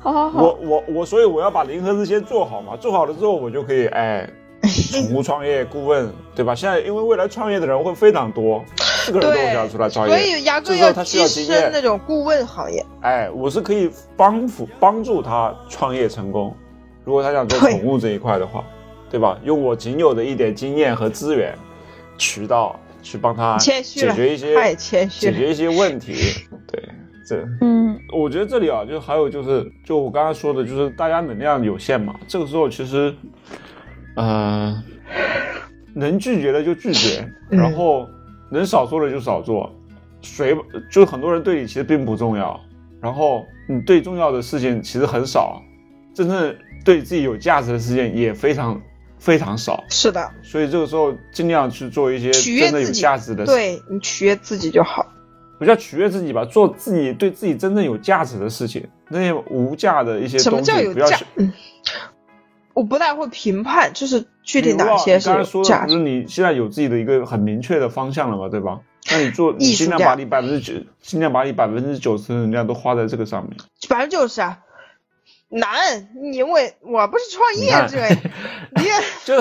Speaker 8: 好好好，
Speaker 2: 我我我，所以我要把零和日先做好嘛，做好了之后，我就可以哎，宠物创业顾问，对吧？现在因为未来创业的人会非常多，四个人都
Speaker 4: 对
Speaker 2: 想出来创业，
Speaker 4: 所以牙哥
Speaker 2: 这时候
Speaker 4: 要
Speaker 2: 他需要
Speaker 4: 跻
Speaker 2: 经验
Speaker 4: 身那种顾问行业。
Speaker 2: 哎，我是可以帮扶帮助他创业成功。如果他想做
Speaker 4: 对
Speaker 2: 宠物这一块的话，对吧？用我仅有的一点经验和资源、渠道去帮他
Speaker 4: 谦虚
Speaker 2: 解
Speaker 4: 了
Speaker 2: 决一些
Speaker 4: 太谦虚
Speaker 2: 解
Speaker 4: 了
Speaker 2: 决一些问题。对，这
Speaker 8: 嗯，
Speaker 2: 我觉得这里啊，就还有就是，就我刚刚说的，就是大家能量有限嘛，这个时候其实，呃，能拒绝的就拒绝，
Speaker 4: 嗯
Speaker 2: 然后能少做的就少做，谁就很多人对你其实并不重要，然后你对重要的事情其实很少，真正对自己有价值的事情也非常非常少，
Speaker 4: 是的，
Speaker 2: 所以这个时候尽量去做一些
Speaker 4: 取悦
Speaker 2: 真的有
Speaker 4: 自己
Speaker 2: 价值的事
Speaker 4: 对你取悦自己就好。
Speaker 2: 不叫取悦自己吧，做自己对自己真正有价值的事情，那些无价的一些
Speaker 4: 什么
Speaker 2: 东西
Speaker 4: 叫有
Speaker 2: 不要
Speaker 4: 价
Speaker 2: 去。？
Speaker 4: 嗯，我不大会评判，就是具体
Speaker 2: 比如
Speaker 4: 哪
Speaker 2: 啊
Speaker 4: 些
Speaker 2: 你
Speaker 4: 是
Speaker 2: 刚才
Speaker 4: 有
Speaker 2: 说
Speaker 4: 价
Speaker 2: 的，不
Speaker 4: 值
Speaker 2: 是。你现在有自己的一个很明确的方向了嘛，对吧？那你做，你
Speaker 4: 艺术
Speaker 2: 尽量
Speaker 4: 家
Speaker 2: 把你百分之九，尽量把你百分之九十的能量都花在这个上面。
Speaker 4: 百分之九十啊，难。你我我不是创
Speaker 2: 你看
Speaker 4: 业者，你也
Speaker 2: 就是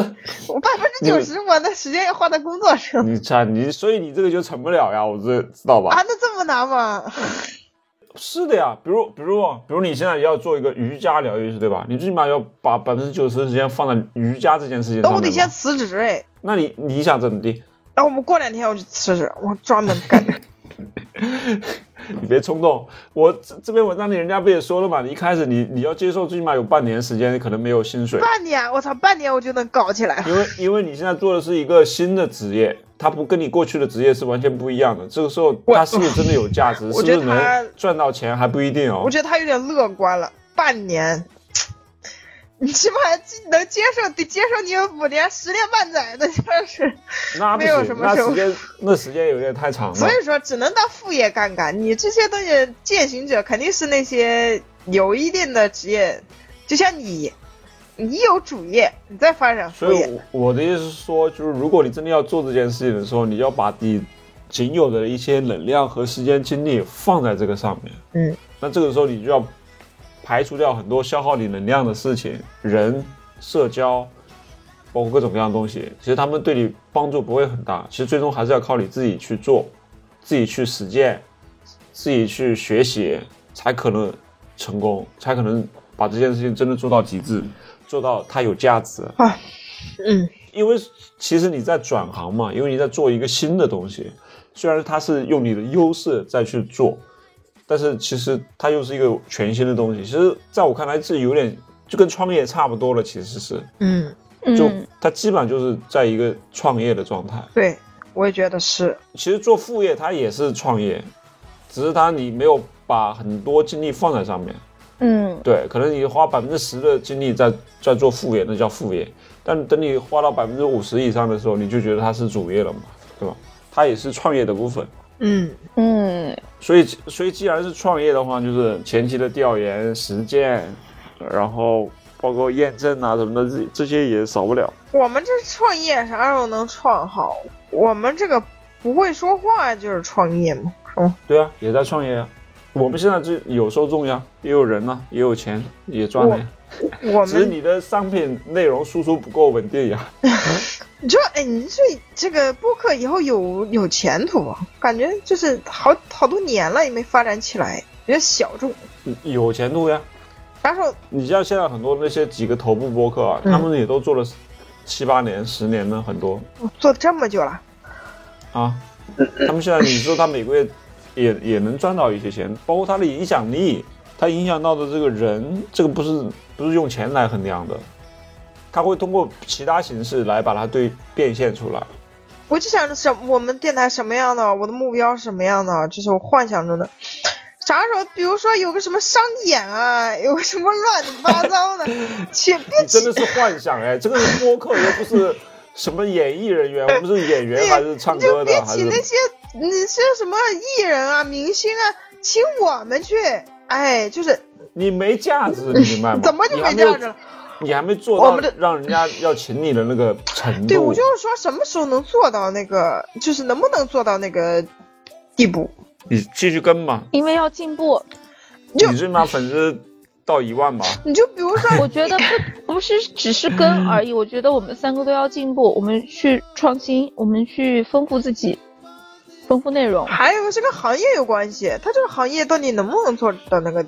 Speaker 4: 我百分之九十我的时间要花在工作上
Speaker 2: 你看你，所以你这个就成不了呀，我这知道吧？
Speaker 4: 啊，那这么难吗？
Speaker 2: 是的呀，比如比如啊比如你现在要做一个瑜伽疗愈师，对吧？你最起码要把百分之九十的时间放在瑜伽这件事情
Speaker 4: 那
Speaker 2: 上
Speaker 4: 哦我
Speaker 2: 面
Speaker 4: 得先
Speaker 2: 嘛。
Speaker 4: 辞职哎。
Speaker 2: 那你你想怎么地？
Speaker 4: 那我们过两天我就辞职，我专门干。
Speaker 2: 你别冲动，我这这篇文章里人家不也说了嘛？你一开始你你要接受，最起码有半年时间可能没有薪水，
Speaker 4: 半年，我操，半年我就能搞起来。
Speaker 2: 因为因为你现在做的是一个新的职业，它不跟你过去的职业是完全不一样的。这个时候它是不是真的有价值，是
Speaker 4: 我
Speaker 2: 不
Speaker 4: 觉
Speaker 2: 是
Speaker 4: 得它
Speaker 2: 能赚到钱还不一定哦
Speaker 4: 我。觉得他有点乐观了，半年。你起码能接受，得接受你有五年、十年半载的，就是，
Speaker 2: 那不
Speaker 4: 没有
Speaker 2: 行
Speaker 4: 什，么
Speaker 2: 那
Speaker 4: 收
Speaker 2: 时间那时间有点太长了
Speaker 4: 所。以说只能当副业干干。你这些东西，践行者肯定是那些有一定的职业，就像你，你有主业，你再发展副
Speaker 2: 所以
Speaker 4: 业，
Speaker 2: 我我的意思是说，就是如果你真的要做这件事情的时候，你要把你仅有的一些能量和时间精力放在这个上面。
Speaker 4: 嗯，
Speaker 2: 那这个时候你就要排除掉很多消耗你能量的事情，人、社交，包括各种各样的东西。其实他们对你帮助不会很大，其实最终还是要靠你自己去做，自己去实践，自己去学习，才可能成功，才可能把这件事情真的做到极致，做到它有价值。
Speaker 4: 嗯，
Speaker 2: 因为其实你在转行嘛，因为你在做一个新的东西，虽然它是用你的优势再去做，但是其实它又是一个全新的东西。其实在我看来是有点就跟创业差不多了，其实是，
Speaker 4: 嗯，
Speaker 2: 就
Speaker 8: 嗯，
Speaker 2: 它基本上就是在一个创业的状态。
Speaker 4: 对，我也觉得是，
Speaker 2: 其实做副业它也是创业，只是它你没有把很多精力放在上面。
Speaker 8: 嗯，
Speaker 2: 对，可能你花百分之十的精力在在做副业，那叫副业。但等你花到百分之五十以上的时候，你就觉得它是主业了嘛，对吧？它也是创业的部分。
Speaker 4: 嗯，
Speaker 8: 嗯，
Speaker 2: 所以，所以既然是创业的话，就是前期的调研、实践，然后包括验证啊什么的，这这些也少不了。
Speaker 4: 我们这创业啥时候能创好？我们这个不会说话就是创业嘛，是吗？
Speaker 2: 对啊，也在创业啊。我们现在就有受众呀，也有人啊，也有钱，也赚啊了呀。
Speaker 4: 我
Speaker 2: 只是
Speaker 4: 们
Speaker 2: 你的商品内容输出不够稳定呀。
Speaker 4: 你说，哎，你这这个播客以后有有前途吗？感觉就是好好多年了也没发展起来，比较小众。
Speaker 2: 有前途呀，
Speaker 4: 啥时候？
Speaker 2: 你像现在很多那些几个头部播客啊，
Speaker 4: 嗯
Speaker 2: 他们也都做了七八年、十年的很多
Speaker 4: 我做这么久了，
Speaker 2: 啊。
Speaker 4: 嗯
Speaker 2: 他们现在你说他每个月也也能赚到一些钱，包括他的影响力，他影响到的这个人，这个不是不是用钱来衡量的，他会通过其他形式来把它对变现出 来。
Speaker 4: 我就想着什我们电台什么样的，我的目标是什么样的，这是我幻想中的。啥时候，比如说有个什么商演啊，有个什么乱七八糟的，且别
Speaker 2: 你真的是幻想哎，这个是播客又不是什么演艺人员，我们是演员还是唱
Speaker 4: 你就
Speaker 2: 歌
Speaker 4: 别
Speaker 2: 的还
Speaker 4: 起
Speaker 2: 是
Speaker 4: 那些你是什么艺人啊、明星啊，请我们去，哎，就是
Speaker 2: 你没价 值，你明白吗？
Speaker 4: 怎么就
Speaker 2: 你还
Speaker 4: 没
Speaker 2: 没有
Speaker 4: 价值了？？
Speaker 2: 你还没做
Speaker 4: 我
Speaker 2: 到
Speaker 4: 们这
Speaker 2: 让人家要请你的那个程度。
Speaker 4: 对，我就是说什么时候能做到那个，就是能不能做到那个地步？
Speaker 2: 你继续跟嘛，
Speaker 3: 因为要进步，
Speaker 4: 就
Speaker 2: 你最起码粉丝到一万吧。
Speaker 4: 你就比如 说，
Speaker 2: 嗯
Speaker 3: 我觉得不不是只是跟而已，我觉得我们三个都要进步，我们去创新，我们去丰富自己，丰富内容。
Speaker 4: 还有是跟行业有关系，它这个行业到底能不能做到那个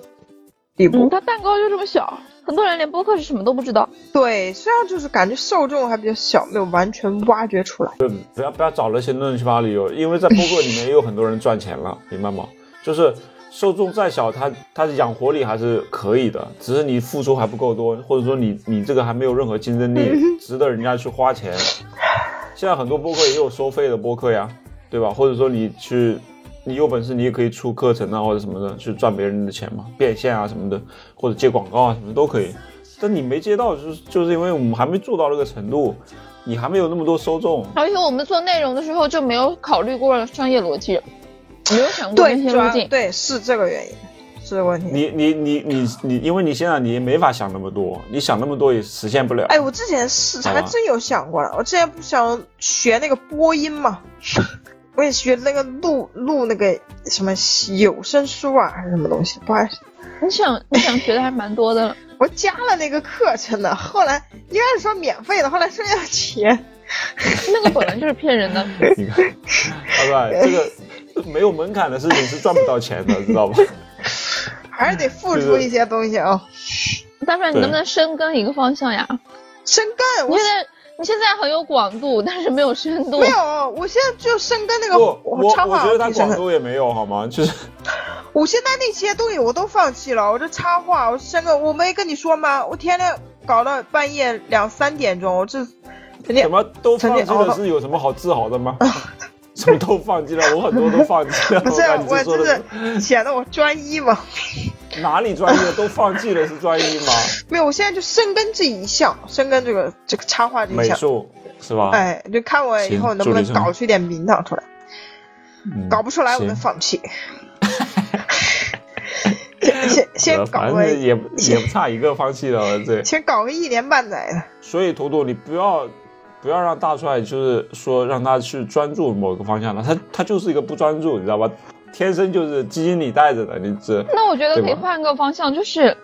Speaker 4: 地
Speaker 3: 嗯，
Speaker 4: 步？
Speaker 3: 它蛋糕就这么小，很多人连播客是什么都不知道。
Speaker 4: 对，虽然就是感觉受众还比较小，没有完全挖掘出来。
Speaker 2: 不要不要找那些乱七八糟理由，因为在播客里面也有很多人赚钱了，明白吗？就是受众再小，他他的养活力还是可以的，只是你付出还不够多，或者说你你这个还没有任何竞争力，值得人家去花钱。现在很多播客也有收费的播客呀，对吧？或者说你去，你有本事你也可以出课程啊或者什么的，去赚别人的钱嘛，变现啊什么的，或者接广告啊什么都可以。但你没接到，就是就是因为我们还没做到那个程度，你还没有那么多受众，
Speaker 3: 而且我们做内容的时候就没有考虑过商业逻辑，没有想过
Speaker 4: 对
Speaker 3: 那，些
Speaker 4: 主
Speaker 3: 路
Speaker 4: 要
Speaker 3: 径。
Speaker 4: 对是这个原因，是这个问题。
Speaker 2: 你你你你你，因为你现在你也没法想那么多，你想那么多也实现不了。
Speaker 4: 哎，我之前是
Speaker 2: 好吧
Speaker 4: 还真有想过了，我之前不想学那个播音 嘛，我也学那个录录那个什么有声书啊，还是什么东西，不还
Speaker 3: 你想，你想学的还蛮多的。
Speaker 4: 我加了那个课程的，后来一开始说免费的，后来说要钱，
Speaker 3: 那个本来就是 骗人的，
Speaker 2: 你看，好吧，这个没有门槛的事情是赚不到钱的，知道吧？
Speaker 4: 还是得付出一些东西啊。
Speaker 3: 大帅，你
Speaker 2: 对
Speaker 3: 能不能深耕一个方向呀？
Speaker 4: 深耕，
Speaker 3: 你
Speaker 4: 我
Speaker 3: 现在你现在很有广度，但是没有深度
Speaker 4: 没。有，啊我现在就深耕那个
Speaker 2: 不， 我
Speaker 4: 插
Speaker 2: 我
Speaker 4: 画
Speaker 2: 觉得他
Speaker 4: 提升
Speaker 2: 广
Speaker 4: 了。
Speaker 2: 州也没有好吗？ 就是
Speaker 4: 我现在那些东西我都放弃了，我这插画，我深耕，我没跟你说吗？我天天搞到半夜两三点钟，我这肯定
Speaker 2: 什么都放弃
Speaker 4: 曾经熬
Speaker 2: 了，
Speaker 4: 到
Speaker 2: 是有什么好自豪的吗？什么都放弃了，我很多都放弃了。
Speaker 4: 不是
Speaker 2: 我
Speaker 4: 啊
Speaker 2: 看你
Speaker 4: 我
Speaker 2: 说
Speaker 4: 就
Speaker 2: 的
Speaker 4: 是显得我专一嘛。
Speaker 2: 哪里专业都放弃了是专一吗？
Speaker 4: 没有，我现在就深耕这一项，深耕这个这个插画这一
Speaker 2: 美
Speaker 4: 项。
Speaker 2: 术啊是吧？
Speaker 4: 哎，就看我以后能不
Speaker 2: 行
Speaker 4: 能
Speaker 2: 祝你成功
Speaker 4: 搞出一点名堂出来，
Speaker 2: 嗯，
Speaker 4: 搞不出来我就
Speaker 2: 行
Speaker 4: 放弃。先先先搞
Speaker 2: 反
Speaker 4: 个
Speaker 2: 正也不也不差一个放弃了这个。
Speaker 4: 先搞个一年半载的，
Speaker 2: 所以图图，你不要不要让大帅就是说让他去专注某个方向了，他他就是一个不专注，你知道吧？天生就是基因里带着的，你这
Speaker 3: 那我觉得
Speaker 2: 对吧
Speaker 3: 可以换个方向，就是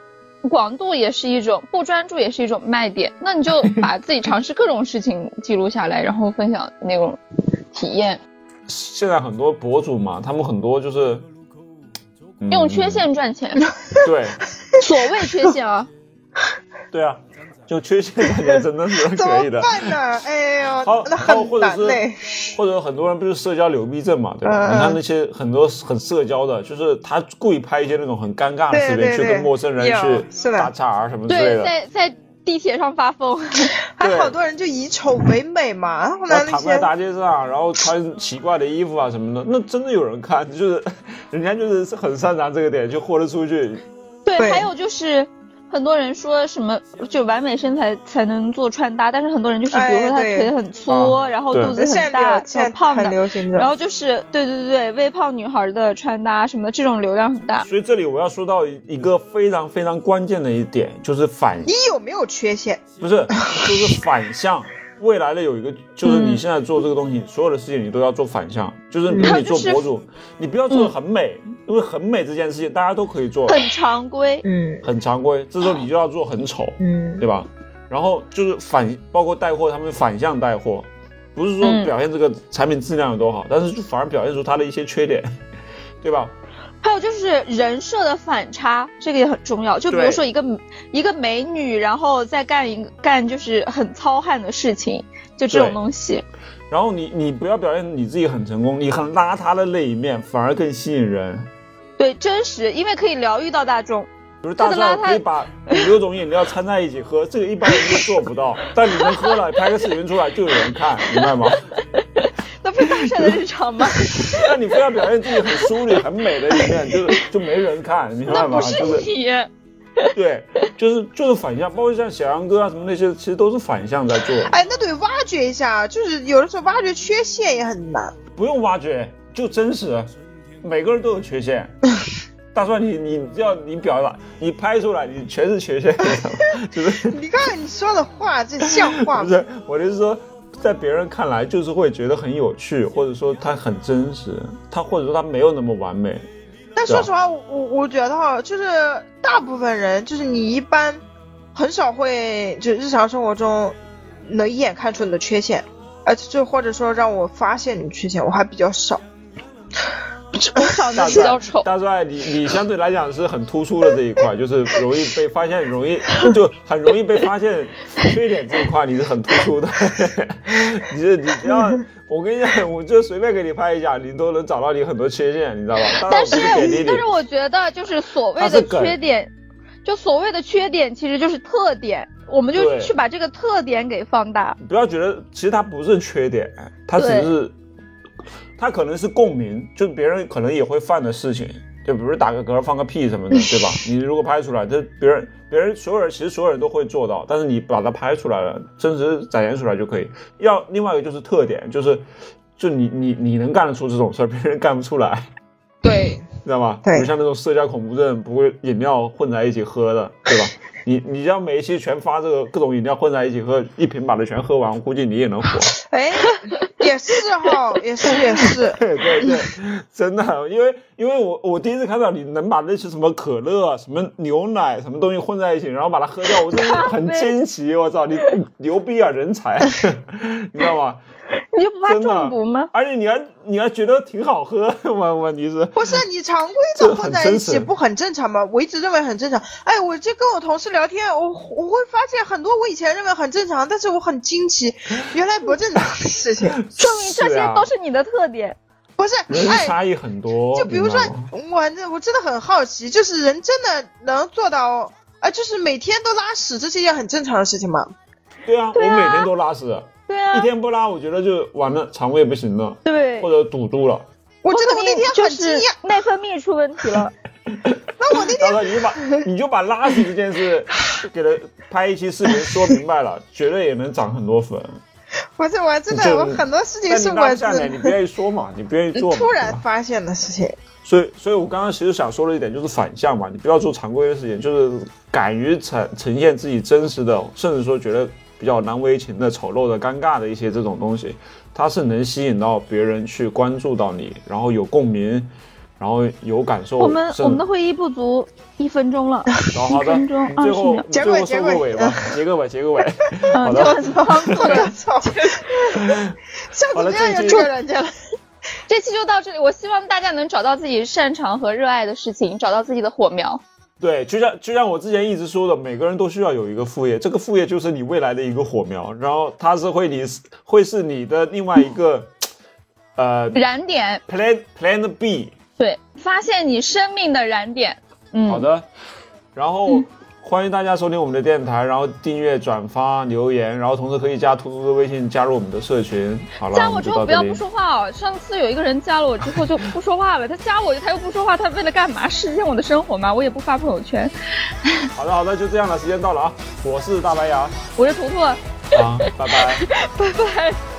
Speaker 3: 广度也是一种，不专注也是一种卖点。那你 就把自己尝试各种事情记录下来，然后分享那种体验，
Speaker 2: 现在很多博主嘛，他们很多就是、嗯
Speaker 3: 用缺陷赚钱。
Speaker 4: 嗯
Speaker 2: 对
Speaker 3: 所谓缺 陷啊，
Speaker 2: 对啊，就缺陷感觉真的是
Speaker 4: 怎
Speaker 2: 可以
Speaker 4: 么
Speaker 2: 的。
Speaker 4: 办呢？哎呦
Speaker 2: 好，，
Speaker 4: 那
Speaker 2: 好
Speaker 4: 很
Speaker 2: 或者
Speaker 4: 难
Speaker 2: 是
Speaker 4: 嘞。
Speaker 2: 或者很多人不是社交流逼症嘛，对吧？
Speaker 4: 嗯嗯
Speaker 2: 你看那些很多很社交的，就是他故意拍一些那种很尴尬的
Speaker 4: 对
Speaker 2: 视频，去
Speaker 4: 对对
Speaker 2: 跟陌生人
Speaker 4: 有
Speaker 2: 去
Speaker 4: 是的
Speaker 2: 打岔啊什么之类
Speaker 3: 对，
Speaker 2: 的。
Speaker 3: 在在地铁上发疯，
Speaker 4: 还
Speaker 2: 对
Speaker 4: 好多人就以丑为美嘛，后
Speaker 2: 然
Speaker 4: 来
Speaker 2: 后
Speaker 4: 那
Speaker 2: 躺在
Speaker 4: 些
Speaker 2: 大街上，然后穿奇怪的衣服啊什么的，那真的有人看，就是 人家就是很擅长这个点，就豁得出去。
Speaker 3: 对，
Speaker 4: 对
Speaker 3: 还有就是。很多人说什么就完美身材才能做穿搭，但是很多人就是，比如说他
Speaker 4: 哎对
Speaker 3: 腿很粗，
Speaker 2: 啊
Speaker 3: 然后
Speaker 2: 对
Speaker 3: 肚子
Speaker 4: 现在
Speaker 3: 很
Speaker 4: 流
Speaker 3: 大，
Speaker 4: 现在
Speaker 3: 很胖
Speaker 4: 很
Speaker 3: 的，
Speaker 4: 流行这
Speaker 3: 然
Speaker 4: 种，
Speaker 3: 后就是对对对对，微胖女孩的穿搭什么的，这种流量很大。
Speaker 2: 所以这里我要说到一个非常非常关键的一点，就是反
Speaker 4: 你有没有缺陷？
Speaker 2: 不是就是反向。未来的有一个，就是你现在做这个东西，所有的事情你都要做反向，就是比如
Speaker 3: 它
Speaker 2: 你
Speaker 3: 嗯就
Speaker 2: 做
Speaker 3: 是
Speaker 2: 博主，你不要做的很美，因为很美这件事情大家都可以做，
Speaker 3: 很常规，
Speaker 4: 嗯
Speaker 2: 很常规。这时候你就要做很丑，
Speaker 4: 嗯，
Speaker 2: 对吧？然后就是反，包括带货，他们反向带货，不是说
Speaker 3: 嗯
Speaker 2: 表现这个产品质量有多好，但是就反而表现出它的一些缺点， 对吧？
Speaker 3: 还有就是人设的反差，这个也很重要。就比
Speaker 2: 对
Speaker 3: 如说一个一个美女，然后再干一个干就是很糙汉的事情，就这
Speaker 2: 对
Speaker 3: 种东西。
Speaker 2: 然后你你不要表现你自己很成功，你很邋遢的那一面反而更吸引人。
Speaker 3: 对，真实，因为可以疗愈到大众。
Speaker 2: 比如大
Speaker 3: 这个邋
Speaker 2: 帅
Speaker 3: 遢
Speaker 2: 可以把五六种饮料掺在一起喝，这个一般人是做不到， 但你能喝了，拍个视频出来就有人看，明白吗？
Speaker 3: 那不是大帅的日常吗？
Speaker 2: 但你非要表现自己很淑女、很美的一面，就是就没人看，明白
Speaker 3: 那
Speaker 2: 吗？
Speaker 3: 不
Speaker 2: 就是是
Speaker 3: 你。
Speaker 2: 对，就是就是反向，包括像小杨哥啊什么那些，其实都是反向在做，
Speaker 4: 哎，那得挖掘一下，就是有的时候挖掘缺陷也很难。
Speaker 2: 不用挖掘，就真实，每个人都有缺陷。大壮，你你要你表达，你拍出来，你全是缺陷， 就是
Speaker 4: 你看你说的话，这像话
Speaker 2: 不
Speaker 4: 吗？
Speaker 2: 是？我的意思是说，在别人看来就是会觉得很有趣，或者说他很真实，他或者说他没有那么完美。
Speaker 4: 但说实话，我我我觉得哈，就是大部分人，就是你一般很少会就日常生活中能一眼看出你的缺陷，而且就或者说让我发现你的缺陷，我还比较少。
Speaker 2: 大
Speaker 3: 比较丑
Speaker 2: 帅，大帅，你你相对来讲是很突出的这一块，就是容易被发现，容易就很容易被发现缺点这一块，你是很突出的。 你是你只要，我跟你讲，我就随便给你拍一下，你都能找到你很多缺陷，你知道吧？当然我不
Speaker 3: 但是
Speaker 2: 是贬低你
Speaker 3: 但，是我觉得就是所谓
Speaker 2: 它是
Speaker 3: 的
Speaker 2: 梗
Speaker 3: 缺点，就所谓的缺点其实就是特点，我们就
Speaker 2: 对
Speaker 3: 去把这个特点给放大。
Speaker 2: 不要觉得其实它不是缺点，它只
Speaker 3: 对
Speaker 2: 是它可能是共鸣，就别人可能也会犯的事情。就比如打个嗝、放个屁什么的，对吧？你如果拍出来，这别人、别人所有人其实所有人都会做到，但是你把它拍出来了，真实展现出来就可以。要另外一个就是特点，就是就你你你能干得出这种事儿，别人干不出来，
Speaker 4: 对，
Speaker 2: 知道吧？
Speaker 4: 对
Speaker 2: 不像那种社交恐怖症，不会饮料混在一起喝的， 对吧？你你要每一期全发这个各种饮料混在一起喝，一瓶把它全喝完，我估计你也能 火。
Speaker 4: 哎，也是哈，也是也是，
Speaker 2: 对对对，真的，因为因为我我第一次看到你能把那些什么可乐、啊什么牛奶、什么东西混在一起，然后把它喝掉，我真的 很惊奇，我操，你你牛逼啊，人才，你知道吗？
Speaker 8: 你就不怕
Speaker 2: 真的
Speaker 8: 中毒吗？
Speaker 2: 而且你还你还觉得挺好喝，问问题是，
Speaker 4: 不是你常规的混在一
Speaker 2: 嗯这很真实
Speaker 4: 起不很正常吗？我一直认为很正常。哎，我这跟我同事聊天，我我会发现很多我以前认为很正常，但是我很 惊奇，原来不正常的事情。
Speaker 8: 说明这
Speaker 2: 是
Speaker 8: 些
Speaker 2: 啊
Speaker 8: 都是你的特点。
Speaker 4: 不是，
Speaker 2: 人
Speaker 4: 哎，
Speaker 2: 差异很多，
Speaker 4: 就比如
Speaker 2: 明
Speaker 4: 说
Speaker 2: 白吗，
Speaker 4: 我那我真的很好奇，就是人真的能做到，呃，就是每天都拉屎，这是一件很正常的事情吗？
Speaker 2: 对啊，我每天都拉屎，
Speaker 8: 对啊
Speaker 2: 一，天不拉，我觉得就完了，肠胃不行了，
Speaker 8: 对
Speaker 2: 或，者堵住了。
Speaker 4: 我真的我
Speaker 8: 说
Speaker 4: 那
Speaker 8: 明
Speaker 4: 天
Speaker 8: 就
Speaker 4: 很惊
Speaker 8: 是
Speaker 4: 讶，
Speaker 8: 内分泌出问 题了。
Speaker 4: 那我那
Speaker 2: 大哥，
Speaker 4: 天
Speaker 2: 你就 把你就把拉屎这件事给他拍一期视频说明白了，绝对也能涨很多粉。
Speaker 4: 不是我真
Speaker 2: 你
Speaker 4: 的
Speaker 2: 就
Speaker 4: 我很多事情
Speaker 2: 但你
Speaker 4: 是
Speaker 2: 拉
Speaker 4: 我
Speaker 2: 不下来，你不
Speaker 4: 是
Speaker 2: 愿意说嘛，你不愿意做嘛。
Speaker 4: 突
Speaker 2: 对
Speaker 4: 然
Speaker 2: 吧
Speaker 4: 发现的事情。
Speaker 2: 所以，所以我刚刚其实想说的一点就是反向嘛，你不要做常规的事情，就是敢于呈呈现自己真实的，甚至说觉得比较难为情的、丑陋的、尴尬的一些这种东西，它是能吸引到别人去关注到你，然后有共鸣，然后有感受。
Speaker 8: 我们
Speaker 2: 甚
Speaker 8: 我们的会议不足一分钟 了，
Speaker 2: 好好的，
Speaker 8: 分钟
Speaker 2: 你最后
Speaker 8: 20秒
Speaker 2: 你最后
Speaker 4: 结
Speaker 2: 收
Speaker 4: 尾
Speaker 2: 个尾吧，结个尾，结个尾。好
Speaker 8: 嗯，就
Speaker 2: 的，
Speaker 8: 很方 便。
Speaker 4: 我操！像
Speaker 2: 好
Speaker 4: 你
Speaker 2: 了
Speaker 4: 这样
Speaker 2: 这
Speaker 4: 就
Speaker 2: 期
Speaker 4: 追人家了。
Speaker 3: 这期就到这里，我希望大家能找到自己擅长和热爱的事情，找到自己的火苗。
Speaker 2: 对，就像就像我之前一直说的，每个人都需要有一个副业，这个副业就是你未来的一个火苗，然后它是会你会是你的另外一个呃
Speaker 3: 燃点，
Speaker 2: plan plan B。
Speaker 3: 对，发现你生命的燃点。嗯，
Speaker 2: 好的，然后欢迎大家收听我们的电台，然后订阅、转发、留言，然后同时可以加图图的微信加入我们的社群。好了，
Speaker 3: 加
Speaker 2: 我
Speaker 3: 我
Speaker 2: 们
Speaker 3: 之
Speaker 2: 就到
Speaker 3: 后不
Speaker 2: 这
Speaker 3: 要不
Speaker 2: 里。
Speaker 3: 说话哦。上次有一个人加了我之后就不说话了，他加我他又不说话，他为了干嘛？实现我的生活吗？我也不发朋友圈。
Speaker 2: 好的，好的，就这 样了，时间到了啊！我是大白牙
Speaker 3: 我是图图，
Speaker 2: 啊，拜拜。
Speaker 3: 拜拜。